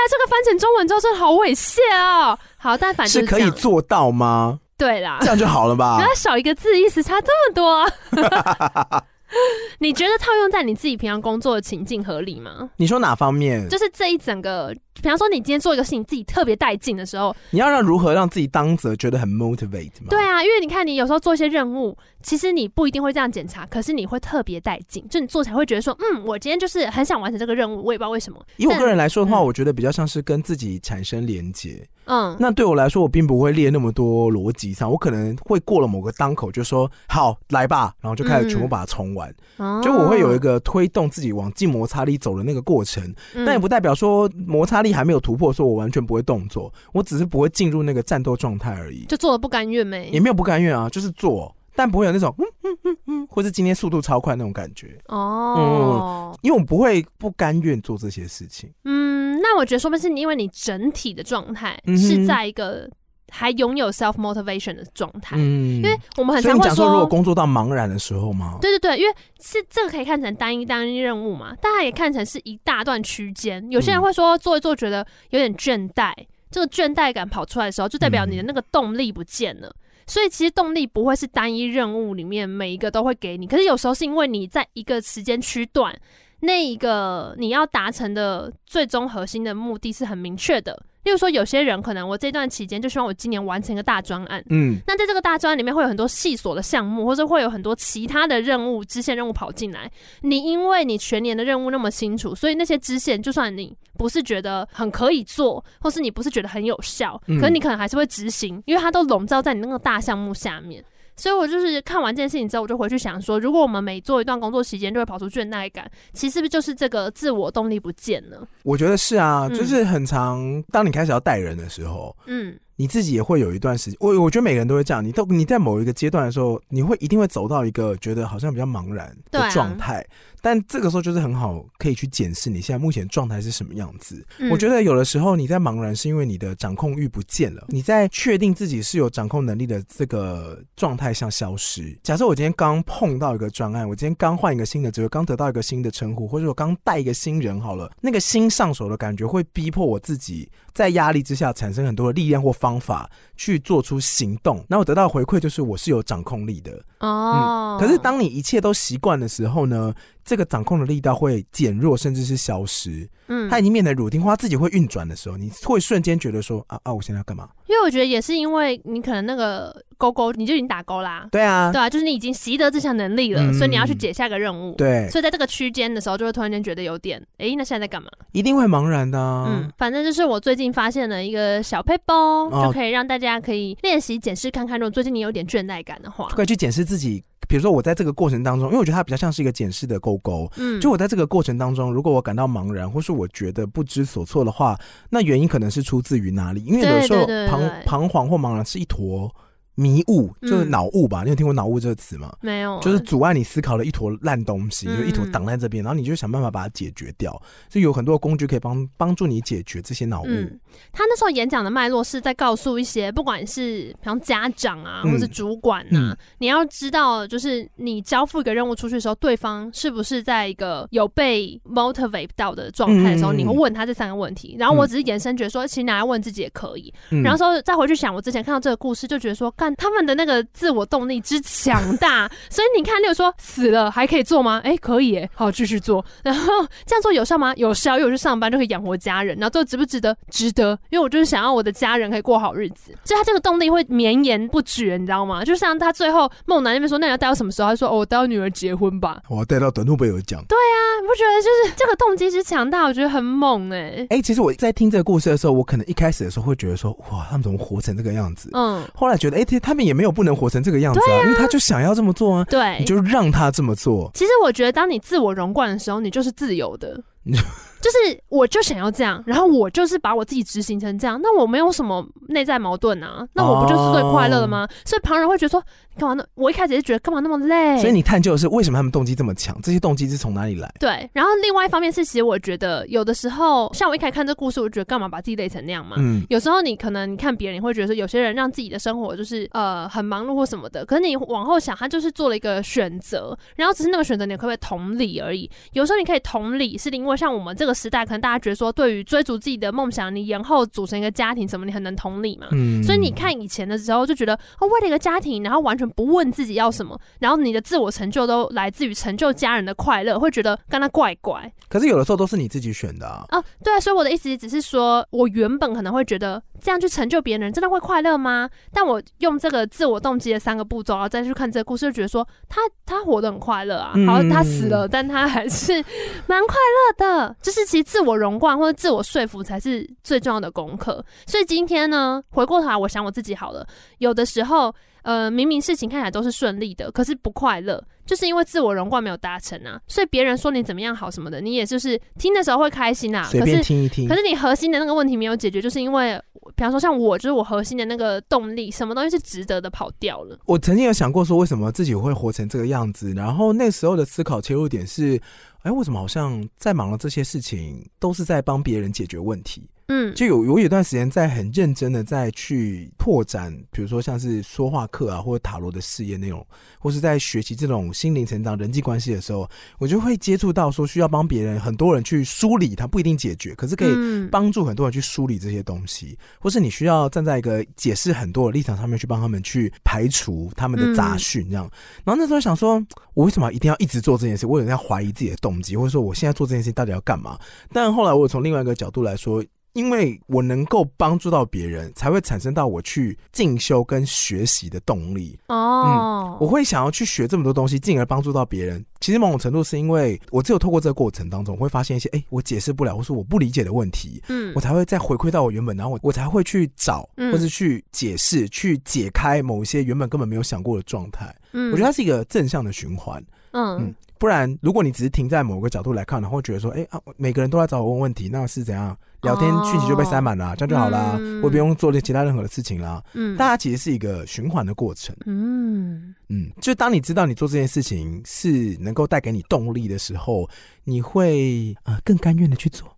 [SPEAKER 2] 这个翻成中文之后真的好猥亵哦。好，但反正
[SPEAKER 1] 是
[SPEAKER 2] 就是
[SPEAKER 1] 可
[SPEAKER 2] 这
[SPEAKER 1] 以
[SPEAKER 2] 样。啊
[SPEAKER 1] 做到 吗？
[SPEAKER 2] 对啦
[SPEAKER 1] 这，样就啊好了吧
[SPEAKER 2] 然后？少一个字，意思差这么多、啊。 你觉得套用在你自己平常工作的情境合理吗？
[SPEAKER 1] 你说哪方面？
[SPEAKER 2] 就是这一整个，比方说你今天做一个事情自己特别带劲的时候，
[SPEAKER 1] 你要让如何让自己当责觉得很 motivate 吗？
[SPEAKER 2] 对啊，因为你看你有时候做一些任务，其实你不一定会这样检查，可是你会特别带劲，就你做起来会觉得说，嗯，我今天就是很想完成这个任务，我也不知道为什么，
[SPEAKER 1] 以我个人来说的话，
[SPEAKER 2] 嗯
[SPEAKER 1] 我觉得比较像是跟自己产生连结。
[SPEAKER 2] 嗯，
[SPEAKER 1] 那对我来说，我并不会列那么多逻辑上，我可能会过了某个当口就说好来吧，然后就开始全部把它冲完。
[SPEAKER 2] 哦
[SPEAKER 1] 就我会有一，个推动自己往静摩擦力走的那个过程，
[SPEAKER 2] 嗯
[SPEAKER 1] 但也不代表说摩擦力还没有突破，说我完全不会动作，我只是不会进入那个战斗状态而已，
[SPEAKER 2] 就做的不甘愿没
[SPEAKER 1] 也没有不甘愿啊，就是做，但不会有那种嗯嗯嗯嗯，或是今天速度超快那种感觉，
[SPEAKER 2] 哦，
[SPEAKER 1] 因为我不会不甘愿做这些事情。
[SPEAKER 2] 嗯，那我觉得说明是你因为你整体的状态
[SPEAKER 1] 嗯哼
[SPEAKER 2] 是在一个还拥有 self motivation 的状态，
[SPEAKER 1] 嗯
[SPEAKER 2] 因为我们很
[SPEAKER 1] 所以
[SPEAKER 2] 常
[SPEAKER 1] 你
[SPEAKER 2] 会
[SPEAKER 1] 讲说，如果工作到茫然的时候吗？
[SPEAKER 2] 对对对，因为是这个可以看成单一单一任务嘛，但它也看成是一大段区间。有些人
[SPEAKER 1] 嗯
[SPEAKER 2] 会说做一做觉得有点倦怠，这个倦怠感跑出来的时候，就代表你的那个动力不见了。所以其实动力不会是单一任务里面每一个都会给你，可是有时候是因为你在一个时间区段，那一个你要达成的最终核心的目的是很明确的。例如说，有些人可能我这段期间就希望我今年完成一个大专案，
[SPEAKER 1] 嗯，
[SPEAKER 2] 那在这个大专里面会有很多细琐的项目，或者会有很多其他的任务、支线任务跑进来。你因为你全年的任务那么清楚，所以那些支线，就算你不是觉得很可以做，或是你不是觉得很有效，
[SPEAKER 1] 嗯
[SPEAKER 2] 可你可能还是会执行，因为它都笼罩在你那个大项目下面。所以我就是看完这件事情之后，我就回去想说，如果我们每做一段工作时间就会跑出倦怠感，其实是不是就是这个自我动力不见了？
[SPEAKER 1] 我觉得是啊，
[SPEAKER 2] 嗯
[SPEAKER 1] 就是很常，当你开始要带人的时候，
[SPEAKER 2] 嗯
[SPEAKER 1] 你自己也会有一段时间。我我觉得每个人都会这样，你都你在某一个阶段的时候，你会一定会走到一个觉得好像比较茫然
[SPEAKER 2] 对啊
[SPEAKER 1] 的状态，但这个时候就是很好可以去检视你现在目前状态是什么样子。我觉
[SPEAKER 2] 得
[SPEAKER 1] 得有的时候你在茫然，是因为你的掌控欲不见了，你在确定自己是有掌控能力的这个状态下消失。假设我今天刚碰到一个专案，我今天刚换一个新的职位，刚得到一个新的称呼，或者我刚带一个新人好了，那个新上手的感觉会逼迫我自己在压力之下产生很多的力量或方法去做出行动，然后我得到的回馈就是我是有掌控力的。
[SPEAKER 2] 哦、
[SPEAKER 1] 嗯可是当你一切都习惯的时候呢，这个掌控的力道会减弱，甚至是消失。
[SPEAKER 2] 嗯
[SPEAKER 1] 它已经变得乳丁花自己会运转的时候，你会瞬间觉得说啊啊，我现在要干嘛？
[SPEAKER 2] 因为我觉得也是因为你可能那个勾勾你就已经打勾啦，
[SPEAKER 1] 对啊，
[SPEAKER 2] 对啊，就是你已经习得这项能力了，
[SPEAKER 1] 嗯
[SPEAKER 2] 所以你要去解下个任务。，
[SPEAKER 1] 对，
[SPEAKER 2] 所以在这个区间的时候，就会突然间觉得有点，诶，那现在在干嘛？
[SPEAKER 1] 一定会茫然的、啊。
[SPEAKER 2] 嗯，反正就是我最近发现了一个小 paper，、哦、
[SPEAKER 1] 哦
[SPEAKER 2] 就可以让大家可以练习检视看看，如果最近你有点倦怠感的话，
[SPEAKER 1] 快去检视自己比如说我在这个过程当中，因为我觉得它比较像是一个检视的勾勾。
[SPEAKER 2] 嗯，
[SPEAKER 1] 就我在这个过程当中，如果我感到茫然，或是我觉得不知所措的话，那原因可能是出自于哪里？因为有的时候
[SPEAKER 2] 对对对
[SPEAKER 1] 彷
[SPEAKER 2] 对
[SPEAKER 1] 彷徨或茫然是一坨迷雾，就是
[SPEAKER 2] 嗯
[SPEAKER 1] 脑雾吧？你有听过脑雾这个词吗？
[SPEAKER 2] 没有啊，
[SPEAKER 1] 就是阻碍你思考的一坨烂东西，就
[SPEAKER 2] 嗯
[SPEAKER 1] 一坨挡在这边，然后你就想办法把它解决掉。所以有很多工具可以帮帮助你解决这些脑雾。
[SPEAKER 2] 嗯，他那时候演讲的脉络是在告诉一些，不管是比方家长啊，
[SPEAKER 1] 嗯
[SPEAKER 2] 或是主管啊，
[SPEAKER 1] 嗯
[SPEAKER 2] 你要知道，就是你交付一个任务出去的时候，对方是不是在一个有被 motivate 到的状态的时候，
[SPEAKER 1] 嗯嗯嗯
[SPEAKER 2] 你会问他这三个问题。然后我只是延伸觉得说，其实拿来问自己也可以。
[SPEAKER 1] 嗯
[SPEAKER 2] 然后说再回去想，我之前看到这个故事，就觉得说，干他们的那个自我动力之强大， 所以你看，例如说死了还可以做吗？哎，可以耶，好继续做。然后这样做有效吗？有效，因为我去上班就可以养活家人。然后最后值不值得？值得，因为我就是想要我的家人可以过好日子。所以他这个动力会绵延不绝，你知道吗？就像他最后梦楠那边说，那你要待到什么时候？他说，哦，我待到女儿结婚吧。
[SPEAKER 1] 我带哦到短路贝有讲。
[SPEAKER 2] 啊，你不觉得就是这个动机之强大，我觉得很猛哎、
[SPEAKER 1] 哎、其实我在听这个故事的时候，我可能一开始的时候会觉得说，哇，他们怎么活成这个样子？
[SPEAKER 2] 嗯，
[SPEAKER 1] 后来觉得，哎、他他们也没有不能活成这个样子啊，因为他就想要这么做啊，
[SPEAKER 2] 对，
[SPEAKER 1] 你就让他这么做。
[SPEAKER 2] 其实我觉得，当你自我荣冠的时候，你就是自由的，
[SPEAKER 1] 你就
[SPEAKER 2] 就是我就想要这样，然后我就是把我自己执行成这样，那我没有什么内在矛盾啊，那我不就是最快乐的
[SPEAKER 1] 哦
[SPEAKER 2] 吗？所以旁人会觉得说，你干嘛那？我一开始也是觉得干嘛那么累？
[SPEAKER 1] 所以你探究的是为什么他们动机这么强，这些动机是从哪里来？
[SPEAKER 2] 对，然后另外一方面是，其实我觉得有的时候，像我一开始看这故事，我觉得干嘛把自己累成那样嘛？
[SPEAKER 1] 嗯，
[SPEAKER 2] 有时候你可能你看别人，你会觉得说有些人让自己的生活就是呃很忙碌或什么的，可是你往后想，他就是做了一个选择，然后只是那个选择你可不可以同理而已。有时候你可以同理，是因为像我们这个时代，可能大家觉得说对于追逐自己的梦想，你延后组成一个家庭什么，你很能同理嘛。
[SPEAKER 1] 嗯
[SPEAKER 2] 所以你，看以前的时候就觉得哦，为了一个家庭，然后完全不问自己要什么，然后你的自我成就都来自于成就家人的快乐，会觉得跟他怪怪。
[SPEAKER 1] 可是有的时候都是你自己选的啊。
[SPEAKER 2] 哦，对啊，所以我的意思只是说，我原本可能会觉得这样去成就别人，真的会快乐吗？但我用这个自我动机的三个步骤，然后再去看这个故事，就觉得说他他活得很快乐啊，
[SPEAKER 1] 嗯
[SPEAKER 2] 好，他死了，但他还是蛮快乐的。就是其实自我荣冠或者自我说服才是最重要的功课。所以今天呢，回过头来，我想我自己好了，有的时候。呃，明明事情看起来都是顺利的，可是不快乐，就是因为自我荣冠没有达成啊。所以别人说你怎么样好什么的，你也就是听的时候会开心啊，
[SPEAKER 1] 随
[SPEAKER 2] 可
[SPEAKER 1] 便
[SPEAKER 2] 是
[SPEAKER 1] 听一听
[SPEAKER 2] 可，是你核心的那个问题没有解决，就是因为比方说像我，就是我核心的那个动力，什么东西是值得的跑掉了。
[SPEAKER 1] 我曾经有想过说，为什么自己会活成这个样子？然后那时候的思考切入点是，哎，为什么好像在忙的这些事情都是在帮别人解决问题？
[SPEAKER 2] 嗯
[SPEAKER 1] 就有我有一段时间在很认真的在去拓展，比如说像是说话课啊，或者塔罗的事业内容，或是在学习这种心灵成长、人际关系的时候，我就会接触到说需要帮别人很多人去梳理，他不一定解决，可是可以
[SPEAKER 2] 嗯
[SPEAKER 1] 帮助很多人去梳理这些东西，或是你需要站在一个解释很多的立场上面去帮他们去排除他们的杂讯，这样。然后那时候想说，我为什么一定要一直做这件事？我有点在怀疑自己的动机，或者说我现在做这件事到底要干嘛？但后来我有从另外一个角度来说。因为我能够帮助到别人，才会产生到我去进修跟学习的动力。
[SPEAKER 2] 哦，
[SPEAKER 1] 嗯我会想要去学这么多东西，进而帮助到别人。其实某种程度是因为我只有透过这个过程当中，我会发现一些哎、诶我解释不了，或是我不理解的问题，
[SPEAKER 2] 嗯
[SPEAKER 1] 我才会再回馈到我原本，然后我我才会去找，
[SPEAKER 2] 嗯
[SPEAKER 1] 或是去解释、去解开某一些原本根本没有想过的状态。
[SPEAKER 2] 嗯
[SPEAKER 1] 我觉得它是一个正向的循环。
[SPEAKER 2] 嗯
[SPEAKER 1] 嗯不然，如果你只是停在某个角度来看，然后觉得说，哎、啊，每个人都来找我问问题，那是怎样？聊天
[SPEAKER 2] 哦
[SPEAKER 1] 讯息就被塞满了，这样就好啦，
[SPEAKER 2] 嗯
[SPEAKER 1] 我不用做其他任何的事情啦。
[SPEAKER 2] 嗯
[SPEAKER 1] 但它其实是一个循环的过程。
[SPEAKER 2] 嗯
[SPEAKER 1] 嗯，就当你知道你做这件事情是能够带给你动力的时候，你会呃更甘愿的去
[SPEAKER 2] 哦
[SPEAKER 1] 做。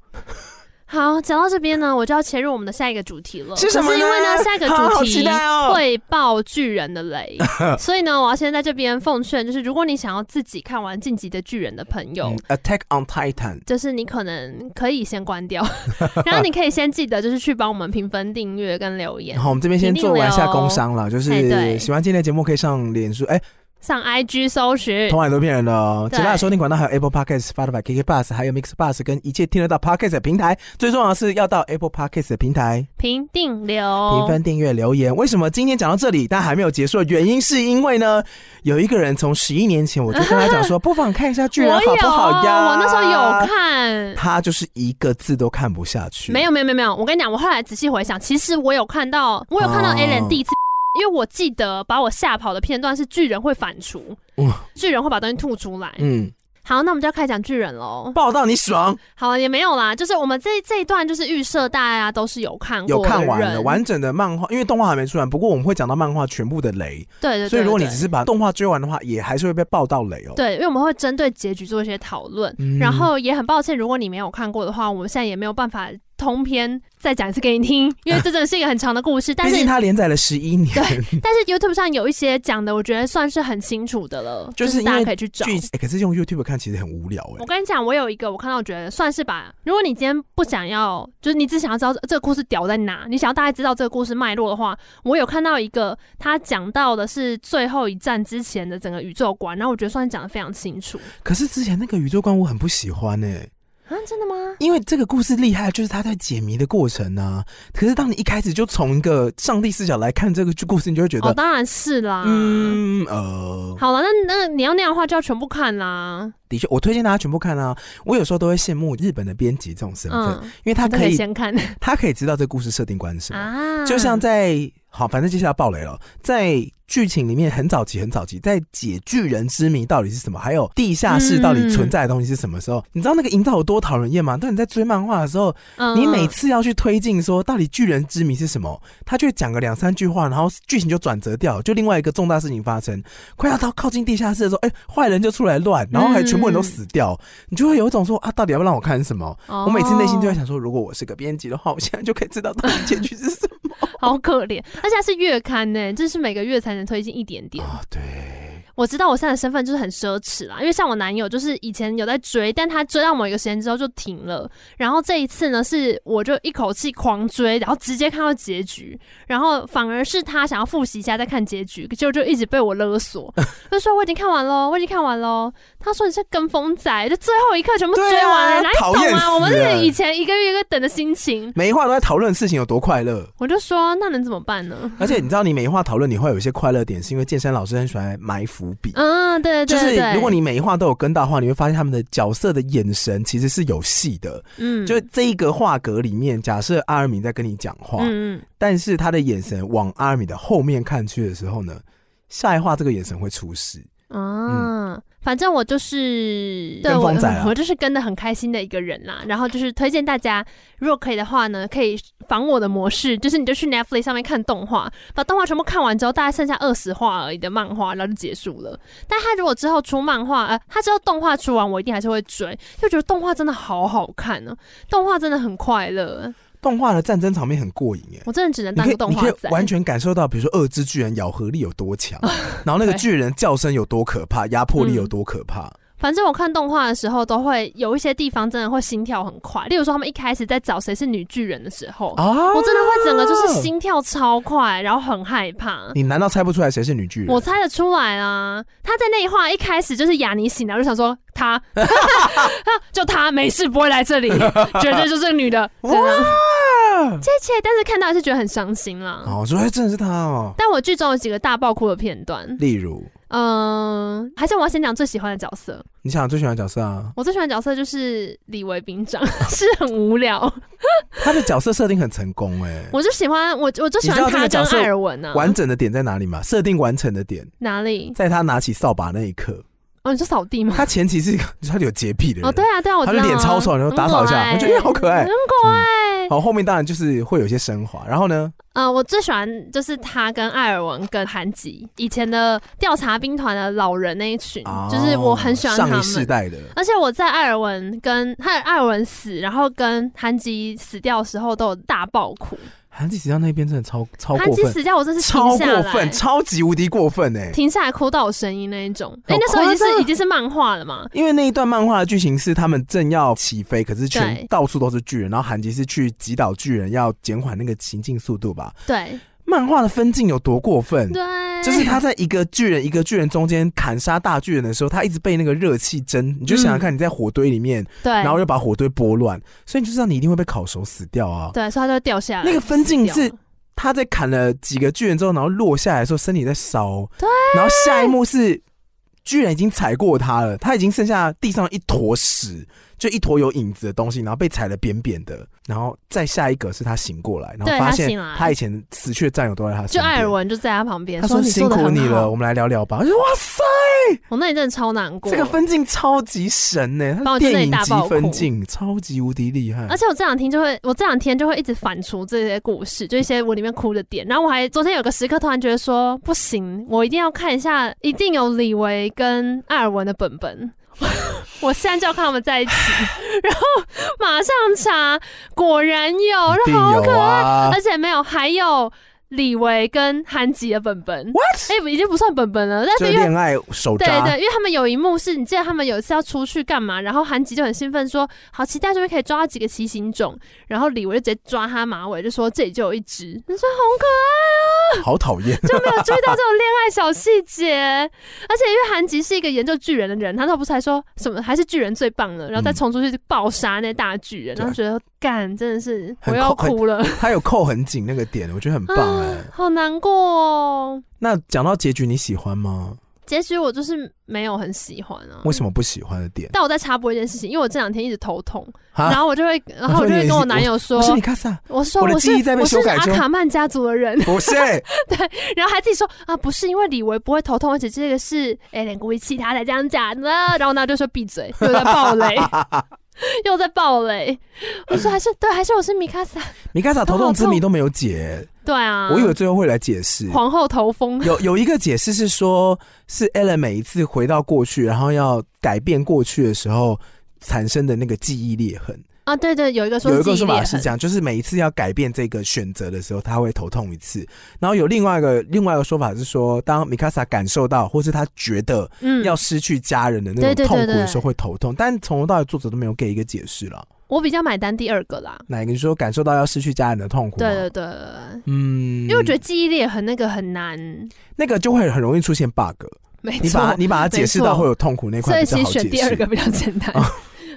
[SPEAKER 2] 好，讲到这边呢，我就要切入我们的下一个主题了。
[SPEAKER 1] 是什么
[SPEAKER 2] 可
[SPEAKER 1] 呢
[SPEAKER 2] 是因为呢，下一个主
[SPEAKER 1] 好好期
[SPEAKER 2] 题
[SPEAKER 1] 待哦
[SPEAKER 2] 会爆巨人的 雷，所以呢，我要先在这边奉劝，就是如果你想要自己看完《晋级的巨人》的朋友，
[SPEAKER 1] 嗯 Attack on Titan，
[SPEAKER 2] 就是你可能可以先关掉， 然后你可以先记得，就是去帮我们评分、订阅跟留言
[SPEAKER 1] 然，后我们这边先做完一下工商了，就
[SPEAKER 2] 哎对
[SPEAKER 1] 是喜欢今天的节目可以上脸书，哎、
[SPEAKER 2] 上 IG 搜寻
[SPEAKER 1] 同。晚都骗人的哦。
[SPEAKER 2] 对
[SPEAKER 1] 其他的收听管道还有 Apple Podcast、Spotify、KK Bus，还有 Mix Bus 跟一切听得到 Podcast 的平台。最重要的是要到 Apple Podcast 的平台
[SPEAKER 2] 评定
[SPEAKER 1] 评
[SPEAKER 2] 流，
[SPEAKER 1] 分、订阅、留言。为什么今天讲到这里，但还没有结束？原因是因为呢，有一个人从十一年前我就跟他讲说，不妨看一下巨人
[SPEAKER 2] 我有，啊
[SPEAKER 1] 好不好呀？
[SPEAKER 2] 我那时候有看。
[SPEAKER 1] 他就是一个字都看不下去。
[SPEAKER 2] 没有没有没有没有，我跟你讲，我后来仔细回想，其实我有看到，我有看到
[SPEAKER 1] 哦
[SPEAKER 2] Alan 第一次，因为我记得把我吓跑的片段是巨人会反刍
[SPEAKER 1] 哇，
[SPEAKER 2] 巨人会把东西吐出来。
[SPEAKER 1] 嗯，
[SPEAKER 2] 好，那我们就要开始讲巨人喽。
[SPEAKER 1] 报道你爽，
[SPEAKER 2] 好，也没有啦，就是我们这这一段就是预设大家都是有看过
[SPEAKER 1] 有
[SPEAKER 2] 的人，
[SPEAKER 1] 看完了完整的漫画，因为动画还没出来，不过我们会讲到漫画全部的雷，
[SPEAKER 2] 对对对
[SPEAKER 1] 所以如果你
[SPEAKER 2] 对
[SPEAKER 1] 只是把动画追完的话，也还是会被报到雷哦。
[SPEAKER 2] 对，因为我们会针对结局做一些讨论，
[SPEAKER 1] 嗯
[SPEAKER 2] 然后也很抱歉，如果你没有看过的话，我们现在也没有办法通篇再讲一次给你听，因为这真的是一个很长的故事。但
[SPEAKER 1] 毕
[SPEAKER 2] 是
[SPEAKER 1] 竟它连载了十一年，
[SPEAKER 2] 但是 YouTube 上有一些讲的，我觉得算是很清楚的了，
[SPEAKER 1] 就是是因为
[SPEAKER 2] 大家可以去找。
[SPEAKER 1] 剧、欸可是用 YouTube 看其实很无聊哎、
[SPEAKER 2] 我跟你讲，我有一个我看到觉得算是吧。如果你今天不想要，就是你只想要知道这个故事屌在哪，你想要大概知道这个故事脉络的话，我有看到一个他讲到的是最后一战之前的整个宇宙观，然后我觉得算是讲的非常清楚。
[SPEAKER 1] 可是之前那个宇宙观我很不喜欢哎、
[SPEAKER 2] 啊，真的吗？
[SPEAKER 1] 因为这个故事厉害就是它在解谜的过程啊。可是当你一开始就从一个上帝视角来看这个故事，你就会觉得，
[SPEAKER 2] 哦，当然是啦。
[SPEAKER 1] 嗯呃，
[SPEAKER 2] 好了，那那你要那样的话，就要全部看啦。
[SPEAKER 1] 的确，我推荐大家全部看啊。我有时候都会羡慕日本的编辑这种身份，
[SPEAKER 2] 嗯，
[SPEAKER 1] 因为他
[SPEAKER 2] 你都
[SPEAKER 1] 可以
[SPEAKER 2] 先看
[SPEAKER 1] 他可以知道这故事设定观是什么。
[SPEAKER 2] 啊。
[SPEAKER 1] 就像在好，反正接下来要爆雷了，在剧情里面很早期很早期，在解巨人之谜到底是什么，还有地下室到底存在的东西是什么时候，你知道那个营造有多讨人厌吗？当你在追漫画的时候，
[SPEAKER 2] 嗯
[SPEAKER 1] 你每次要去推进说到底巨人之谜是什么，他就会讲个两三句话，然后剧情就转折掉，就另外一个重大事情发生，快要到靠近地下室的时候，哎、坏人就出来乱，然后还全部人都死掉，你就会有一种说啊，到底要不要让我看什么？
[SPEAKER 2] 哦
[SPEAKER 1] 我每次内心就在想说，如果我是个编辑的话，我现在就可以知道到底结局是什 么。
[SPEAKER 2] 好可怜，而且它是月刊呢，这是每个月才能推进一点点。
[SPEAKER 1] 啊，对，
[SPEAKER 2] 我知道我现在的身份就是很奢侈啦，因为像我男友就是以前有在追，但他追到某一个时间之后就停了。然后这一次呢，是我就一口气狂追，然后直接看到结局，然后反而是他想要复习一下再看结局，结果就一直被我勒索， 就说我已经看完喽，我已经看完喽。他说你是跟风仔，就最后一刻全部追
[SPEAKER 1] 对
[SPEAKER 2] 完
[SPEAKER 1] 啊
[SPEAKER 2] 了，哪里
[SPEAKER 1] 讨厌
[SPEAKER 2] 懂
[SPEAKER 1] 死
[SPEAKER 2] 啊？
[SPEAKER 1] 了
[SPEAKER 2] 我们是以前一个月一个等的心情。
[SPEAKER 1] 每一话都在讨论事情有多快乐，
[SPEAKER 2] 我就说那能怎么办呢？
[SPEAKER 1] 而且你知道，你每一话讨论你会有一些快乐点，是因为健山老师很喜欢埋伏笔。
[SPEAKER 2] 嗯，对
[SPEAKER 1] 就
[SPEAKER 2] 对对，
[SPEAKER 1] 是如果
[SPEAKER 2] 你
[SPEAKER 1] 你每一话都有跟到的话，你会发现他们的角色的眼神其实是有戏的。
[SPEAKER 2] 嗯
[SPEAKER 1] 就这一个画格里面，假设阿尔敏在跟你讲话，
[SPEAKER 2] 嗯嗯
[SPEAKER 1] 但是他的眼神往阿尔敏的后面看去的时候呢，下一画这个眼神会出事。
[SPEAKER 2] 啊，反正我就是对
[SPEAKER 1] 跟
[SPEAKER 2] 我
[SPEAKER 1] 风仔啊
[SPEAKER 2] 我就是跟的很开心的一个人啦。然后就是推荐大家，如果可以的话呢，可以仿我的模式，就是你就去 Netflix 上面看动画，把动画全部看完之后，大概剩下二十话而已的漫画，然后就结束了。但他如果之后出漫画，呃，他之后动画出完，我一定还是会追，就觉得动画真的好好看哦、动画真的很快乐，
[SPEAKER 1] 动画的战争场面很过瘾耶。
[SPEAKER 2] 我真的只能
[SPEAKER 1] 你可
[SPEAKER 2] 当个
[SPEAKER 1] 以，
[SPEAKER 2] 动
[SPEAKER 1] 你可
[SPEAKER 2] 画
[SPEAKER 1] 以
[SPEAKER 2] 仔。
[SPEAKER 1] 完全感受到，比如说二只巨人咬合力有多强，然后那个
[SPEAKER 2] 对
[SPEAKER 1] 巨人叫声有多可怕，压迫力有多可怕。
[SPEAKER 2] 反正我看动画的时候，都会有一些地方真的会心跳很快。例如说，他们一开始在找谁是女巨人的时候，
[SPEAKER 1] 啊！
[SPEAKER 2] 嗯我真的会整个就是心跳超快，然后很害怕。
[SPEAKER 1] 你难道猜不出来谁是女巨人？
[SPEAKER 2] 我猜得出来啦，他在那一话一开始就是雅尼醒来，我就想说他， 就他没事不会 来这里，绝对啊就是个女的，真的。这一切，但是看到还是觉得很伤心啦。
[SPEAKER 1] 哦，说哎，真的是他哦。
[SPEAKER 2] 但我剧中有几个大爆哭的片段，
[SPEAKER 1] 例如，
[SPEAKER 2] 嗯、还是我要先讲最喜欢的角色。
[SPEAKER 1] 你想最喜欢的角色啊？
[SPEAKER 2] 我最喜欢的角色就是李维兵长， 是很无聊，
[SPEAKER 1] 他的角色设定很成功哎。
[SPEAKER 2] 我就喜欢我我就喜
[SPEAKER 1] 你
[SPEAKER 2] 欢
[SPEAKER 1] 知道这
[SPEAKER 2] 他
[SPEAKER 1] 个角
[SPEAKER 2] 跟
[SPEAKER 1] 色
[SPEAKER 2] 艾尔文啊，
[SPEAKER 1] 完整的点在哪里嘛？设定完成的点，
[SPEAKER 2] 哪里？
[SPEAKER 1] 在他拿起扫把那一刻，
[SPEAKER 2] 哦，你说扫地吗？
[SPEAKER 1] 他前期是一个他有洁癖的人，
[SPEAKER 2] 哦，对啊，对啊，我
[SPEAKER 1] 他
[SPEAKER 2] 知
[SPEAKER 1] 就
[SPEAKER 2] 道、啊。
[SPEAKER 1] 脸超丑，然后打扫一下，
[SPEAKER 2] 很
[SPEAKER 1] 我
[SPEAKER 2] 可
[SPEAKER 1] 觉
[SPEAKER 2] 爱
[SPEAKER 1] 得哎好可爱
[SPEAKER 2] 很。可爱。
[SPEAKER 1] 好，后面当然就是会有一些升华。然后呢，
[SPEAKER 2] 呃，我最喜欢就是他跟艾尔文跟韩吉以前的调查兵团的老人那一群，就是我很喜欢他
[SPEAKER 1] 哦上一世
[SPEAKER 2] 们。
[SPEAKER 1] 代的，
[SPEAKER 2] 而且我在艾尔文跟他艾尔文死，然后跟韩吉死掉的时候都有大爆哭。
[SPEAKER 1] 韩吉实上那边真的超超
[SPEAKER 2] 韩
[SPEAKER 1] 过
[SPEAKER 2] 吉
[SPEAKER 1] 分，
[SPEAKER 2] 死掉，我真是
[SPEAKER 1] 超
[SPEAKER 2] 停下
[SPEAKER 1] 过
[SPEAKER 2] 来，
[SPEAKER 1] 分，超级无敌过分哎、
[SPEAKER 2] 停下来哭到有声音那一种。哎、
[SPEAKER 1] 好
[SPEAKER 2] 那时候已
[SPEAKER 1] 夸
[SPEAKER 2] 经是
[SPEAKER 1] 张啊
[SPEAKER 2] 已经是漫画了嘛？
[SPEAKER 1] 因为那一段漫画的剧情是他们正要起飞，可是全
[SPEAKER 2] 对
[SPEAKER 1] 到处都是巨人，然后韩吉是去击倒巨人，要减缓那个行进速度吧。
[SPEAKER 2] 对
[SPEAKER 1] 漫画的分镜有多过分？
[SPEAKER 2] 对，
[SPEAKER 1] 就是他在一个巨人一个巨人中间砍杀大巨人的时候，他一直被那个热气蒸。你就想想看，你在火堆里面，
[SPEAKER 2] 嗯对，
[SPEAKER 1] 然后又把火堆拨乱，所以你就知道你一定会被烤熟死掉啊。
[SPEAKER 2] 对，所以他就会掉下来。
[SPEAKER 1] 那个分镜
[SPEAKER 2] 死
[SPEAKER 1] 是
[SPEAKER 2] 掉
[SPEAKER 1] 他在砍了几个巨人之后，然后落下来的时候，身体在烧。对，然后下一幕是巨人已经踩过他了，他已经剩下地上一坨屎，就一坨有影子的东西，然后被踩得扁扁的，然后再下一个是他醒过来，然
[SPEAKER 2] 对
[SPEAKER 1] 后发
[SPEAKER 2] 他
[SPEAKER 1] 现
[SPEAKER 2] 醒来
[SPEAKER 1] 他以前死去的战友都在他身
[SPEAKER 2] 就
[SPEAKER 1] 边。
[SPEAKER 2] 艾尔文就在他旁边
[SPEAKER 1] 他说
[SPEAKER 2] 你
[SPEAKER 1] 辛
[SPEAKER 2] 做的
[SPEAKER 1] 苦你
[SPEAKER 2] 很
[SPEAKER 1] 了，
[SPEAKER 2] 好
[SPEAKER 1] 我，们来聊聊吧。我就哇塞，
[SPEAKER 2] 我那你真的超难过
[SPEAKER 1] 这。个分镜超级神呢、
[SPEAKER 2] 把
[SPEAKER 1] 他
[SPEAKER 2] 我
[SPEAKER 1] 的
[SPEAKER 2] 真的
[SPEAKER 1] 电影
[SPEAKER 2] 大
[SPEAKER 1] 级
[SPEAKER 2] 爆哭
[SPEAKER 1] 分镜超级无敌厉害
[SPEAKER 2] 而。且我这两天就会，我这两天就会一直反刍这些故事，就一些我里面哭的点。然后我还昨天有个时刻突然觉得说，不行，我一定要看一下，一定有李维跟艾尔文的本本。 我现在就要看他们在一起，然后马上查，果然有，
[SPEAKER 1] 一定
[SPEAKER 2] 好可
[SPEAKER 1] 有
[SPEAKER 2] 爱，
[SPEAKER 1] 啊！
[SPEAKER 2] 而且没有，还有李维跟韩吉的本本。What？哎、已经不算本本了，但
[SPEAKER 1] 就是
[SPEAKER 2] 因为
[SPEAKER 1] 恋爱手
[SPEAKER 2] 对
[SPEAKER 1] 札，
[SPEAKER 2] 对，因为他们有一幕是你记得他们有一次要出去干嘛，然后韩吉就很兴奋说：“好期待这边可以抓到几个奇形种。”然后李维就直接抓他马尾，就说：“这里就有一只。”你说好可爱哦、
[SPEAKER 1] 好讨厌。
[SPEAKER 2] 就没有注意到这种恋爱小细节。而且因为韩吉是一个研究巨人的人，他那时候不是还说什么还是巨人最棒的，然后再
[SPEAKER 1] 嗯
[SPEAKER 2] 冲出去暴杀那大巨人，
[SPEAKER 1] 对啊
[SPEAKER 2] 然后觉得干真的是我
[SPEAKER 1] 很
[SPEAKER 2] 要
[SPEAKER 1] 快
[SPEAKER 2] 哭了，
[SPEAKER 1] 他有扣很紧那个点，我觉得很棒哎、
[SPEAKER 2] 啊好难过哦。
[SPEAKER 1] 那讲到结局，你喜欢吗？
[SPEAKER 2] 结局我就是没有很喜欢啊。
[SPEAKER 1] 为什么不喜欢的点？
[SPEAKER 2] 但我再插播一件事情，因为我这两天一直头痛，
[SPEAKER 1] 啊
[SPEAKER 2] 然后我就会，然后我就会跟我男友说
[SPEAKER 1] 不，是你看 啥？
[SPEAKER 2] 我是说
[SPEAKER 1] 我的
[SPEAKER 2] 我是
[SPEAKER 1] 记忆在被
[SPEAKER 2] 我是
[SPEAKER 1] 修改
[SPEAKER 2] 阿
[SPEAKER 1] 中
[SPEAKER 2] 卡曼家族的人，
[SPEAKER 1] 不是，
[SPEAKER 2] 然后还自己说啊，不是因为李维不会头痛，而且这个是哎脸故意气他才这样讲的，然后我男友就说闭嘴，又在 爆雷。又在爆雷，我说还是对，还是我是米卡萨，
[SPEAKER 1] 你看啥？头痛之谜都没有 解，
[SPEAKER 2] 对啊，
[SPEAKER 1] 我以为最后会来解释。
[SPEAKER 2] 皇后头风，
[SPEAKER 1] 有有一个解释是说，是 Ellen 每一次回到过去，然后要改变过去的时候产生的那个记忆裂痕。
[SPEAKER 2] 啊，对对，有一个说
[SPEAKER 1] 有一
[SPEAKER 2] 记
[SPEAKER 1] 个
[SPEAKER 2] 忆
[SPEAKER 1] 说
[SPEAKER 2] 裂
[SPEAKER 1] 法是
[SPEAKER 2] 痕
[SPEAKER 1] 这样，就是每一次要改变这个选择的时候，他会头痛一次。然后有另外一个另外一个说法是说，当米卡萨感受到或是他觉得
[SPEAKER 2] 嗯，
[SPEAKER 1] 要失去家人的
[SPEAKER 2] 对
[SPEAKER 1] 那
[SPEAKER 2] 对对
[SPEAKER 1] 种痛苦
[SPEAKER 2] 对
[SPEAKER 1] 的时候会头痛，但从头到尾作者都没有给一个解释了。
[SPEAKER 2] 我比较买单第二个啦，
[SPEAKER 1] 哪一个？你说感受到要失去家人的痛苦？啊
[SPEAKER 2] 对，对对对对，
[SPEAKER 1] 嗯，
[SPEAKER 2] 因为我觉得记忆力很那个很难，
[SPEAKER 1] 那个就会很容易出现 bug。
[SPEAKER 2] 没
[SPEAKER 1] 嗯你把它
[SPEAKER 2] 错，
[SPEAKER 1] 你把它解释
[SPEAKER 2] 没
[SPEAKER 1] 到
[SPEAKER 2] 错
[SPEAKER 1] 会有痛苦那
[SPEAKER 2] 所
[SPEAKER 1] 块
[SPEAKER 2] 以
[SPEAKER 1] 比较
[SPEAKER 2] 其
[SPEAKER 1] 好
[SPEAKER 2] 实
[SPEAKER 1] 解
[SPEAKER 2] 选第二个
[SPEAKER 1] 释。哦
[SPEAKER 2] 比较简单。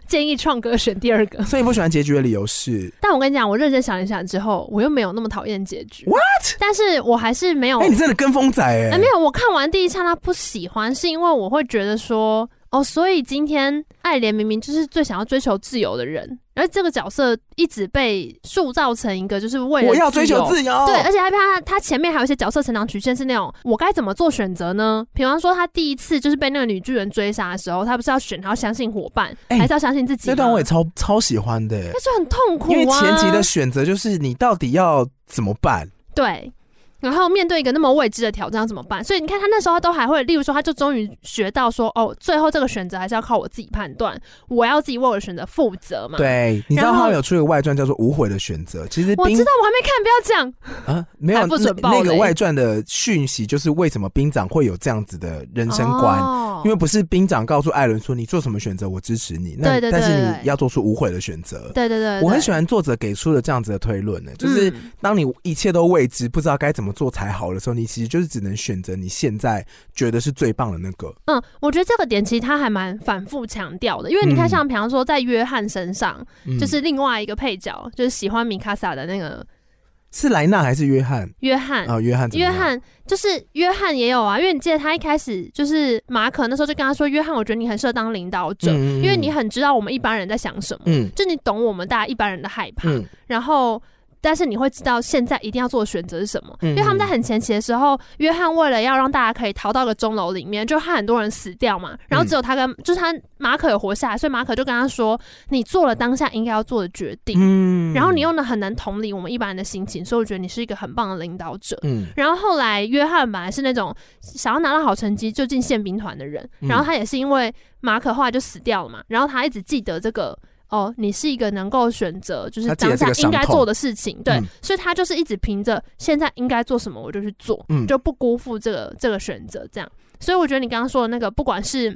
[SPEAKER 2] 建议创哥选第二个，
[SPEAKER 1] 所以你不喜欢结局的理由是，
[SPEAKER 2] 但我跟你讲，我认真想一想之后，我又没有那么讨厌结局。
[SPEAKER 1] What？
[SPEAKER 2] 但是我还是没有，
[SPEAKER 1] 哎，
[SPEAKER 2] 哎、
[SPEAKER 1] 你真的跟风仔哎
[SPEAKER 2] 没，有，我看完第一刹那不喜欢，是因为我会觉得说，哦，所以今天爱莲明明就是最想要追求自由的人，而这个角色一直被塑造成一个就是为了
[SPEAKER 1] 我要追求
[SPEAKER 2] 由。
[SPEAKER 1] 自由。
[SPEAKER 2] 对，而哎且他他他前面还有一些角色成长曲线是那种我该怎么做选择呢？比方说他第一次就是被那个女巨人追杀的时候，他不是要选他要相信伙伴，
[SPEAKER 1] 哎
[SPEAKER 2] 还是要相信自己吗？
[SPEAKER 1] 这段我也超超喜欢的欸
[SPEAKER 2] 那，就很痛苦啊。
[SPEAKER 1] 因为前期的选择就是你到底要怎么办？
[SPEAKER 2] 对，然后面对一个那么未知的挑战要怎么办？所以你看他那时候都还会，例如说他就终于学到说，哦，最后这个选择还是要靠我自己判断，我要自己为我的选择负责嘛。，
[SPEAKER 1] 对，你知
[SPEAKER 2] 然
[SPEAKER 1] 道
[SPEAKER 2] 后
[SPEAKER 1] 他们有出一个外传叫做《无悔的选择》，其实
[SPEAKER 2] 我
[SPEAKER 1] 冰
[SPEAKER 2] 知道我还没看，不要讲。
[SPEAKER 1] 啊没有
[SPEAKER 2] 还不准
[SPEAKER 1] 那
[SPEAKER 2] 爆
[SPEAKER 1] 那个
[SPEAKER 2] 雷
[SPEAKER 1] 外传的讯息，就是为什么兵长会有这样子的人生观。
[SPEAKER 2] 哦
[SPEAKER 1] 因为不是兵长告诉艾伦说你做什么选择我支持你，那
[SPEAKER 2] 对对
[SPEAKER 1] 但是
[SPEAKER 2] 对
[SPEAKER 1] 你要做出无悔的选择。
[SPEAKER 2] 对对对
[SPEAKER 1] 我很喜
[SPEAKER 2] 欢，
[SPEAKER 1] 欢作者给出的这样子的推论呢、就是
[SPEAKER 2] 嗯
[SPEAKER 1] 当你一切都未知，不知道该怎么做才好的时候，你其实就是只能选择你现在觉得是最棒的那个。
[SPEAKER 2] 嗯，我觉得这个点其实他还蛮反复强调的，因为你看，
[SPEAKER 1] 嗯
[SPEAKER 2] 像比方说在约翰身上，
[SPEAKER 1] 嗯
[SPEAKER 2] 就是另外一个配角，就是喜欢米卡萨的那个
[SPEAKER 1] 是莱纳还是约翰
[SPEAKER 2] 约翰，
[SPEAKER 1] 啊？约翰怎么
[SPEAKER 2] 嗯约
[SPEAKER 1] 样，
[SPEAKER 2] 翰就是约翰也有啊，因为你记得他一开始就是马可那时候就跟他说，约翰，我觉得你很适合当领导者，
[SPEAKER 1] 嗯
[SPEAKER 2] 因为你很知道我们一般人在想什么，
[SPEAKER 1] 嗯
[SPEAKER 2] 就你懂我们大家一般人的害怕，
[SPEAKER 1] 嗯
[SPEAKER 2] 然后。但是你会知道现在一定要做的选择是什么，
[SPEAKER 1] 嗯
[SPEAKER 2] 因为他们在很前期的时候，约翰为了要让大家可以逃到个钟楼里面，就害很多人死掉嘛。然
[SPEAKER 1] 嗯
[SPEAKER 2] 后只有他跟、就是他马可有活下来，所以马可就跟他说：“你做了当下应该要做的决定，
[SPEAKER 1] 嗯
[SPEAKER 2] 然后你又能很能同理我们一般人的心情，所以我觉得你是一个很棒的领导者。”
[SPEAKER 1] 嗯
[SPEAKER 2] 然后后来约翰本来是那种想要拿到好成绩就进宪兵团的人，
[SPEAKER 1] 嗯
[SPEAKER 2] 然后他也是因为马可后来就死掉了嘛，然后他一直记得这个。哦，你是一个能够选择，就是
[SPEAKER 1] 他记
[SPEAKER 2] 当
[SPEAKER 1] 得这
[SPEAKER 2] 下
[SPEAKER 1] 个
[SPEAKER 2] 应该
[SPEAKER 1] 伤痛
[SPEAKER 2] 做的事情，对，
[SPEAKER 1] 嗯
[SPEAKER 2] 所以他就是一直凭着现在应该做什么，我就去做，
[SPEAKER 1] 嗯
[SPEAKER 2] 就不辜负这个这个选择，这样。所以我觉得你刚刚说的那个，不管是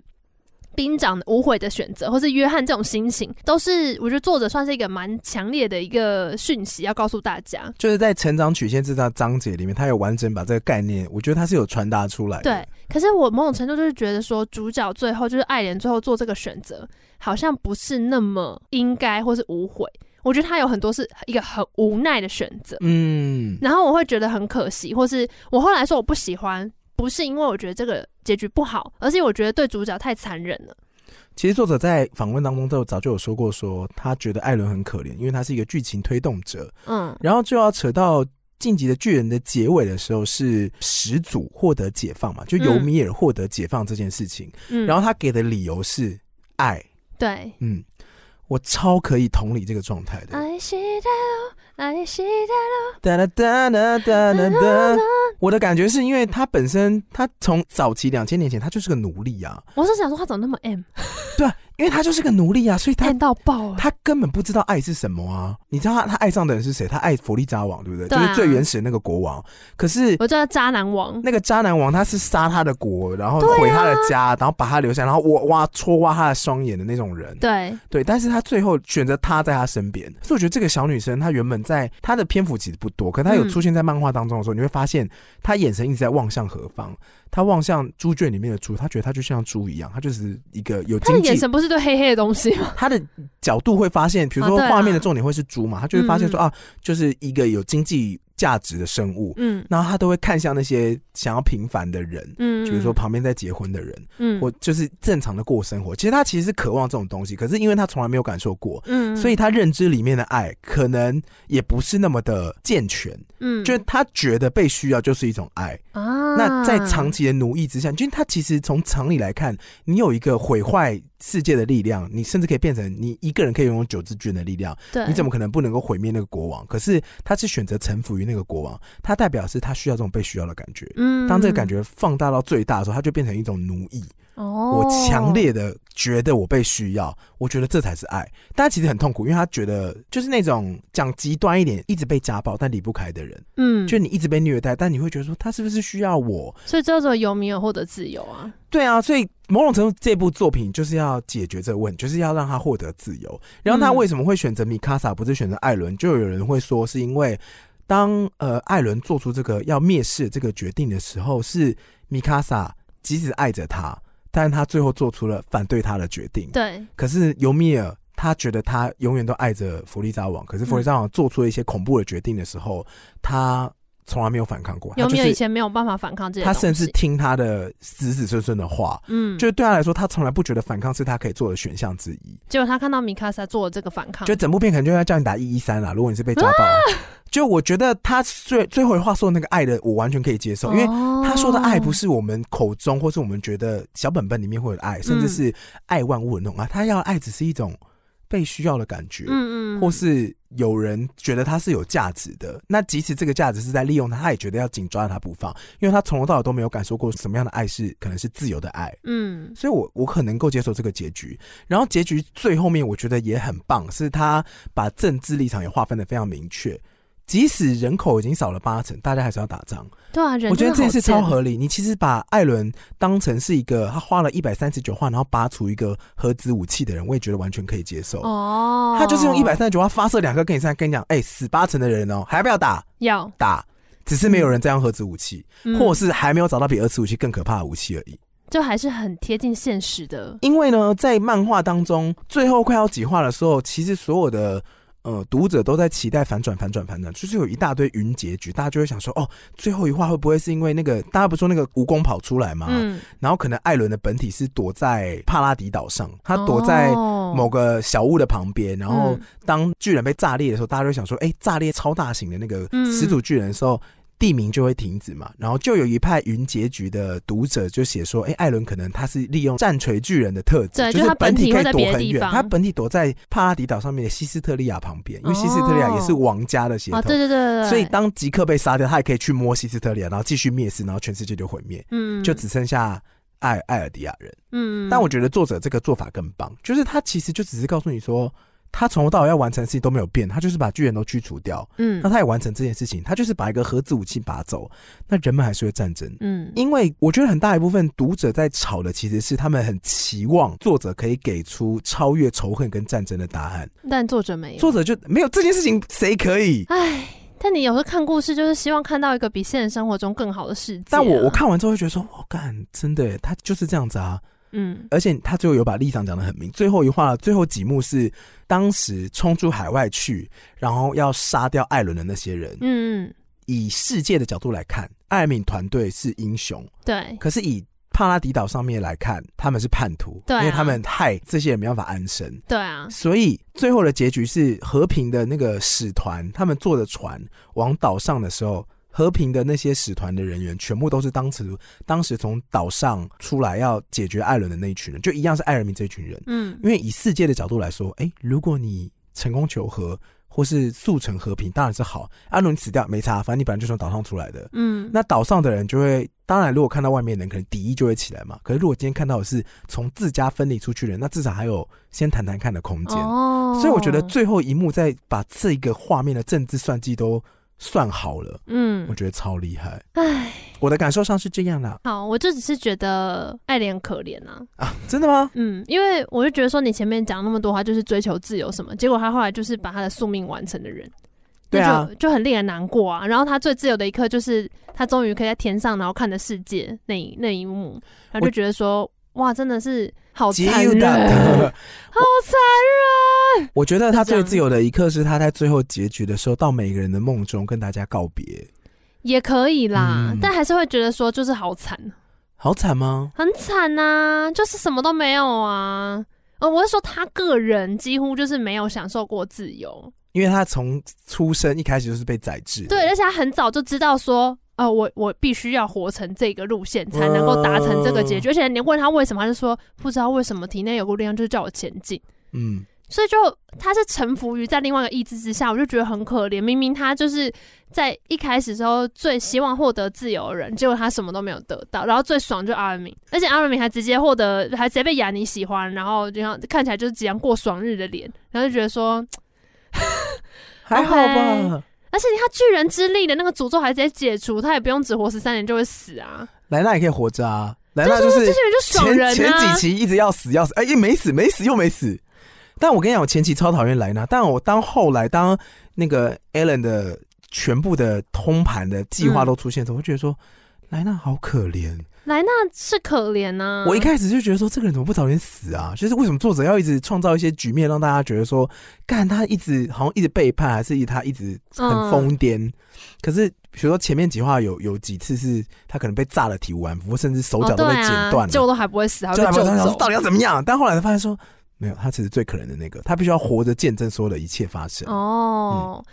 [SPEAKER 2] 兵长无悔的选择，或是约翰这种心情，都是我觉得作者算是一个蛮强烈的一个讯息要告诉大家。
[SPEAKER 1] 就是在成长曲线这张章节里面，他有完整把这个概念，我觉得他是有传达出来的。
[SPEAKER 2] 对，可是我某种程度就是觉得说，主角最后就是爱莲最后做这个选择，好像不是那么应该或是无悔。我觉得他有很多是一个很无奈的选择，
[SPEAKER 1] 嗯，
[SPEAKER 2] 然后我会觉得很可惜，或是我后来说我不喜欢，不是因为我觉得这个结局不好，而是因为我觉得对主角太残忍了。
[SPEAKER 1] 其实作者在访问当中就早就有说过说他觉得艾伦很可怜，因为他是一个剧情推动者。
[SPEAKER 2] 嗯
[SPEAKER 1] 然后就要扯到《晋级的巨人》的结尾的时候，是始祖获得解放嘛，就尤米尔获得解放这件事情。
[SPEAKER 2] 嗯，
[SPEAKER 1] 然
[SPEAKER 2] 后
[SPEAKER 1] 后他给的理由是爱，
[SPEAKER 2] 对，
[SPEAKER 1] 嗯，我超可以同理这个状态的。
[SPEAKER 2] 爱惜的路，爱惜的
[SPEAKER 1] 哒哒哒哒哒哒哒。我的感觉是因为他本身，他从早期两千年前，他就是个奴隶啊，
[SPEAKER 2] 路。我是想说他怎么那么 M
[SPEAKER 1] 因为他就是个奴隶啊，所以他
[SPEAKER 2] M 到爆啊？
[SPEAKER 1] 他根本不知道爱是什么啊！你知道他他爱上的人是谁？他爱弗利扎王，对不对？
[SPEAKER 2] 对啊
[SPEAKER 1] 就是最原始的那个国王。可是
[SPEAKER 2] 我叫他渣男王。
[SPEAKER 1] 那个渣男王他是杀他的国，然后
[SPEAKER 2] 对啊
[SPEAKER 1] 毁他的家，然后把他留下，然后挖挖戳挖他的双眼的那种人。
[SPEAKER 2] 对，
[SPEAKER 1] 对，但是他最后选择他在他身边，所以我觉得这个小女生她原本在她的篇幅其实不多，可她有
[SPEAKER 2] 嗯
[SPEAKER 1] 出现在漫画当中的时候，你会发现她眼神一直在望向何方，她望向猪圈里面的猪，她觉得她就像猪一样，她就是一个有
[SPEAKER 2] 他的
[SPEAKER 1] 经
[SPEAKER 2] 眼
[SPEAKER 1] 济
[SPEAKER 2] 神不是对黑黑的东西 吗？
[SPEAKER 1] 他的角度会发现，比如
[SPEAKER 2] 啊
[SPEAKER 1] 说
[SPEAKER 2] 对啊
[SPEAKER 1] 画面的重点会是猪嘛，他就会发现说
[SPEAKER 2] 嗯
[SPEAKER 1] 啊，就是一个有经济价值的生物，
[SPEAKER 2] 嗯
[SPEAKER 1] 然后他都会看向那些想要平凡的人，
[SPEAKER 2] 嗯，
[SPEAKER 1] 比如说旁边在结婚的人，
[SPEAKER 2] 嗯，
[SPEAKER 1] 或就是正常的过生活。其实他其实是渴望这种东西，可是因为他从来没有感受过。
[SPEAKER 2] 嗯，
[SPEAKER 1] 所以他认知里面的爱可能也不是那么的健全，
[SPEAKER 2] 嗯
[SPEAKER 1] 就是他觉得被需要就是一种爱。
[SPEAKER 2] 啊，
[SPEAKER 1] 那在长期的奴役之下，就是他其实从常理来看，你有一个毁坏世界的力量，你甚至可以变成你一个人可以拥有九只巨人的力量，
[SPEAKER 2] 对
[SPEAKER 1] 你怎么可能不能够毁灭那个国王？可是他是选择臣服于那个国王，他代表是他需要这种被需要的感觉。
[SPEAKER 2] 嗯
[SPEAKER 1] 当这个感觉放大到最大的时候，他就变成一种奴役。
[SPEAKER 2] 哦，
[SPEAKER 1] 我强烈的觉得我被需要，我觉得这才是爱。但他其实很痛苦，因为他觉得就是那种讲极端一点，一直被家暴但离不开的人，
[SPEAKER 2] 嗯，
[SPEAKER 1] 就你一直被虐待，但你会觉得说他是不是需要我？
[SPEAKER 2] 所以叫做游民有获得自由啊，
[SPEAKER 1] 对啊，所以某种程度，这部作品就是要解决这个问题，就是要让他获得自由。然后他
[SPEAKER 2] 嗯
[SPEAKER 1] 为什么会选择米卡萨，不是选择艾伦？就有人会说，是因为当呃艾伦做出这个要蔑视这个决定的时候，是米卡萨即使爱着他，但是他最后做出了反对他的决定。
[SPEAKER 2] 对，
[SPEAKER 1] 可是尤米尔他觉得他永远都爱着弗利扎王，可是弗利扎王做出了一些恐怖的决定的时候，他从来没有反抗过。
[SPEAKER 2] 游
[SPEAKER 1] 啊他就
[SPEAKER 2] 民有以
[SPEAKER 1] 是
[SPEAKER 2] 前没有办法反抗这些
[SPEAKER 1] 他
[SPEAKER 2] 东西，
[SPEAKER 1] 甚至听他的子子孙孙的话，
[SPEAKER 2] 嗯，
[SPEAKER 1] 就是对他来说，他从来不觉得反抗是他可以做的选项之一。
[SPEAKER 2] 结果他看到米卡萨做了这个反抗，
[SPEAKER 1] 就整部片可能就要叫你打一一三啊啦，如果你是被家暴。
[SPEAKER 2] 啊
[SPEAKER 1] 就我觉得他最最后一话说的那个爱的，我完全可以接受，因为
[SPEAKER 2] 哦
[SPEAKER 1] 他说的爱不是我们口中或是我们觉得小本本里面会有的爱，
[SPEAKER 2] 嗯
[SPEAKER 1] 甚至是爱万物的那种啊爱。他要的爱只是一种被需要的感觉，
[SPEAKER 2] 嗯嗯，
[SPEAKER 1] 或是有人觉得他是有价值的，那即使这个价值是在利用他，他也觉得要紧抓着他不放，因为他从头到尾都没有感受过什么样的爱是可能是自由的爱，
[SPEAKER 2] 嗯
[SPEAKER 1] 所以我我很能够接受这个结局。然后结局最后面我觉得也很棒，是他把政治立场也划分的非常明确。即使人口已经少了八成，大家还是要打仗。
[SPEAKER 2] 对啊，人
[SPEAKER 1] 我觉得这件
[SPEAKER 2] 真的好
[SPEAKER 1] 事超
[SPEAKER 2] 贱
[SPEAKER 1] 合理。你其实把艾伦当成是一个他花了一百三十九话，然后拔除一个核子武器的人，我也觉得完全可以接受。
[SPEAKER 2] 哦，
[SPEAKER 1] 他就是用一百三十九发发射两颗跟你三，跟你讲，哎、死八成的人哦，还要不要打？
[SPEAKER 2] 要，
[SPEAKER 1] 打，只是没有人在用核子武器，
[SPEAKER 2] 嗯
[SPEAKER 1] 或者是还没有找到比核子武器更可怕的武器而已。
[SPEAKER 2] 就还是很贴近现实的，
[SPEAKER 1] 因为呢，在漫画当中，最后快要几话的时候，其实所有的。呃，读者都在期待反转、反转、反转，就是有一大堆云结局，大家就会想说，哦，最后一话会不会是因为那个大家不说那个蜈蚣跑出来嘛？
[SPEAKER 2] 嗯，
[SPEAKER 1] 然后可能艾伦的本体是躲在帕拉迪岛上，他躲在
[SPEAKER 2] 某
[SPEAKER 1] 某个小屋的旁边，然后
[SPEAKER 2] 哦嗯
[SPEAKER 1] 当巨人被炸裂的时候，大家就会想说，哎、炸裂超大型的那个
[SPEAKER 2] 嗯
[SPEAKER 1] 始祖巨人的时候，地名就会停止嘛。然后就有一派云结局的读者就写说，哎、艾伦可能他是利用战锤巨人的特质，
[SPEAKER 2] 对
[SPEAKER 1] 就
[SPEAKER 2] 就是他
[SPEAKER 1] 本体可以
[SPEAKER 2] 本体会在
[SPEAKER 1] 躲
[SPEAKER 2] 别的
[SPEAKER 1] 很
[SPEAKER 2] 地
[SPEAKER 1] 远，
[SPEAKER 2] 方
[SPEAKER 1] 他本体躲在帕拉迪岛上面的西斯特利亚旁边，因为西斯特利亚也是
[SPEAKER 2] 哦
[SPEAKER 1] 王家的血统。
[SPEAKER 2] 哦，对对对对，对
[SPEAKER 1] 所以，当吉克被杀掉，他也可以去摸西斯特利亚，然后继续灭世，然后全世界就毁灭，
[SPEAKER 2] 嗯
[SPEAKER 1] 就只剩下艾艾尔迪亚人。
[SPEAKER 2] 嗯，
[SPEAKER 1] 但我觉得作者这个做法更棒，就是他其实就只是告诉你说，他从头到尾要完成的事情都没有变，他就是把巨人都驱除掉，
[SPEAKER 2] 嗯
[SPEAKER 1] 那他也完成这件事情，他就是把一个核子武器拔走，那人们还是会战争。
[SPEAKER 2] 嗯
[SPEAKER 1] 因为我觉得很大一部分读者在吵的其实是他们很期望作者可以给出超越仇恨跟战争的答案，
[SPEAKER 2] 但作者没有，
[SPEAKER 1] 作者就没有这件事情谁可以？
[SPEAKER 2] 唉，但你有时候看故事，就是希望看到一个比现实生活中更好的世界、啊
[SPEAKER 1] 但我我，看完之后会觉得说，我、干，真的耶，他就是这样子啊，
[SPEAKER 2] 嗯
[SPEAKER 1] 而且他最后有把立场讲得很明。最后一话，最后几幕是当时冲出海外去，然后要杀掉艾伦的那些人。
[SPEAKER 2] 嗯嗯，
[SPEAKER 1] 以世界的角度来看，艾敏团队是英雄，
[SPEAKER 2] 对，
[SPEAKER 1] 可是以帕拉迪岛上面来看，他们是叛徒，
[SPEAKER 2] 对啊
[SPEAKER 1] 因为他们害这些人没办法安身。
[SPEAKER 2] 对啊，
[SPEAKER 1] 所以最后的结局是和平的那个使团，他们坐着船往岛上的时候，和平的那些使团的人员全部都是当时当时从岛上出来要解决艾伦的那一群人，就一样是艾尔明这一群人。
[SPEAKER 2] 嗯，
[SPEAKER 1] 因为以世界的角度来说，哎、如果你成功求和或是促成和平，当然是好。艾伦死掉没差，反正你本来就从岛上出来的。
[SPEAKER 2] 嗯，
[SPEAKER 1] 那岛上的人就会，当然如果看到外面的人，可能敌意就会起来嘛。可是如果今天看到的是从自家分离出去的人，那至少还有先谈谈看的空间。
[SPEAKER 2] 哦，
[SPEAKER 1] 所以我觉得最后一幕再把这一个画面的政治算计都算好了，我
[SPEAKER 2] 嗯，
[SPEAKER 1] 觉得超厉害。
[SPEAKER 2] 唉，
[SPEAKER 1] 我的感受上是这样啦，
[SPEAKER 2] 好，我就只是觉得爱莲可怜啊，
[SPEAKER 1] 真的吗？
[SPEAKER 2] 嗯，因为我就觉得说你前面讲那么多话，就是追求自由什么，结果他后来就是把他的宿命完成的人，
[SPEAKER 1] 对啊
[SPEAKER 2] 那就就很令人难过啊。然后他最自由的一刻就是他终于可以在天上，然后看着世界那一那一幕，
[SPEAKER 1] 我
[SPEAKER 2] 然后就觉得说哇，真的是好
[SPEAKER 1] 极
[SPEAKER 2] 残
[SPEAKER 1] 有
[SPEAKER 2] 忍，
[SPEAKER 1] 的。
[SPEAKER 2] 好残忍。
[SPEAKER 1] 我觉得他
[SPEAKER 2] 就这
[SPEAKER 1] 最
[SPEAKER 2] 样
[SPEAKER 1] 自由的一刻是他在最后结局的时候，到每个人的梦中跟大家告别。
[SPEAKER 2] 也可以啦，
[SPEAKER 1] 嗯
[SPEAKER 2] 但还是会觉得说就是好惨，
[SPEAKER 1] 好惨吗？
[SPEAKER 2] 很惨呐、就是什么都没有啊。呃，我是说他个人几乎就是没有享受过自由，
[SPEAKER 1] 因为他从出生一开始就是被宰制的，
[SPEAKER 2] 对，而且他很早就知道说，呃，我我必须要活成这个路线，才能够达成这个结局。而且你问他为什么，他就说不知道为什么体内有股力量就是叫我前进，
[SPEAKER 1] 嗯，
[SPEAKER 2] 所以就他是臣服于在另外一个意志之下，我就觉得很可怜。明明他就是在一开始时候最希望获得自由的人，结果他什么都没有得到，然后最爽就阿尔敏，而且阿尔敏还直接获得，还直接被雅尼喜欢，然后就像看起来就是即将过爽日的脸，然后就觉得说。
[SPEAKER 1] 还好吧。
[SPEAKER 2] 而且他巨人之力的那个诅咒还直接解除，他也不用只活十三年就会死啊！
[SPEAKER 1] 莱娜也可以活着啊，莱娜就是
[SPEAKER 2] 这些人就爽
[SPEAKER 1] 前
[SPEAKER 2] 人啊！
[SPEAKER 1] 前几期一直要死要死，哎、也没死没死又没死。但我跟你讲，我前期超讨厌莱娜，但我当后来当那个 Alan 的全部的通盘的计划
[SPEAKER 2] 嗯
[SPEAKER 1] 都出现的时候，我就觉得说莱娜好可怜。
[SPEAKER 2] 莱纳是可怜啊呐、
[SPEAKER 1] 我一开始就觉得说这个人怎么不早点死啊？就是为什么作者要一直创造一些局面，让大家觉得说，干他一直好像一直背叛，还是他一直很
[SPEAKER 2] 嗯
[SPEAKER 1] 疯癫？可是比如说前面几话有有几次是他可能被炸的体无完肤，甚至手
[SPEAKER 2] 哦
[SPEAKER 1] 脚都被
[SPEAKER 2] 对
[SPEAKER 1] 剪断
[SPEAKER 2] 啊，
[SPEAKER 1] 了，
[SPEAKER 2] 救都还不会死，还
[SPEAKER 1] 就
[SPEAKER 2] 会
[SPEAKER 1] 他
[SPEAKER 2] 被
[SPEAKER 1] 们
[SPEAKER 2] 救
[SPEAKER 1] 想说
[SPEAKER 2] 走。
[SPEAKER 1] 到底要怎么样？但后来才发现说，没有，他其实最可怜的那个，他必须要活着见证所有的一切发生。
[SPEAKER 2] 哦。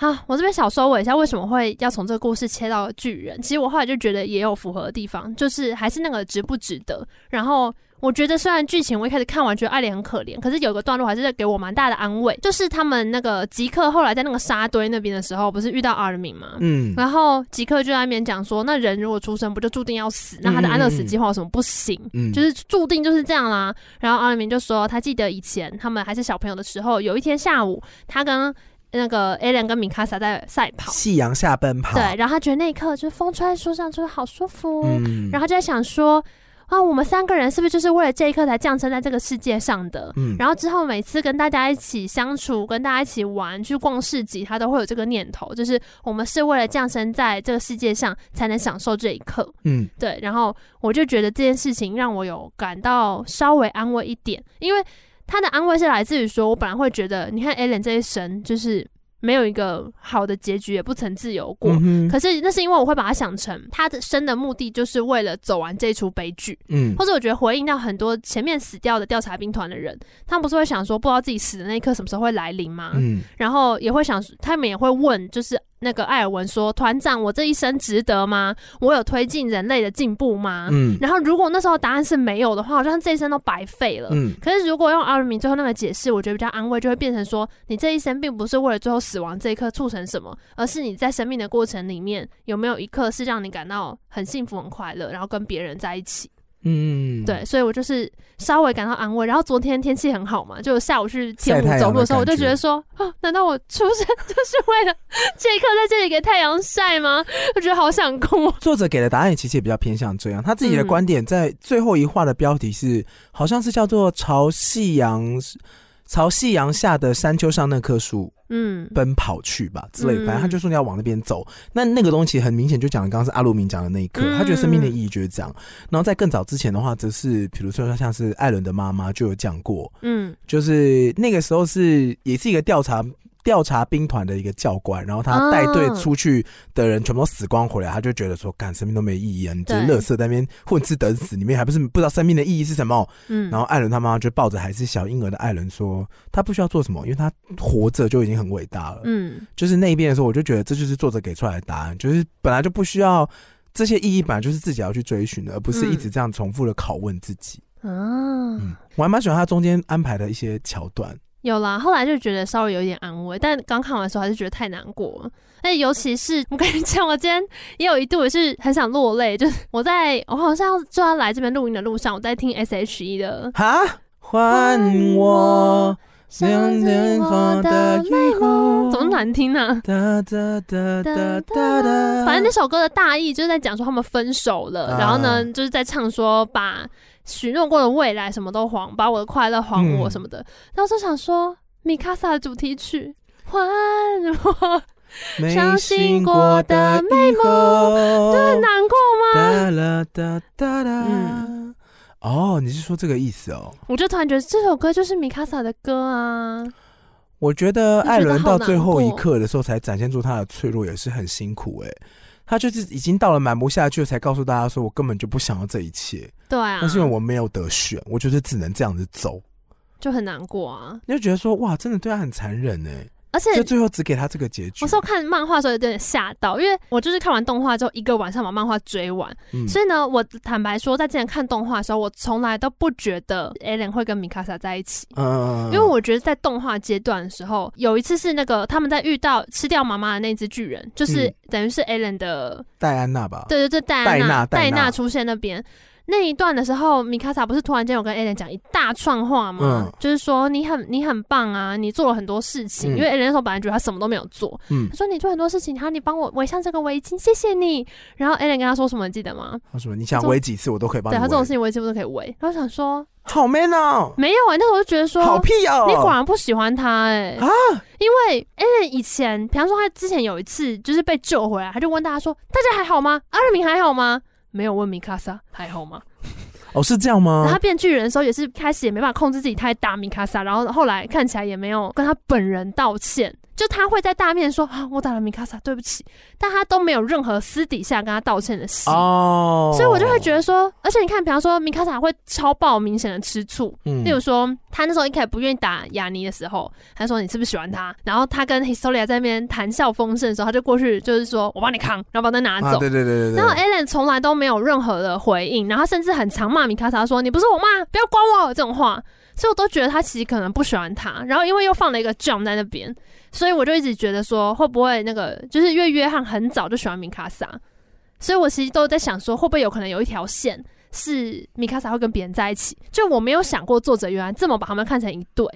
[SPEAKER 2] 好，我这边小收尾一下，为什么会要从这个故事切到巨人？其实我后来就觉得也有符合的地方，就是还是那个值不值得。然后我觉得虽然剧情我一开始看完觉得艾莲很可怜，可是有一个段落还是给我蛮大的安慰，就是他们那个吉克后来在那个沙堆那边的时候，不是遇到阿尔敏吗？
[SPEAKER 1] 嗯，
[SPEAKER 2] 然后吉克就在那边讲说，那人如果出生不就注定要死？那他的安乐死计划有什么不行？
[SPEAKER 1] 嗯
[SPEAKER 2] 就是注定就是这样啦。然后阿尔明就说，他记得以前他们还是小朋友的时候，有一天下午，他跟那个 a l a n 跟米卡萨在赛跑，
[SPEAKER 1] 夕阳下奔跑，
[SPEAKER 2] 对，然后他觉得那一刻就是风吹在树上，就是好舒服。
[SPEAKER 1] 嗯，
[SPEAKER 2] 然后他就在想说，啊，我们三个人是不是就是为了这一刻才降生在这个世界上的？
[SPEAKER 1] 嗯，
[SPEAKER 2] 然后之后每次跟大家一起相处，跟大家一起玩，去逛市集，他都会有这个念头，就是我们是为了降生在这个世界上，才能享受这一刻。
[SPEAKER 1] 嗯
[SPEAKER 2] 对，然后我就觉得这件事情让我有感到稍微安慰一点，因为他的安慰是来自于说，我本来会觉得，你看 Allen 这一生就是没有一个好的结局，也不曾自由过。
[SPEAKER 1] 嗯哼
[SPEAKER 2] 可是那是因为我会把它想成他的生的目的就是为了走完这一出悲剧，
[SPEAKER 1] 嗯
[SPEAKER 2] 或者我觉得回应到很多前面死掉的调查兵团的人，他们不是会想说，不知道自己死的那一刻什么时候会来临吗？
[SPEAKER 1] 嗯，
[SPEAKER 2] 然后也会想，他们也会问，就是那个艾尔文说，团长，我这一生值得吗？我有推进人类的进步吗？
[SPEAKER 1] 嗯
[SPEAKER 2] 然后如果那时候答案是没有的话，好像这一生都白费了。
[SPEAKER 1] 嗯
[SPEAKER 2] 可是，如果用阿尔敏最后那个解释，我觉得比较安慰，就会变成说，你这一生并不是为了最后死亡这一刻促成什么，而是你在生命的过程里面有没有一刻是让你感到很幸福、很快乐，然后跟别人在一起。
[SPEAKER 1] 嗯，
[SPEAKER 2] 对，所以我就是稍微感到安慰。然后昨天天气很好嘛，就下午去天
[SPEAKER 1] 晒太
[SPEAKER 2] 母
[SPEAKER 1] 阳
[SPEAKER 2] 走路的时候，
[SPEAKER 1] 的
[SPEAKER 2] 我
[SPEAKER 1] 感
[SPEAKER 2] 就
[SPEAKER 1] 觉
[SPEAKER 2] 觉得说，啊，难道我出生就是为了这一刻在这里给太阳晒吗？我觉得好想哭哦。
[SPEAKER 1] 作者给的答案其实也比较偏向这样，他自己的
[SPEAKER 2] 嗯
[SPEAKER 1] 观点在最后一话的标题是，好像是叫做“朝夕阳朝夕阳下的山丘上那棵树
[SPEAKER 2] 嗯，
[SPEAKER 1] 奔跑去”吧之类的，
[SPEAKER 2] 嗯
[SPEAKER 1] 反正他就说你要往那边走。那那个东西很明显就讲的，刚刚是阿路明讲的那一刻，
[SPEAKER 2] 嗯
[SPEAKER 1] 他觉得生命的意义就是这样。然后在更早之前的话，则是比如说像是艾伦的妈妈就有讲过，
[SPEAKER 2] 嗯
[SPEAKER 1] 就是那个时候是也是一个调查。调查兵团的一个教官，然后他带队
[SPEAKER 2] 啊
[SPEAKER 1] 出去的人全部都死光回来，他就觉得说，干生命都没意义啊，你只是
[SPEAKER 2] 对
[SPEAKER 1] 乐色在那边混吃等死，里面还不是不知道生命的意义是什么。
[SPEAKER 2] 嗯，
[SPEAKER 1] 然后艾伦他妈就抱着还是小婴儿的艾伦说，他不需要做什么，因为他活着就已经很伟大了。
[SPEAKER 2] 嗯，
[SPEAKER 1] 就是那一遍的时候，我就觉得这就是作者给出来的答案，就是本来就不需要这些意义，本来就是自己要去追寻的，而不是一
[SPEAKER 2] 嗯
[SPEAKER 1] 直这样重复的拷问自己。
[SPEAKER 2] 啊，
[SPEAKER 1] 嗯，我还蛮喜欢他中间安排的一些桥段。
[SPEAKER 2] 有啦，后来就觉得稍微有一点安慰，但刚看完的时候还是觉得太难过了。而且尤其是我跟你讲，我今天也有一度也是很想落泪，就是我在我好像就要来这边录音的路上，我在听 S.H.E 的
[SPEAKER 1] 哈，换我想念我的以后，
[SPEAKER 2] 怎么难听呢、
[SPEAKER 1] 哒哒哒哒哒哒，
[SPEAKER 2] 反正那首歌的大意就是在讲说他们分手了，
[SPEAKER 1] 呃啊
[SPEAKER 2] 然后呢，就是在唱说把许诺过的未来什么都还，把我的快乐还我
[SPEAKER 1] 嗯
[SPEAKER 2] 什么的。然后就想说，米卡萨的主题曲还我，
[SPEAKER 1] 没醒过的以后，
[SPEAKER 2] 很难过吗？
[SPEAKER 1] 哒啦哒哒哒。
[SPEAKER 2] 嗯
[SPEAKER 1] 哦，你是说这个意思哦？
[SPEAKER 2] 我就突然觉得这首歌就是米卡萨的歌啊，
[SPEAKER 1] 我觉得艾伦到最后一
[SPEAKER 2] 就觉得好难
[SPEAKER 1] 刻的时候才展现出他的脆弱，也是很辛苦哎、他就是已经到了瞒不下去，才告诉大家说我根本就不想要这一切，
[SPEAKER 2] 对啊，
[SPEAKER 1] 但是因为我没有得选，我就是只能这样子走。
[SPEAKER 2] 就很难过啊。
[SPEAKER 1] 你就觉得说哇，真的对他很残忍哎、
[SPEAKER 2] 而且
[SPEAKER 1] 就最后只给他这个结局。
[SPEAKER 2] 我是看漫画的时候有点吓到，因为我就是看完动画之后一个晚上把漫画追完，
[SPEAKER 1] 嗯
[SPEAKER 2] 所以呢，我坦白说，在之前看动画的时候，我从来都不觉得 Alien 会跟米卡萨在一起。
[SPEAKER 1] 嗯，
[SPEAKER 2] 因为我觉得在动画阶段的时候，有一次是那个他们在遇到吃掉妈妈的那只巨人，就是、
[SPEAKER 1] 嗯
[SPEAKER 2] 等于是 Alien 的，
[SPEAKER 1] 戴安娜吧，
[SPEAKER 2] 对对对，戴安
[SPEAKER 1] 戴娜戴
[SPEAKER 2] 戴
[SPEAKER 1] 娜
[SPEAKER 2] 娜出现那边那一段的时候，米卡萨不是突然间有跟 Alien 讲一大串话吗？
[SPEAKER 1] 嗯
[SPEAKER 2] 就是说你很你很棒啊，你做了很多事情，
[SPEAKER 1] 嗯
[SPEAKER 2] 因为 Alien 那时候本来觉得他什么都没有做，
[SPEAKER 1] 嗯
[SPEAKER 2] 他，说你做很多事情，然后你帮我围上这个围巾，谢谢你。然后 Allen 跟他说什么，你记得吗？
[SPEAKER 1] 他说你想
[SPEAKER 2] 这种
[SPEAKER 1] 围几次我都可以帮
[SPEAKER 2] 对
[SPEAKER 1] 你
[SPEAKER 2] 他这种
[SPEAKER 1] 围
[SPEAKER 2] 事，情围巾不是可以围？然后我想说
[SPEAKER 1] 好 man 哦，
[SPEAKER 2] 没有哎、那时候我就觉得说
[SPEAKER 1] 好屁哦，
[SPEAKER 2] 你果然不喜欢他哎、
[SPEAKER 1] 啊
[SPEAKER 2] 因为 Allen 以前，比方说他之前有一次就是被救回来，他就问大家说大家还好吗？阿尔明还好吗？没有问米卡莎还好吗？
[SPEAKER 1] 哦是这样
[SPEAKER 2] 然后
[SPEAKER 1] 吗
[SPEAKER 2] 他？变巨人的时候也是开始也没办法控制自己太打米卡莎，然后后来看起来也没有跟他本人道歉，就他会在大面说啊我打了米卡莎，对不起，但他都没有任何私底下跟他道歉的事。
[SPEAKER 1] 哦，
[SPEAKER 2] 所以我就会觉得说，而且你看，比方说米卡莎会超爆明显的吃醋，
[SPEAKER 1] 嗯
[SPEAKER 2] 例如说他那时候一开始不愿意打雅尼的时候，他说你是不是喜欢他？然后他跟 Historia 在那边谈笑风生的时候，他就过去就是说我帮你扛，然后把他拿
[SPEAKER 1] 啊，
[SPEAKER 2] 走。
[SPEAKER 1] 对对对对对，
[SPEAKER 2] 然后哎 Alan 从来都没有任何的回应，然后甚至很常骂米卡莎说：“你不是我妈，不要管我。”这种话，所以我都觉得他其实可能不喜欢他。然后因为又放了一个 John 在那边，所以我就一直觉得说，会不会那个就是因为约翰很早就喜欢米卡莎，所以我其实都在想说，会不会有可能有一条线是米卡莎会跟别人在一起？就我没有想过作者原来这么把他们看成一对，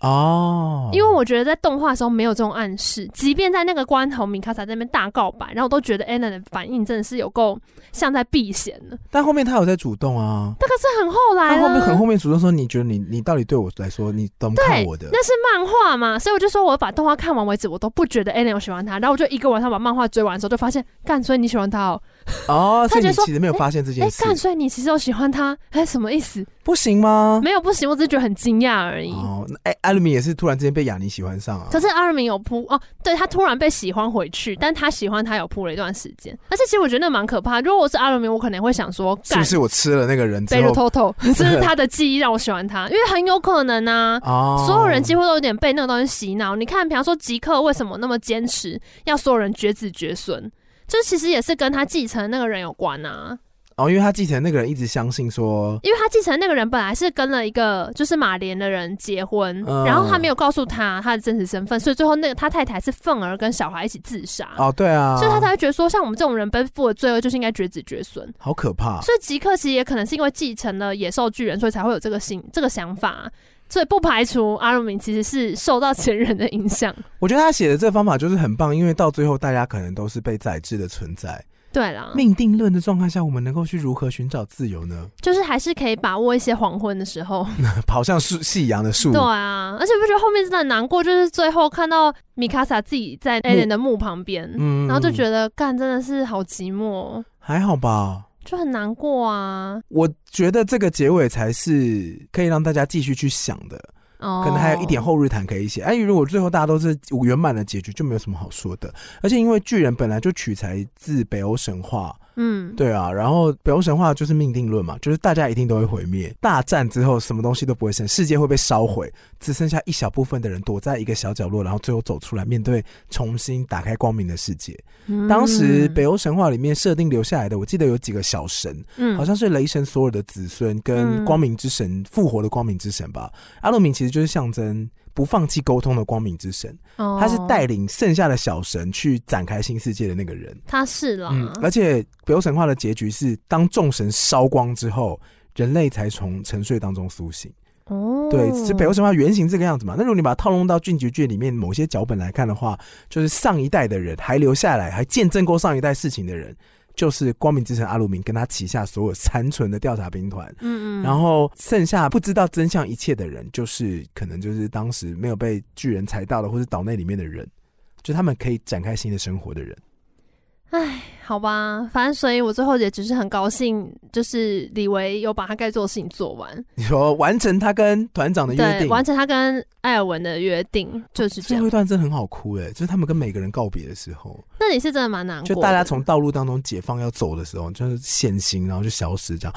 [SPEAKER 1] 哦，
[SPEAKER 2] 因为我觉得在动画的时候没有这种暗示，即便在那个关头，米卡萨在那边大告白，然后我都觉得 Anna 的反应真的是有够像在避嫌的。
[SPEAKER 1] 但后面他有在主动啊，
[SPEAKER 2] 那个是很后来
[SPEAKER 1] 他
[SPEAKER 2] 了，
[SPEAKER 1] 后面很后面主动说，你觉得你你到底对我来说，你怎么看我的？
[SPEAKER 2] 那是漫画嘛，所以我就说我把动画看完为止，我都不觉得 Anna 有喜欢他。然后我就一个晚上把漫画追完的时候，就发现干，所以你喜欢他哦，
[SPEAKER 1] 哦，所
[SPEAKER 2] 他
[SPEAKER 1] 以你
[SPEAKER 2] 觉得说
[SPEAKER 1] 其实没有发现这
[SPEAKER 2] 哎
[SPEAKER 1] 件事，
[SPEAKER 2] 干，所以你其实有喜欢他，哎什么意思？
[SPEAKER 1] 不行吗？
[SPEAKER 2] 没有不行，我只是觉得很惊讶而已。
[SPEAKER 1] 哦，那哎，艾伦米也是突然之间被雅尼喜欢上啊，
[SPEAKER 2] 可是阿尔明有扑哦，对他突然被喜欢回去，但他喜欢他有扑了一段时间，而且其实我觉得那蛮可怕。如果我是阿尔明，我可能会想说，
[SPEAKER 1] 是不
[SPEAKER 2] 干，
[SPEAKER 1] 是我吃了那个人之
[SPEAKER 2] 贝鲁
[SPEAKER 1] 后
[SPEAKER 2] 偷 偷，这是他的记忆让我喜欢他，因为很有可能啊。
[SPEAKER 1] 哦，
[SPEAKER 2] 所有人几乎都有点被那个东西洗脑。你看，比方说吉克为什么那么坚持要所有人绝子绝孙，这其实也是跟他继承那个人有关啊。
[SPEAKER 1] 哦，因为他继承那个人一直相信说，
[SPEAKER 2] 因为他继承那个人本来是跟了一个就是马莲的人结婚，
[SPEAKER 1] 嗯
[SPEAKER 2] 然后他没有告诉他他的真实身份，所以最后那个他太太是愤而跟小孩一起自杀。
[SPEAKER 1] 哦，对啊，
[SPEAKER 2] 所以他才会觉得说，像我们这种人背负的罪恶就是应该绝子绝孙。
[SPEAKER 1] 好可怕，
[SPEAKER 2] 所以吉克其实也可能是因为继承了野兽巨人，所以才会有这个心这个想法、所以不排除阿鲁明其实是受到前人的影响。
[SPEAKER 1] 我觉得他写的这个方法就是很棒，因为到最后大家可能都是被宰制的存在。
[SPEAKER 2] 对啦，
[SPEAKER 1] 命定论的状况下，我们能够去如何寻找自由呢？
[SPEAKER 2] 就是还是可以把握一些黄昏的时候。
[SPEAKER 1] 跑向树夕阳的树
[SPEAKER 2] 对，啊，而且不觉得后面真的很难过，就是最后看到米卡萨自己在 a l n 的墓旁边，
[SPEAKER 1] 嗯
[SPEAKER 2] 然后就觉
[SPEAKER 1] 得
[SPEAKER 2] 得干真的是好寂寞，
[SPEAKER 1] 还好吧。
[SPEAKER 2] 就很难过啊。
[SPEAKER 1] 我觉得这个结尾才是可以让大家继续去想的。
[SPEAKER 2] 哦，
[SPEAKER 1] 可能还有一点后日谈可以写。哎，如果最后大家都是圆满的结局，就没有什么好说的。而且因为巨人本来就取材自北欧神话，
[SPEAKER 2] 嗯，
[SPEAKER 1] 对啊，然后北欧神话就是命定论嘛，就是大家一定都会毁灭。大战之后，什么东西都不会剩，世界会被烧毁，只剩下一小部分的人躲在一个小角落，然后最后走出来，面对重新打开光明的世界。
[SPEAKER 2] 嗯，
[SPEAKER 1] 当时北欧神话里面设定留下来的，我记得有几个小神，
[SPEAKER 2] 嗯
[SPEAKER 1] 好像是雷神索尔的子孙跟
[SPEAKER 2] 嗯
[SPEAKER 1] 光明之神复活的光明之神吧。阿洛明其实就是象征不放弃沟通的光明之神，
[SPEAKER 2] 哦
[SPEAKER 1] 他是带领剩下的小神去展开新世界的那个人。
[SPEAKER 2] 他是啦，
[SPEAKER 1] 嗯，而且北欧神话的结局是，当众神烧光之后，人类才从沉睡当中苏醒。
[SPEAKER 2] 哦，
[SPEAKER 1] 对，是北欧神话原型这个样子嘛？那如果你把它套用到《进击剧》里面某些脚本来看的话，就是上一代的人还留下来，还见证过上一代事情的人，就是光明之神阿鲁明跟他旗下所有残存的调查兵团。
[SPEAKER 2] 嗯嗯，
[SPEAKER 1] 然后剩下不知道真相一切的人，就是可能就是当时没有被巨人踩到的，或是岛内里面的人，就他们可以展开新的生活的人。
[SPEAKER 2] 好吧，反正所以我最后也只是很高兴，就是李维有把他该做的事情做完，
[SPEAKER 1] 你说完成他跟团长的约
[SPEAKER 2] 对，
[SPEAKER 1] 定，
[SPEAKER 2] 完成他跟艾尔文的约定，就是这
[SPEAKER 1] 最后
[SPEAKER 2] 样
[SPEAKER 1] 一。段真的很好哭哎、就是他们跟每个人告别的时候，
[SPEAKER 2] 那你是真的蛮难过的，
[SPEAKER 1] 就大家从道路当中解放要走的时候，就是现形，然后就消失这样。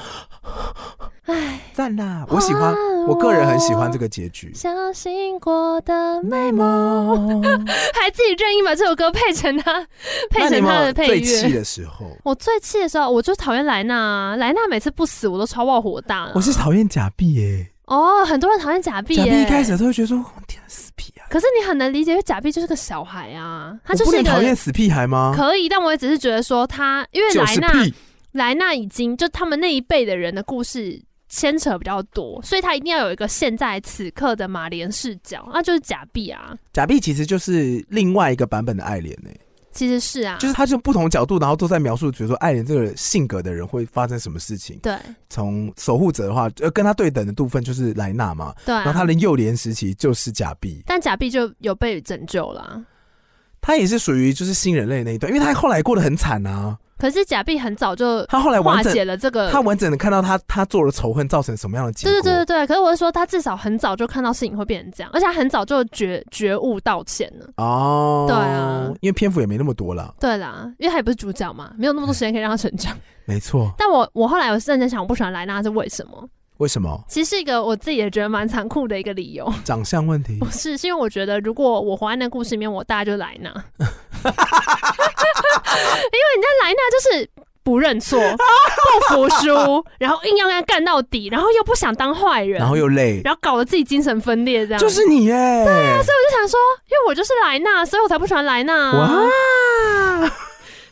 [SPEAKER 2] 唉，
[SPEAKER 1] 赞啦！我喜
[SPEAKER 2] 啊
[SPEAKER 1] 欢，我个人很喜欢这。个结局。
[SPEAKER 2] 相信过的美梦，
[SPEAKER 1] 梦，
[SPEAKER 2] 还自己任意把这首歌配成 他， 配
[SPEAKER 1] 那你
[SPEAKER 2] 成
[SPEAKER 1] 有没
[SPEAKER 2] 他
[SPEAKER 1] 有
[SPEAKER 2] 的配
[SPEAKER 1] 最气
[SPEAKER 2] 乐。
[SPEAKER 1] 的时 候，
[SPEAKER 2] 我最气的时候，我就讨厌莱纳啊，莱纳每次不死我都超爆火大啊。
[SPEAKER 1] 我是讨厌假币耶、
[SPEAKER 2] 哦，很多人讨厌假 币
[SPEAKER 1] 假
[SPEAKER 2] 欸耶、
[SPEAKER 1] 币一开始都会觉得说，哇天啊，死屁啊！
[SPEAKER 2] 可是你很能理解，因为假币就是个小孩啊，他
[SPEAKER 1] 我
[SPEAKER 2] 就
[SPEAKER 1] 不
[SPEAKER 2] 是一
[SPEAKER 1] 能
[SPEAKER 2] 个
[SPEAKER 1] 讨厌死屁孩吗？
[SPEAKER 2] 可以，但我也只是觉得说他，因为
[SPEAKER 1] 啊就
[SPEAKER 2] 莱
[SPEAKER 1] 是
[SPEAKER 2] 纳
[SPEAKER 1] 屁，
[SPEAKER 2] 莱纳已经就他们那一辈的人的故事牵扯比较多，所以他一定要有一个现在此刻的马莲视角，那就是假币啊，
[SPEAKER 1] 假币其实就是另外一个版本的爱莲欸呢、
[SPEAKER 2] 其实是啊，
[SPEAKER 1] 就是他从不同角度，然后都在描述，比如说爱莲这个性格的人会发生什么事情。
[SPEAKER 2] 对
[SPEAKER 1] 从守护者的话，呃，跟他对等的部分就是莱纳嘛，
[SPEAKER 2] 对、啊，
[SPEAKER 1] 然后他的幼莲时期就是假币，
[SPEAKER 2] 但假币就有被拯救了啊、
[SPEAKER 1] 他也是属于就是新人类那一段，因为他后来过得很惨啊，
[SPEAKER 2] 可是假币很早就
[SPEAKER 1] 他后来
[SPEAKER 2] 化
[SPEAKER 1] 完整，
[SPEAKER 2] 解了这个，
[SPEAKER 1] 他完整的看到他他做了仇恨造成什么样的结
[SPEAKER 2] 对
[SPEAKER 1] 果，
[SPEAKER 2] 对对对对，可是我是说他至少很早就看到事情会变成这样，而且他很早就觉觉悟道歉了。
[SPEAKER 1] 哦，
[SPEAKER 2] 对啊，
[SPEAKER 1] 因为篇幅也没那么多了，
[SPEAKER 2] 对啦，因为他也不是主角嘛，没有那么多时间可以让他成 长。
[SPEAKER 1] 没错，
[SPEAKER 2] 但我我后来有认真想，我不喜欢莱纳是为什么？
[SPEAKER 1] 为什么
[SPEAKER 2] 其实是一个我自己也觉得蛮残酷的一个理由，
[SPEAKER 1] 长相问题
[SPEAKER 2] 不？是是因为我觉得如果我活在那故事里面，我大概就莱 纳，因为你知道莱纳就是不认错、不服输，然后硬要跟他干到底，然后又不想当坏人，
[SPEAKER 1] 然后又累，
[SPEAKER 2] 然后搞得自己精神分裂这样。
[SPEAKER 1] 就是你耶、对啊，所
[SPEAKER 2] 我就想说，因为我就是莱纳，所以我才不喜欢莱纳、啊，
[SPEAKER 1] 哇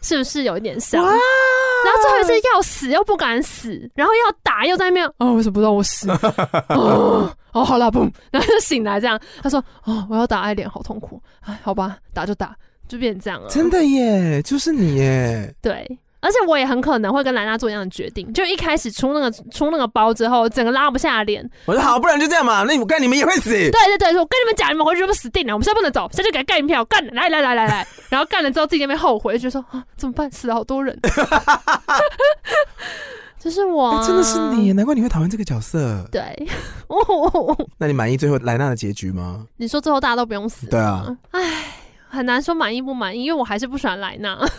[SPEAKER 2] 是不是有一点像？
[SPEAKER 1] 哇，
[SPEAKER 2] 然后最后一次要死又不敢死，然后要打又在那边哦，为什么不让我 死？哦，哦，好啦， 嘣，然后就醒来这样。他说哦，我要打爱莲，好痛苦。哎，好吧，打就打，就变成这样了。
[SPEAKER 1] 真的耶，就是你耶，
[SPEAKER 2] 对。而且我也很可能会跟莱纳做一样的决定，就一开始出那个出那个包之后，整个拉不下脸。
[SPEAKER 1] 我说好，不然就这样嘛，那我看你们也会死。
[SPEAKER 2] 对啊对对，我跟你们讲，你们回去就死定了，我们现在不能走，现在就给他干一票，干来来来来来， 然后干了之后自己在那边后悔，就觉得说啊怎么办，死了好多人。 就是我啊、
[SPEAKER 1] 哎真的是你耶，难怪你会讨厌这个角色。
[SPEAKER 2] 对，哦哦哦哦
[SPEAKER 1] 那你满意最后莱纳的结局吗？
[SPEAKER 2] 你说最后大家都不用死，
[SPEAKER 1] 对啊，
[SPEAKER 2] 很难说满意不满意，因为我还是不喜欢莱纳，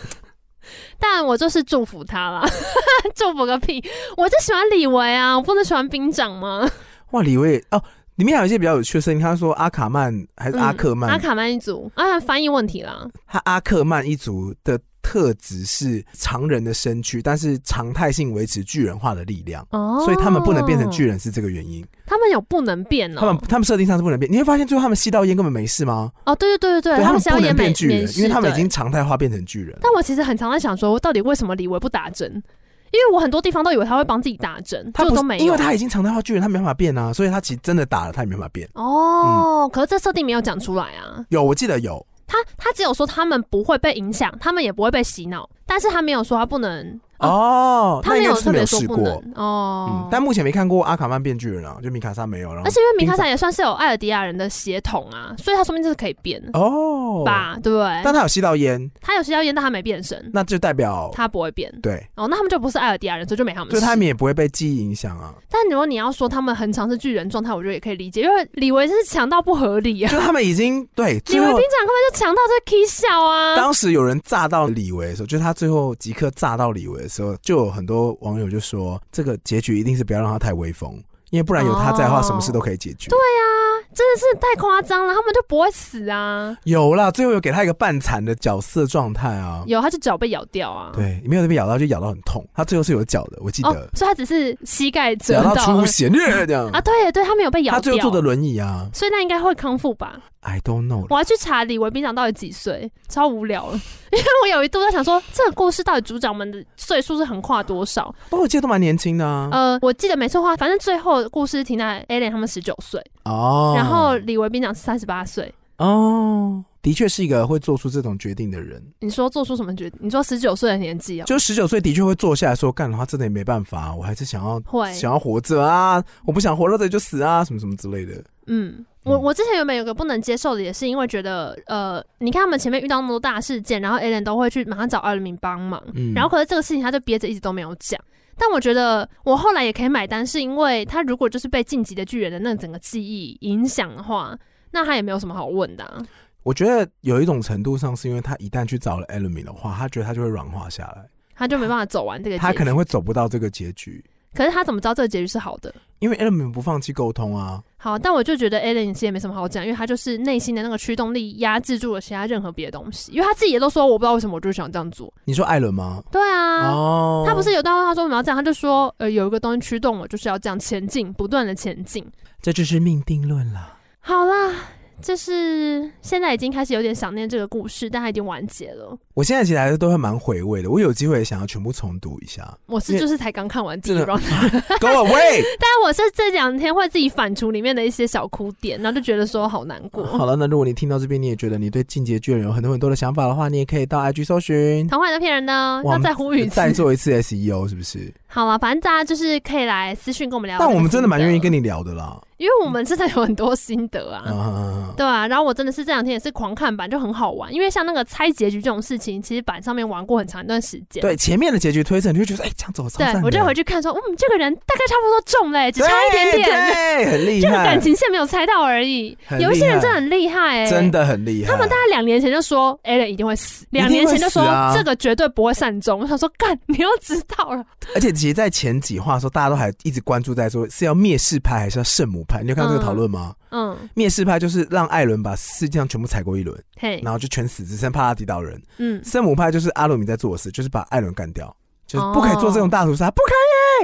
[SPEAKER 2] 但我就是祝福他啦， 祝福个屁！我就喜欢李维啊，我不能喜欢兵长吗？
[SPEAKER 1] 哇，李维哦，里面还有一些比较有趣的声音。他说阿卡曼还是阿克曼，
[SPEAKER 2] 嗯阿卡曼一族啊，翻译问题啦，
[SPEAKER 1] 他阿克曼一族的特质是常人的身躯，但是常态性维持巨人化的力量。
[SPEAKER 2] 哦，
[SPEAKER 1] 所以他们不能变成巨，人是这个原因，
[SPEAKER 2] 他们有不能变哦，
[SPEAKER 1] 他们他们设定上是不能变。你会发现最后他们吸到烟根本没事吗？
[SPEAKER 2] 哦，对对对对
[SPEAKER 1] 他
[SPEAKER 2] 们
[SPEAKER 1] 们不
[SPEAKER 2] 想要
[SPEAKER 1] 能
[SPEAKER 2] 演美
[SPEAKER 1] 变巨人，因为他们已。
[SPEAKER 2] 美
[SPEAKER 1] 经
[SPEAKER 2] 式对
[SPEAKER 1] 常态化变成巨人。
[SPEAKER 2] 但我其实很常在想说，到底为什么李维不打针？因为我很多地方都以为他会帮自己打针，
[SPEAKER 1] 他
[SPEAKER 2] 结
[SPEAKER 1] 不是
[SPEAKER 2] 果都没有，
[SPEAKER 1] 因为他已经常态化巨人，他没办法变啊，所以他其实真的打了，他也没办法变。嗯
[SPEAKER 2] 哦，可是这设定没有讲出来啊。
[SPEAKER 1] 有，我记得有，
[SPEAKER 2] 他他只有说他们不会被影响，他们也不会被洗脑，但是他没有说他不能
[SPEAKER 1] 哦，
[SPEAKER 2] 他
[SPEAKER 1] 那
[SPEAKER 2] 没
[SPEAKER 1] 应该
[SPEAKER 2] 有
[SPEAKER 1] 就是
[SPEAKER 2] 特
[SPEAKER 1] 没
[SPEAKER 2] 别
[SPEAKER 1] 有
[SPEAKER 2] 说
[SPEAKER 1] 试
[SPEAKER 2] 不
[SPEAKER 1] 过
[SPEAKER 2] 能。哦
[SPEAKER 1] 嗯，，但目前没看过阿卡曼变巨人啊，就米卡莎没有，然后
[SPEAKER 2] 而且因为米卡
[SPEAKER 1] 冰
[SPEAKER 2] 萨也算是有艾尔迪亚人的血统啊，所以他说明这是可以变
[SPEAKER 1] 哦，
[SPEAKER 2] 吧，对不对
[SPEAKER 1] 但？他有吸到烟，
[SPEAKER 2] 他有吸到烟，但他没变身，
[SPEAKER 1] 那就代表
[SPEAKER 2] 嗯他不会变。
[SPEAKER 1] 对，
[SPEAKER 2] 哦，那他们就不是艾尔迪亚人，所以就没他们
[SPEAKER 1] 就
[SPEAKER 2] 事。
[SPEAKER 1] 他们也不会被记忆影响啊，
[SPEAKER 2] 但如果你要说他们很常是巨人状态，我觉得也可以理解，因为李维真是强到不合理 啊！
[SPEAKER 1] 就他们已经对
[SPEAKER 2] 李
[SPEAKER 1] 最
[SPEAKER 2] 维
[SPEAKER 1] 后
[SPEAKER 2] 兵长根本就强到这 K 笑啊！
[SPEAKER 1] 当时有人炸到李维的时候，就是他最后即刻炸到李维的时候，就有很多网友就说，这个结局一定是不要让他太威风，因为不然有他在的话，
[SPEAKER 2] 哦
[SPEAKER 1] 什么事都可以解决。
[SPEAKER 2] 啊真的是太夸张了，他们就不会死啊！
[SPEAKER 1] 有啦，最后有给他一个半残的角色状态啊。
[SPEAKER 2] 有，他就脚被咬掉啊！
[SPEAKER 1] 对，没有被咬到就咬到很痛，他最后是有脚的，我记
[SPEAKER 2] 哦
[SPEAKER 1] 得，，
[SPEAKER 2] 所以他只是膝盖折
[SPEAKER 1] 咬到
[SPEAKER 2] 到
[SPEAKER 1] 出血这样。
[SPEAKER 2] 啊！对 对，他没有被咬
[SPEAKER 1] 他
[SPEAKER 2] 掉，
[SPEAKER 1] 最后坐的轮椅啊
[SPEAKER 2] 所以那应该会康复吧？
[SPEAKER 1] ，I don't know
[SPEAKER 2] 我要去查李维兵长到底几岁，超无聊了。 因为我有一度在想说，这个故事到底主角们的岁数是横跨多少？
[SPEAKER 1] 不过我记得都蛮年轻的啊。
[SPEAKER 2] 呃，我记得没错的话，反正最后故事停在 Alien 他们十九岁，
[SPEAKER 1] 哦，
[SPEAKER 2] 然后李维兵长三十八岁。
[SPEAKER 1] 哦，的确是一个会做出这种决定的人。
[SPEAKER 2] 你说做出什么决定？你说十九岁的年纪哦、
[SPEAKER 1] 就十九岁的确会坐下来说，干的话真的也没办法，我还是想要
[SPEAKER 2] 会，
[SPEAKER 1] 想要活着啊，我不想活到这里就死啊，什么什么之类的。
[SPEAKER 2] 嗯。我
[SPEAKER 1] 嗯
[SPEAKER 2] 我之前原本有个不能接受的，也是因为觉得，呃，你看他们前面遇到那么多大事件，然后 Alien 都会去马上找二零明帮忙，
[SPEAKER 1] 嗯
[SPEAKER 2] 然后可是这个事情他就憋着一直都没有讲。但我觉得我后来也可以买单，是因为他如果就是被晋级的巨人的那整个记忆影响的话，那他也没有什么好问的啊、
[SPEAKER 1] 我觉得有一种程度上是因为他一旦去找了 Elmi 的话，他觉得他就会软化下来，
[SPEAKER 2] 他就没办法走完这个结局。
[SPEAKER 1] 他可能会走不到这个结局，
[SPEAKER 2] 可是他怎么知道这个结局是好的？
[SPEAKER 1] 因为 Elmi 不放弃沟通啊。
[SPEAKER 2] 好，但我就觉得 Alien 其实也没什么好讲，因为他就是内心的那个驱动力压制住了其他任何别的东西，因为他自己也都说我不知道为什么我就想这样做。
[SPEAKER 1] 你说艾伦吗？
[SPEAKER 2] 对啊，
[SPEAKER 1] 哦，
[SPEAKER 2] 他不是有段话他说我们要这样，他就说呃有一个东西驱动我就是要这样前进，不断的前进。
[SPEAKER 1] 这就是命定论啦。
[SPEAKER 2] 好啦，就是现在已经开始有点想念这个故事，但它已经完结了。
[SPEAKER 1] 我现在其实还是都会蛮回味的，我有机会也想要全部重读一下。
[SPEAKER 2] 我是
[SPEAKER 1] 因为
[SPEAKER 2] 就是才刚看完第一
[SPEAKER 1] 真的
[SPEAKER 2] round，
[SPEAKER 1] Go away！
[SPEAKER 2] 但我是这两天会自己反刍里面的一些小哭点，然后就觉得说好难过。
[SPEAKER 1] 好了，那如果你听到这边，你也觉得你对《进阶巨人》有很多很多的想法的话，你也可以到 IG 搜寻。
[SPEAKER 2] 童话的骗人呢，
[SPEAKER 1] 哇
[SPEAKER 2] 要再呼吁一次
[SPEAKER 1] 再。做一次 SEO 是不是？
[SPEAKER 2] 好了，反正大家就是可以来私讯跟我们聊。
[SPEAKER 1] 但我们真的蛮愿意跟
[SPEAKER 2] 你，
[SPEAKER 1] 你聊的啦。
[SPEAKER 2] 因为我们真的有很多心得啊。
[SPEAKER 1] 嗯，
[SPEAKER 2] 对啊，然后我真的是这两天也是狂看版，就很好玩。因为像那个猜结局这种事情，其实版上面玩过很长一段时间。
[SPEAKER 1] 对，前面的结局推测，你就觉得哎，这样走超赞
[SPEAKER 2] 对
[SPEAKER 1] 的。
[SPEAKER 2] 我就回去看说，嗯，这个人大概差不多中嘞，只差一点
[SPEAKER 1] 对
[SPEAKER 2] 点。
[SPEAKER 1] 对，很厉
[SPEAKER 2] 这个
[SPEAKER 1] 害
[SPEAKER 2] 感，情线没有猜到而已。
[SPEAKER 1] 很厉害
[SPEAKER 2] 有一些人真的很厉害、欸，
[SPEAKER 1] 真。的很厉害。
[SPEAKER 2] 他们大概两年前就说 a l n 一定会死，两年前就说、
[SPEAKER 1] 一定会死啊
[SPEAKER 2] 这个绝对不会善终。我想说，干，你又知道了，
[SPEAKER 1] 而且其实，在前几话的时候，大家都还一直关注在说是要灭世派还是要圣母派。你有看到这个讨论吗？
[SPEAKER 2] 嗯，
[SPEAKER 1] 灭世派就是让艾伦把世界上全部踩过一轮，
[SPEAKER 2] 嘿，
[SPEAKER 1] 然后就全死，只剩帕拉迪岛人。
[SPEAKER 2] 嗯，
[SPEAKER 1] 圣母派就是阿鲁米在做的事，就是把艾伦干掉，就是不可以做这种大屠杀，不可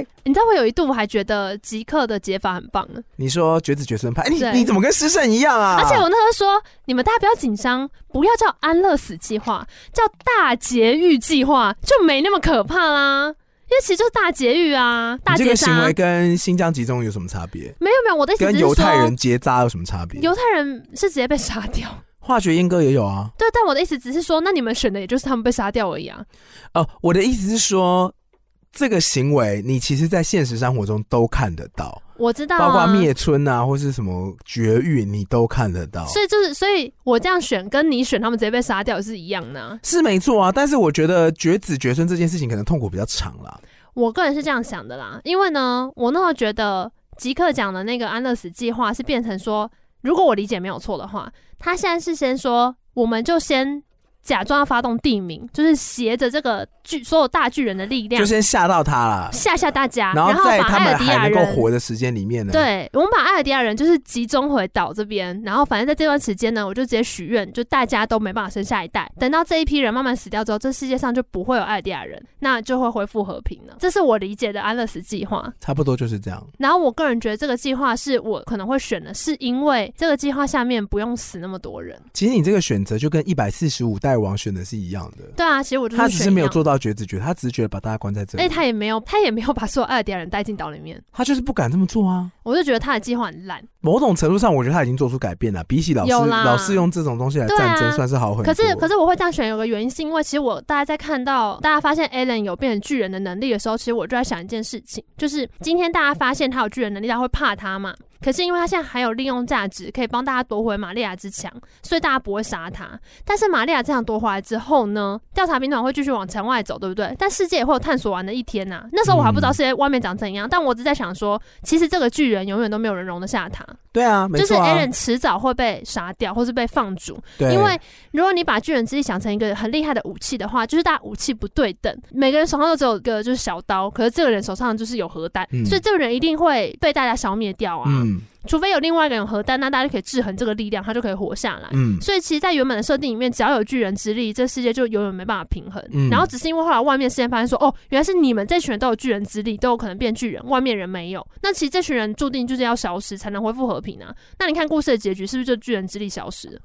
[SPEAKER 1] 以。
[SPEAKER 2] 你知道我有一度我还觉得极客的解法很棒呢，
[SPEAKER 1] 你说绝子绝孙派，哎
[SPEAKER 2] 对
[SPEAKER 1] 你你怎么跟师圣一样啊？
[SPEAKER 2] 而且我那时候说，你们大家不要紧张，不要叫安乐死计划，叫大劫狱计划就没那么可怕啦。因为其实就是大劫狱啊，大
[SPEAKER 1] 你这
[SPEAKER 2] 劫
[SPEAKER 1] 个
[SPEAKER 2] 杀。
[SPEAKER 1] 行为跟新疆集中有什么差别？
[SPEAKER 2] 没有没有，我的意思
[SPEAKER 1] 跟
[SPEAKER 2] 是
[SPEAKER 1] 犹
[SPEAKER 2] 说，
[SPEAKER 1] 太人结扎有什么差别？
[SPEAKER 2] 犹太人是直接被杀掉。
[SPEAKER 1] 化学阉割也有啊。
[SPEAKER 2] 对，但我的意思只是说，那你们选的也就是他们被杀掉而已啊。
[SPEAKER 1] 哦，我的意思是说，这个行为你其实，在现实生活中都看得到，
[SPEAKER 2] 我知道、啊，
[SPEAKER 1] 包括灭村啊，或是什么绝育，你都看得到，
[SPEAKER 2] 所以就是，所以我这样选跟你选他们直接被杀掉是一样的啊、
[SPEAKER 1] 是没错啊。但是我觉得绝子绝孙这件事情可能痛苦比较长啦。
[SPEAKER 2] 我个人是这样想的啦，因为呢，我那时候觉得吉克讲的那个安乐死计划是变成说，如果我理解没有错的话，他现在是先说，我们就先假装要发动地名，就是挟着这个巨所有大巨人的力量
[SPEAKER 1] 就。先吓到他啦。
[SPEAKER 2] 吓吓大家，
[SPEAKER 1] 然后在
[SPEAKER 2] 啊把
[SPEAKER 1] 他
[SPEAKER 2] 艾
[SPEAKER 1] 们
[SPEAKER 2] 尔迪亚
[SPEAKER 1] 还能够
[SPEAKER 2] 人
[SPEAKER 1] 活的时间里面呢，，
[SPEAKER 2] 对，我们把艾尔迪亚人就是集中回岛这边，然后反正在这段时间呢，我就直接许愿，就大家都没办法生下一代。等到这一批人慢慢死掉之后，这世界上就不会有艾尔迪亚人，那就会恢复和平了。这是我理解的安乐死计划。
[SPEAKER 1] 差不多就是这样。
[SPEAKER 2] 然后我个人觉得这个计划是我可能会选的，是因为这个计划下面不用死那么多人。
[SPEAKER 1] 其实你这个选择就跟一百四十五代代王选的是一样的，
[SPEAKER 2] 对啊，其实我就是
[SPEAKER 1] 他只
[SPEAKER 2] 选
[SPEAKER 1] 是没有
[SPEAKER 2] 一样，
[SPEAKER 1] 做到绝子绝，他只是觉得把大家关在这
[SPEAKER 2] 哎，
[SPEAKER 1] 里，
[SPEAKER 2] 他也没有，他也没有把所有爱尔迪亚人带进岛里面，
[SPEAKER 1] 他就是不敢这么做啊。
[SPEAKER 2] 我就觉得他的计划很烂。
[SPEAKER 1] 某种程度上，我觉得他已经做出改变了。比起老师
[SPEAKER 2] 有啦
[SPEAKER 1] 老师用这种东西来战
[SPEAKER 2] 对
[SPEAKER 1] 争，
[SPEAKER 2] 啊
[SPEAKER 1] 算是好很多。
[SPEAKER 2] 可是，可是我会这样选，有个原因是因为其实我大家在看到大家发现 Alan 有变成巨人的能力的时候，其实我就在想一件事情，就是今天大家发现他有巨人能力，大家会怕他嘛？可是因为他现在还有利用价值，可以帮大家夺回玛利亚之墙，所以大家不会杀他。但是玛利亚这样夺回来之后呢，调查兵团会继续往城外走，对不对？但世界也会有探索完的一天呐、那时候我还不
[SPEAKER 1] 嗯
[SPEAKER 2] 知道世界外面长怎样，但我只在想说，其实这个巨人永远都没有人容得下他，
[SPEAKER 1] 对啊，没
[SPEAKER 2] 就是
[SPEAKER 1] 错啊，
[SPEAKER 2] Alan 迟早会被杀掉，或是被放逐。
[SPEAKER 1] 对，
[SPEAKER 2] 因为如果你把巨人之力想成一个很厉害的武器的话，就是大家武器不对等，每个人手上都只有一个就是小刀，可是这个人手上就是有核弹，
[SPEAKER 1] 嗯
[SPEAKER 2] 所以这个人一定会被大家消灭掉啊。
[SPEAKER 1] 嗯
[SPEAKER 2] 除非有另外一个人有核弹，那大家就可以制衡这个力量，他就可以活下来。
[SPEAKER 1] 嗯，
[SPEAKER 2] 所以其实，在原本的设定里面，只要有巨人之力，这世界就永远没办法平衡。
[SPEAKER 1] 嗯
[SPEAKER 2] 然后只是因为后来外面世界发现说，哦，原来是你们这群人都有巨人之力，都有可能变巨人，外面人没有。那其实这群人注定就是要消失，才能恢复和平啊。那你看故事的结局是不是就巨人之力消失了？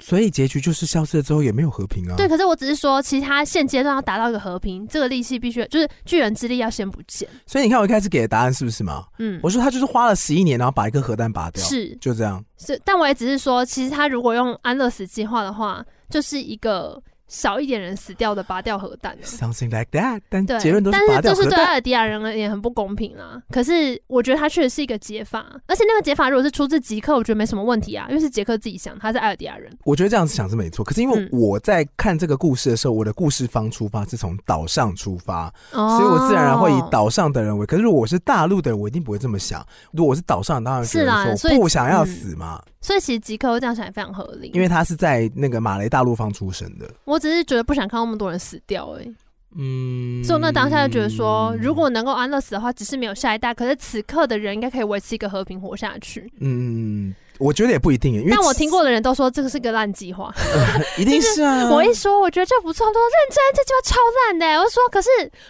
[SPEAKER 1] 所以结局就是消失了之后也没有和平啊。
[SPEAKER 2] 对，，可是我只是说，其实他现阶段要达到一个和平，这个力气必须就是巨人之力要先不见。
[SPEAKER 1] 所以你看我一开始给的答案是不是嘛？
[SPEAKER 2] 嗯，
[SPEAKER 1] 我说他就是花了十一年，然后把一颗核弹拔掉，
[SPEAKER 2] 是
[SPEAKER 1] 就这样。
[SPEAKER 2] 是，但我也只是说，其实他如果用安乐死计划的话，就是一个少一点人死掉的拔掉核弹啊。
[SPEAKER 1] Something like that，但
[SPEAKER 2] 对，
[SPEAKER 1] 结论都
[SPEAKER 2] 但
[SPEAKER 1] 拔
[SPEAKER 2] 是
[SPEAKER 1] 掉
[SPEAKER 2] 就是
[SPEAKER 1] 核
[SPEAKER 2] 对啊
[SPEAKER 1] 弹。
[SPEAKER 2] 艾尔迪亚人而言很不公平啦。可是我觉得他确实是一个解法，而且那个解法如果是出自捷克，我觉得没什么问题啊，因为是捷克自己想，他是艾尔迪亚人。
[SPEAKER 1] 我觉得这样子想是没错，可是因为
[SPEAKER 2] 嗯
[SPEAKER 1] 我在看这个故事的时候，我的故事方出发是从岛上出发，
[SPEAKER 2] 哦
[SPEAKER 1] 所以我自然而然会以岛上的人为。可是如果我是大陆的人，我一定不会这么想。如果我是岛上人，当然觉
[SPEAKER 2] 是
[SPEAKER 1] 得
[SPEAKER 2] 啦
[SPEAKER 1] 说
[SPEAKER 2] 所
[SPEAKER 1] 我
[SPEAKER 2] 以嗯
[SPEAKER 1] 不想要死嘛，
[SPEAKER 2] 所以其实捷克会这样想也非常合理。
[SPEAKER 1] 因为他是在那个马来大陆方出生的。
[SPEAKER 2] 我只是觉得不想看到那么多人死掉而已。
[SPEAKER 1] 嗯，
[SPEAKER 2] 所以我那当下就觉得说，如果能够安乐死的话，只是没有下一代，可是此刻的人应该可以维持一个和平活下去。
[SPEAKER 1] 嗯，我觉得也不一定，因为
[SPEAKER 2] 但我听过的人都说这个是个烂计划。
[SPEAKER 1] 一定是啊，
[SPEAKER 2] 我一说我觉得这不错，他们都说认真，这计划超烂的欸、我就说可是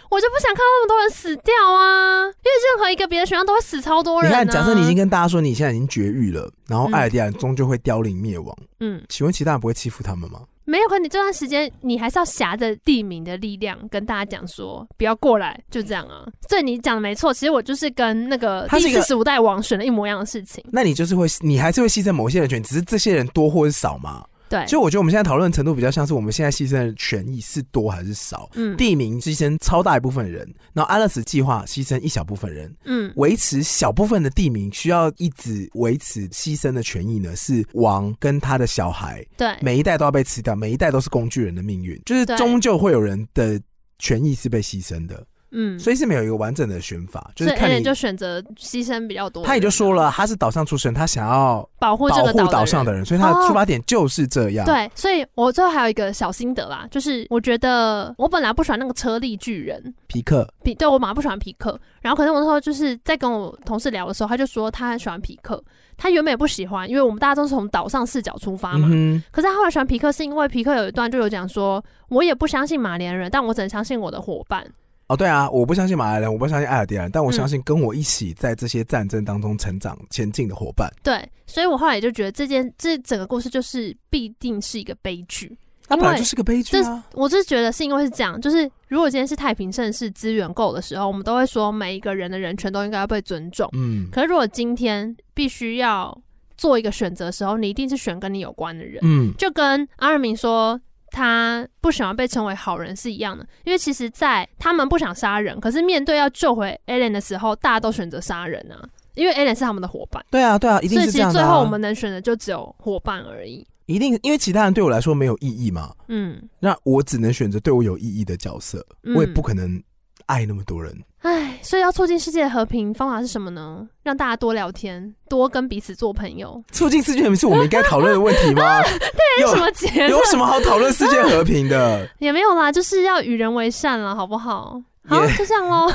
[SPEAKER 2] 我就不想看到那么多人死掉啊，因为任何一个别的选项都会死超多
[SPEAKER 1] 你
[SPEAKER 2] 人、啊。
[SPEAKER 1] 看，假设你已经跟大家说你现在已经绝育了，然后
[SPEAKER 2] 嗯
[SPEAKER 1] 艾尔迪亚人终究会凋零灭亡，
[SPEAKER 2] 嗯
[SPEAKER 1] 请问其他人不会欺负他们吗？
[SPEAKER 2] 没有，可你这段时间你还是要挟着地名的力量跟大家讲说不要过来，就这样啊。所以你讲的没错，其实我就是跟那个
[SPEAKER 1] 他
[SPEAKER 2] 第
[SPEAKER 1] 是一个
[SPEAKER 2] 四十五代王选的一模一样的事情。
[SPEAKER 1] 那你就是会，你还是会牺牲某些人权，只是这些人多或是少嘛。
[SPEAKER 2] 对，
[SPEAKER 1] 就我觉得我们现在讨论的程度比较像是我们现在牺牲的权益是多还是少。
[SPEAKER 2] 嗯
[SPEAKER 1] 地名牺牲超大一部分人，然后安乐死计划牺牲一小部分人，
[SPEAKER 2] 嗯
[SPEAKER 1] 维持小部分的地名需要一直维持牺牲的权益呢？是王跟他的小孩，
[SPEAKER 2] 对。
[SPEAKER 1] 每一代都要被吃掉，每一代都是工具人的命运，就是
[SPEAKER 2] 对
[SPEAKER 1] 终究会有人的权益是被牺牲的，
[SPEAKER 2] 嗯，
[SPEAKER 1] 所以是没有一个完整的选法，就
[SPEAKER 2] 所以
[SPEAKER 1] 是
[SPEAKER 2] a
[SPEAKER 1] 看
[SPEAKER 2] l
[SPEAKER 1] 你
[SPEAKER 2] 就。选择牺牲比较多。
[SPEAKER 1] 他也就说了，他是岛上出生，他想要
[SPEAKER 2] 保护这
[SPEAKER 1] 保
[SPEAKER 2] 个
[SPEAKER 1] 护
[SPEAKER 2] 岛
[SPEAKER 1] 岛上
[SPEAKER 2] 的
[SPEAKER 1] 的人，
[SPEAKER 2] 人。
[SPEAKER 1] 啊所以他的
[SPEAKER 2] 哦
[SPEAKER 1] 出发点就是这样。，
[SPEAKER 2] 对，所以我最后还有一个小心得啦，就是我觉得我本来不喜欢那个车力巨人，
[SPEAKER 1] 皮克，
[SPEAKER 2] 皮对我蛮不喜欢皮克。然后可能我那时候就是在跟我同事聊的时候，他就说他很喜欢皮克，他原本也不喜欢，因为我们大家都是从岛上视角出发
[SPEAKER 1] 嗯
[SPEAKER 2] 嘛。
[SPEAKER 1] 哼，
[SPEAKER 2] 可是他后来喜欢皮克，是因为皮克有一段就有讲说，我也不相信马连人，但我只能相信我的伙伴。
[SPEAKER 1] 哦，对啊，我不相信马来人，我不相信艾尔迪亚人，但我
[SPEAKER 2] 嗯
[SPEAKER 1] 相信跟我一起在这些战争当中成长前进的伙伴。
[SPEAKER 2] 对，所以我后来也就觉得这件这整个故事就是必定是一个悲剧。
[SPEAKER 1] 那
[SPEAKER 2] 因
[SPEAKER 1] 本来
[SPEAKER 2] 为
[SPEAKER 1] 就是个悲剧
[SPEAKER 2] 这
[SPEAKER 1] 啊！
[SPEAKER 2] 我就是觉得是因为是这样，就是如果今天是太平盛世资源够的时候，我们都会说每一个人的人权都应该要被尊重。
[SPEAKER 1] 嗯
[SPEAKER 2] 可是如果今天必须要做一个选择的时候，你一定是选跟你有关的人，
[SPEAKER 1] 嗯，
[SPEAKER 2] 就跟阿尔明说。他不喜欢被称为好人是一样的，因为其实，在他们不想杀人，可是面对要救回 Allen 的时候，大家都选择杀人啊，因为 Allen 是他们的伙伴，
[SPEAKER 1] 对啊，对啊，一定
[SPEAKER 2] 所以
[SPEAKER 1] 是这
[SPEAKER 2] 其实
[SPEAKER 1] 样的、
[SPEAKER 2] 最
[SPEAKER 1] 啊。
[SPEAKER 2] 后我们能选的就只有伙伴而已。
[SPEAKER 1] 一定，因为其他人对我来说没有意义嘛，
[SPEAKER 2] 嗯，
[SPEAKER 1] 那我只能选择对我有意义的角色，
[SPEAKER 2] 嗯
[SPEAKER 1] 我也不可能爱那么多人。
[SPEAKER 2] 唉，所以要促进世界的和平方法是什么呢？让大家多聊天，多跟彼此做朋友。
[SPEAKER 1] 促进世界和平是我们应该讨论的问题 吗？ 有啊
[SPEAKER 2] 啊什么结
[SPEAKER 1] 有
[SPEAKER 2] 论？
[SPEAKER 1] 什么好讨论世界和平的？
[SPEAKER 2] 也没有啦，就是要与人为善了，好不好？好
[SPEAKER 1] Yeah
[SPEAKER 2] 就这样 喽。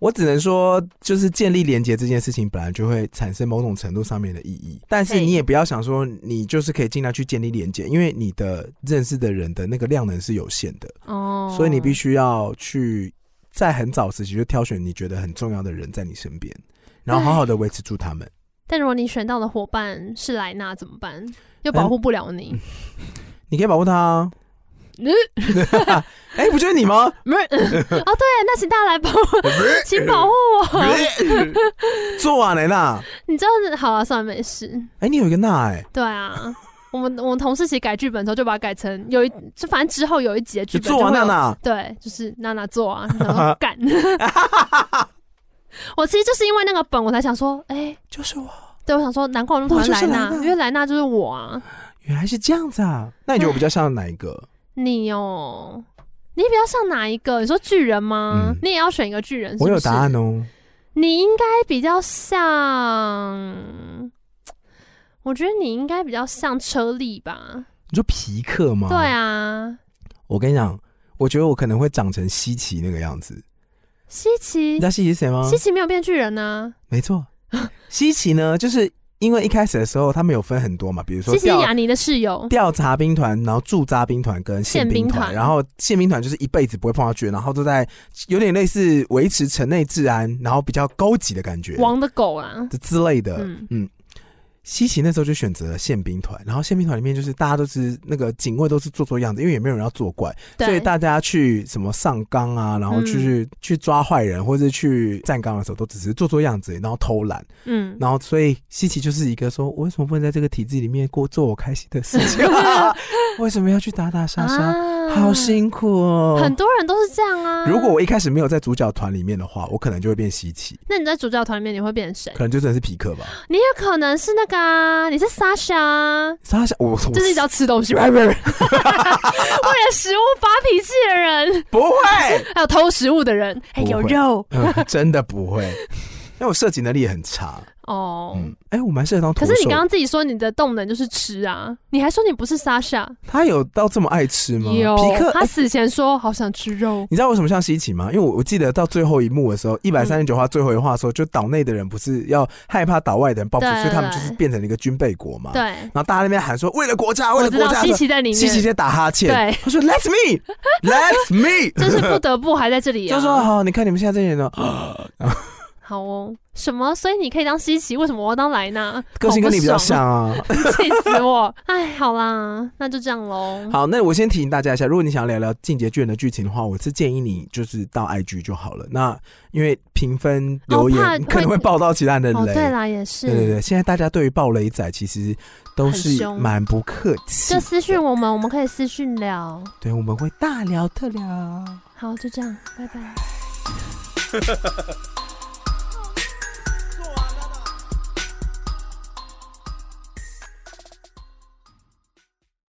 [SPEAKER 1] 我只能说，就是建立连接这件事情本来就会产生某种程度上面的意义，但是
[SPEAKER 2] 对
[SPEAKER 1] 你也不要想说你就是可以尽量去建立连接，因为你的认识的人的那个量能是有限的，
[SPEAKER 2] 哦，
[SPEAKER 1] 所以你必
[SPEAKER 2] 须
[SPEAKER 1] 须要去在很早时期就挑选你觉得很重要的人在你身边，然后好好的维持住他们。嗯
[SPEAKER 2] 但如果你选到的伙伴是莱纳怎么办？又保护不了你。
[SPEAKER 1] 你可以保护他、啊。
[SPEAKER 2] 嗯
[SPEAKER 1] 哎、不就是你吗？
[SPEAKER 2] 不是，嗯哦，对，那请大家来保护，请保护我。
[SPEAKER 1] 做啊，奶娜。
[SPEAKER 2] 你知道，好啊了，算了，没事。
[SPEAKER 1] 哎、你有一个娜哎、
[SPEAKER 2] 对啊，我们我们同事其实改剧本的时候就把它改成有一，就反正之后有一集的剧
[SPEAKER 1] 就
[SPEAKER 2] 本
[SPEAKER 1] 做啊，
[SPEAKER 2] 就会
[SPEAKER 1] 娜
[SPEAKER 2] 有
[SPEAKER 1] 娜。
[SPEAKER 2] 对，就是娜娜做啊，然 后干。 我其实就是因为那个本，我才想说，哎、
[SPEAKER 1] 就是我，
[SPEAKER 2] 对我想说，难怪我那么讨厌莱
[SPEAKER 1] 哦我就是莱
[SPEAKER 2] 纳，
[SPEAKER 1] 纳
[SPEAKER 2] 因为莱纳就是我啊。
[SPEAKER 1] 原来是这样子啊。那你觉得我比较像哪一个？
[SPEAKER 2] 你哦，你比较像哪一个？你说巨人吗？
[SPEAKER 1] 嗯
[SPEAKER 2] 你也要选一个巨人是不
[SPEAKER 1] 我
[SPEAKER 2] 是
[SPEAKER 1] 有答案哦。
[SPEAKER 2] 你应该比较像，我觉得你应该比较像车力吧？
[SPEAKER 1] 你说皮克吗？
[SPEAKER 2] 对。啊，
[SPEAKER 1] 我跟你讲，我觉得我可能会长成西奇那个样子。
[SPEAKER 2] 西
[SPEAKER 1] 你
[SPEAKER 2] 奇
[SPEAKER 1] 知，道西奇是谁吗？
[SPEAKER 2] 西奇没有变巨人啊呢、
[SPEAKER 1] 没 错，西奇呢，就是因为一开始的时候他们有分很多嘛，比如说
[SPEAKER 2] 西奇是
[SPEAKER 1] 调
[SPEAKER 2] 雅尼的室友，
[SPEAKER 1] 调查兵团，然后驻扎兵团跟宪兵
[SPEAKER 2] 宪兵
[SPEAKER 1] 团，
[SPEAKER 2] 团
[SPEAKER 1] 然后宪兵团就是一辈子不会碰到军，然后都在有点类似维持城内治安，然后比较高级的感觉，
[SPEAKER 2] 王的狗啊。
[SPEAKER 1] 这之类的。
[SPEAKER 2] 嗯
[SPEAKER 1] 西奇那时候就选择了宪兵团，然后宪兵团里面就是大家都是那个警卫都是做做样子，因为也没有人要作怪，所以
[SPEAKER 2] 对，嗯
[SPEAKER 1] 大家去什么上纲啊，然后去、去抓坏人或者去站岗的时候，都只是做做样子，然后偷懒，
[SPEAKER 2] 嗯，
[SPEAKER 1] 然后所以西奇就是一个说，我为什么不能在这个体制里面过做我开心的事 情？为什么要去打打杀杀？
[SPEAKER 2] 啊
[SPEAKER 1] 好辛苦哦
[SPEAKER 2] 很！多人都是这样啊。
[SPEAKER 1] 如果我一开始没有在主角团里面的话，我可能就会变西奇，
[SPEAKER 2] 那你在主角团里面你会变成谁
[SPEAKER 1] 可？能就真的是皮克吧。
[SPEAKER 2] 你也可能是那个啊，你是 Sasha，啊
[SPEAKER 1] 他想我我
[SPEAKER 2] 就是一直要吃 东西，为了食物发脾气的人，
[SPEAKER 1] 不会，
[SPEAKER 2] 还有偷食物的人，还有
[SPEAKER 1] 不会
[SPEAKER 2] 肉
[SPEAKER 1] 嗯 真的不会。因为我射击能力也很差，
[SPEAKER 2] 哦。
[SPEAKER 1] 嗯，哎、我蛮适合当
[SPEAKER 2] 可
[SPEAKER 1] 徒手。
[SPEAKER 2] 是你刚刚自己说你的动能就是吃啊，你还说你不是 Sasha，
[SPEAKER 1] 他有到这么爱吃吗？
[SPEAKER 2] 有
[SPEAKER 1] 皮克，
[SPEAKER 2] 他死前说好想吃肉，
[SPEAKER 1] 你知道为什么像西奇吗？因为我我记得到最后一幕的时候，一百三十九话最后一话的时候，就岛内的人不是要害怕岛外的人报复，
[SPEAKER 2] 对
[SPEAKER 1] 所以他们就
[SPEAKER 2] 对
[SPEAKER 1] 是变成了一个军备国嘛。。
[SPEAKER 2] 对，
[SPEAKER 1] 然后大家那边喊说为了国家，哦为
[SPEAKER 2] 我
[SPEAKER 1] 了
[SPEAKER 2] 知
[SPEAKER 1] 国
[SPEAKER 2] 道
[SPEAKER 1] 家。
[SPEAKER 2] 西奇在里
[SPEAKER 1] 西奇
[SPEAKER 2] 面，
[SPEAKER 1] 在打哈欠，
[SPEAKER 2] 对，
[SPEAKER 1] 他说 Let's me，Let's me，
[SPEAKER 2] 就是 不得不还在这里啊。
[SPEAKER 1] 就说好，你看你们现在这些人哦呢，
[SPEAKER 2] 好哦，什么？所以你可以当西奇，为什么我要当莱纳？
[SPEAKER 1] 个性跟你比较像
[SPEAKER 2] 好
[SPEAKER 1] 啊。
[SPEAKER 2] 不爽， 气死我！哎，好啦，那就这样喽。
[SPEAKER 1] 好，那我先提醒大家一下，如果你想要聊聊《进阶巨人》的剧情的话，我是建议你就是到 IG 就好了。那因为评分留
[SPEAKER 2] 哦怕
[SPEAKER 1] 言可能会
[SPEAKER 2] 会
[SPEAKER 1] 爆到其他人的
[SPEAKER 2] 哦，
[SPEAKER 1] 雷，
[SPEAKER 2] 对啦，也是，
[SPEAKER 1] 对对对，现在大家对于暴雷仔其实都
[SPEAKER 2] 很
[SPEAKER 1] 是
[SPEAKER 2] 凶
[SPEAKER 1] 蛮不客气
[SPEAKER 2] 就，私讯我们，我们可以私讯聊。
[SPEAKER 1] 对，我们会大聊特聊。
[SPEAKER 2] 好，就这样，拜拜。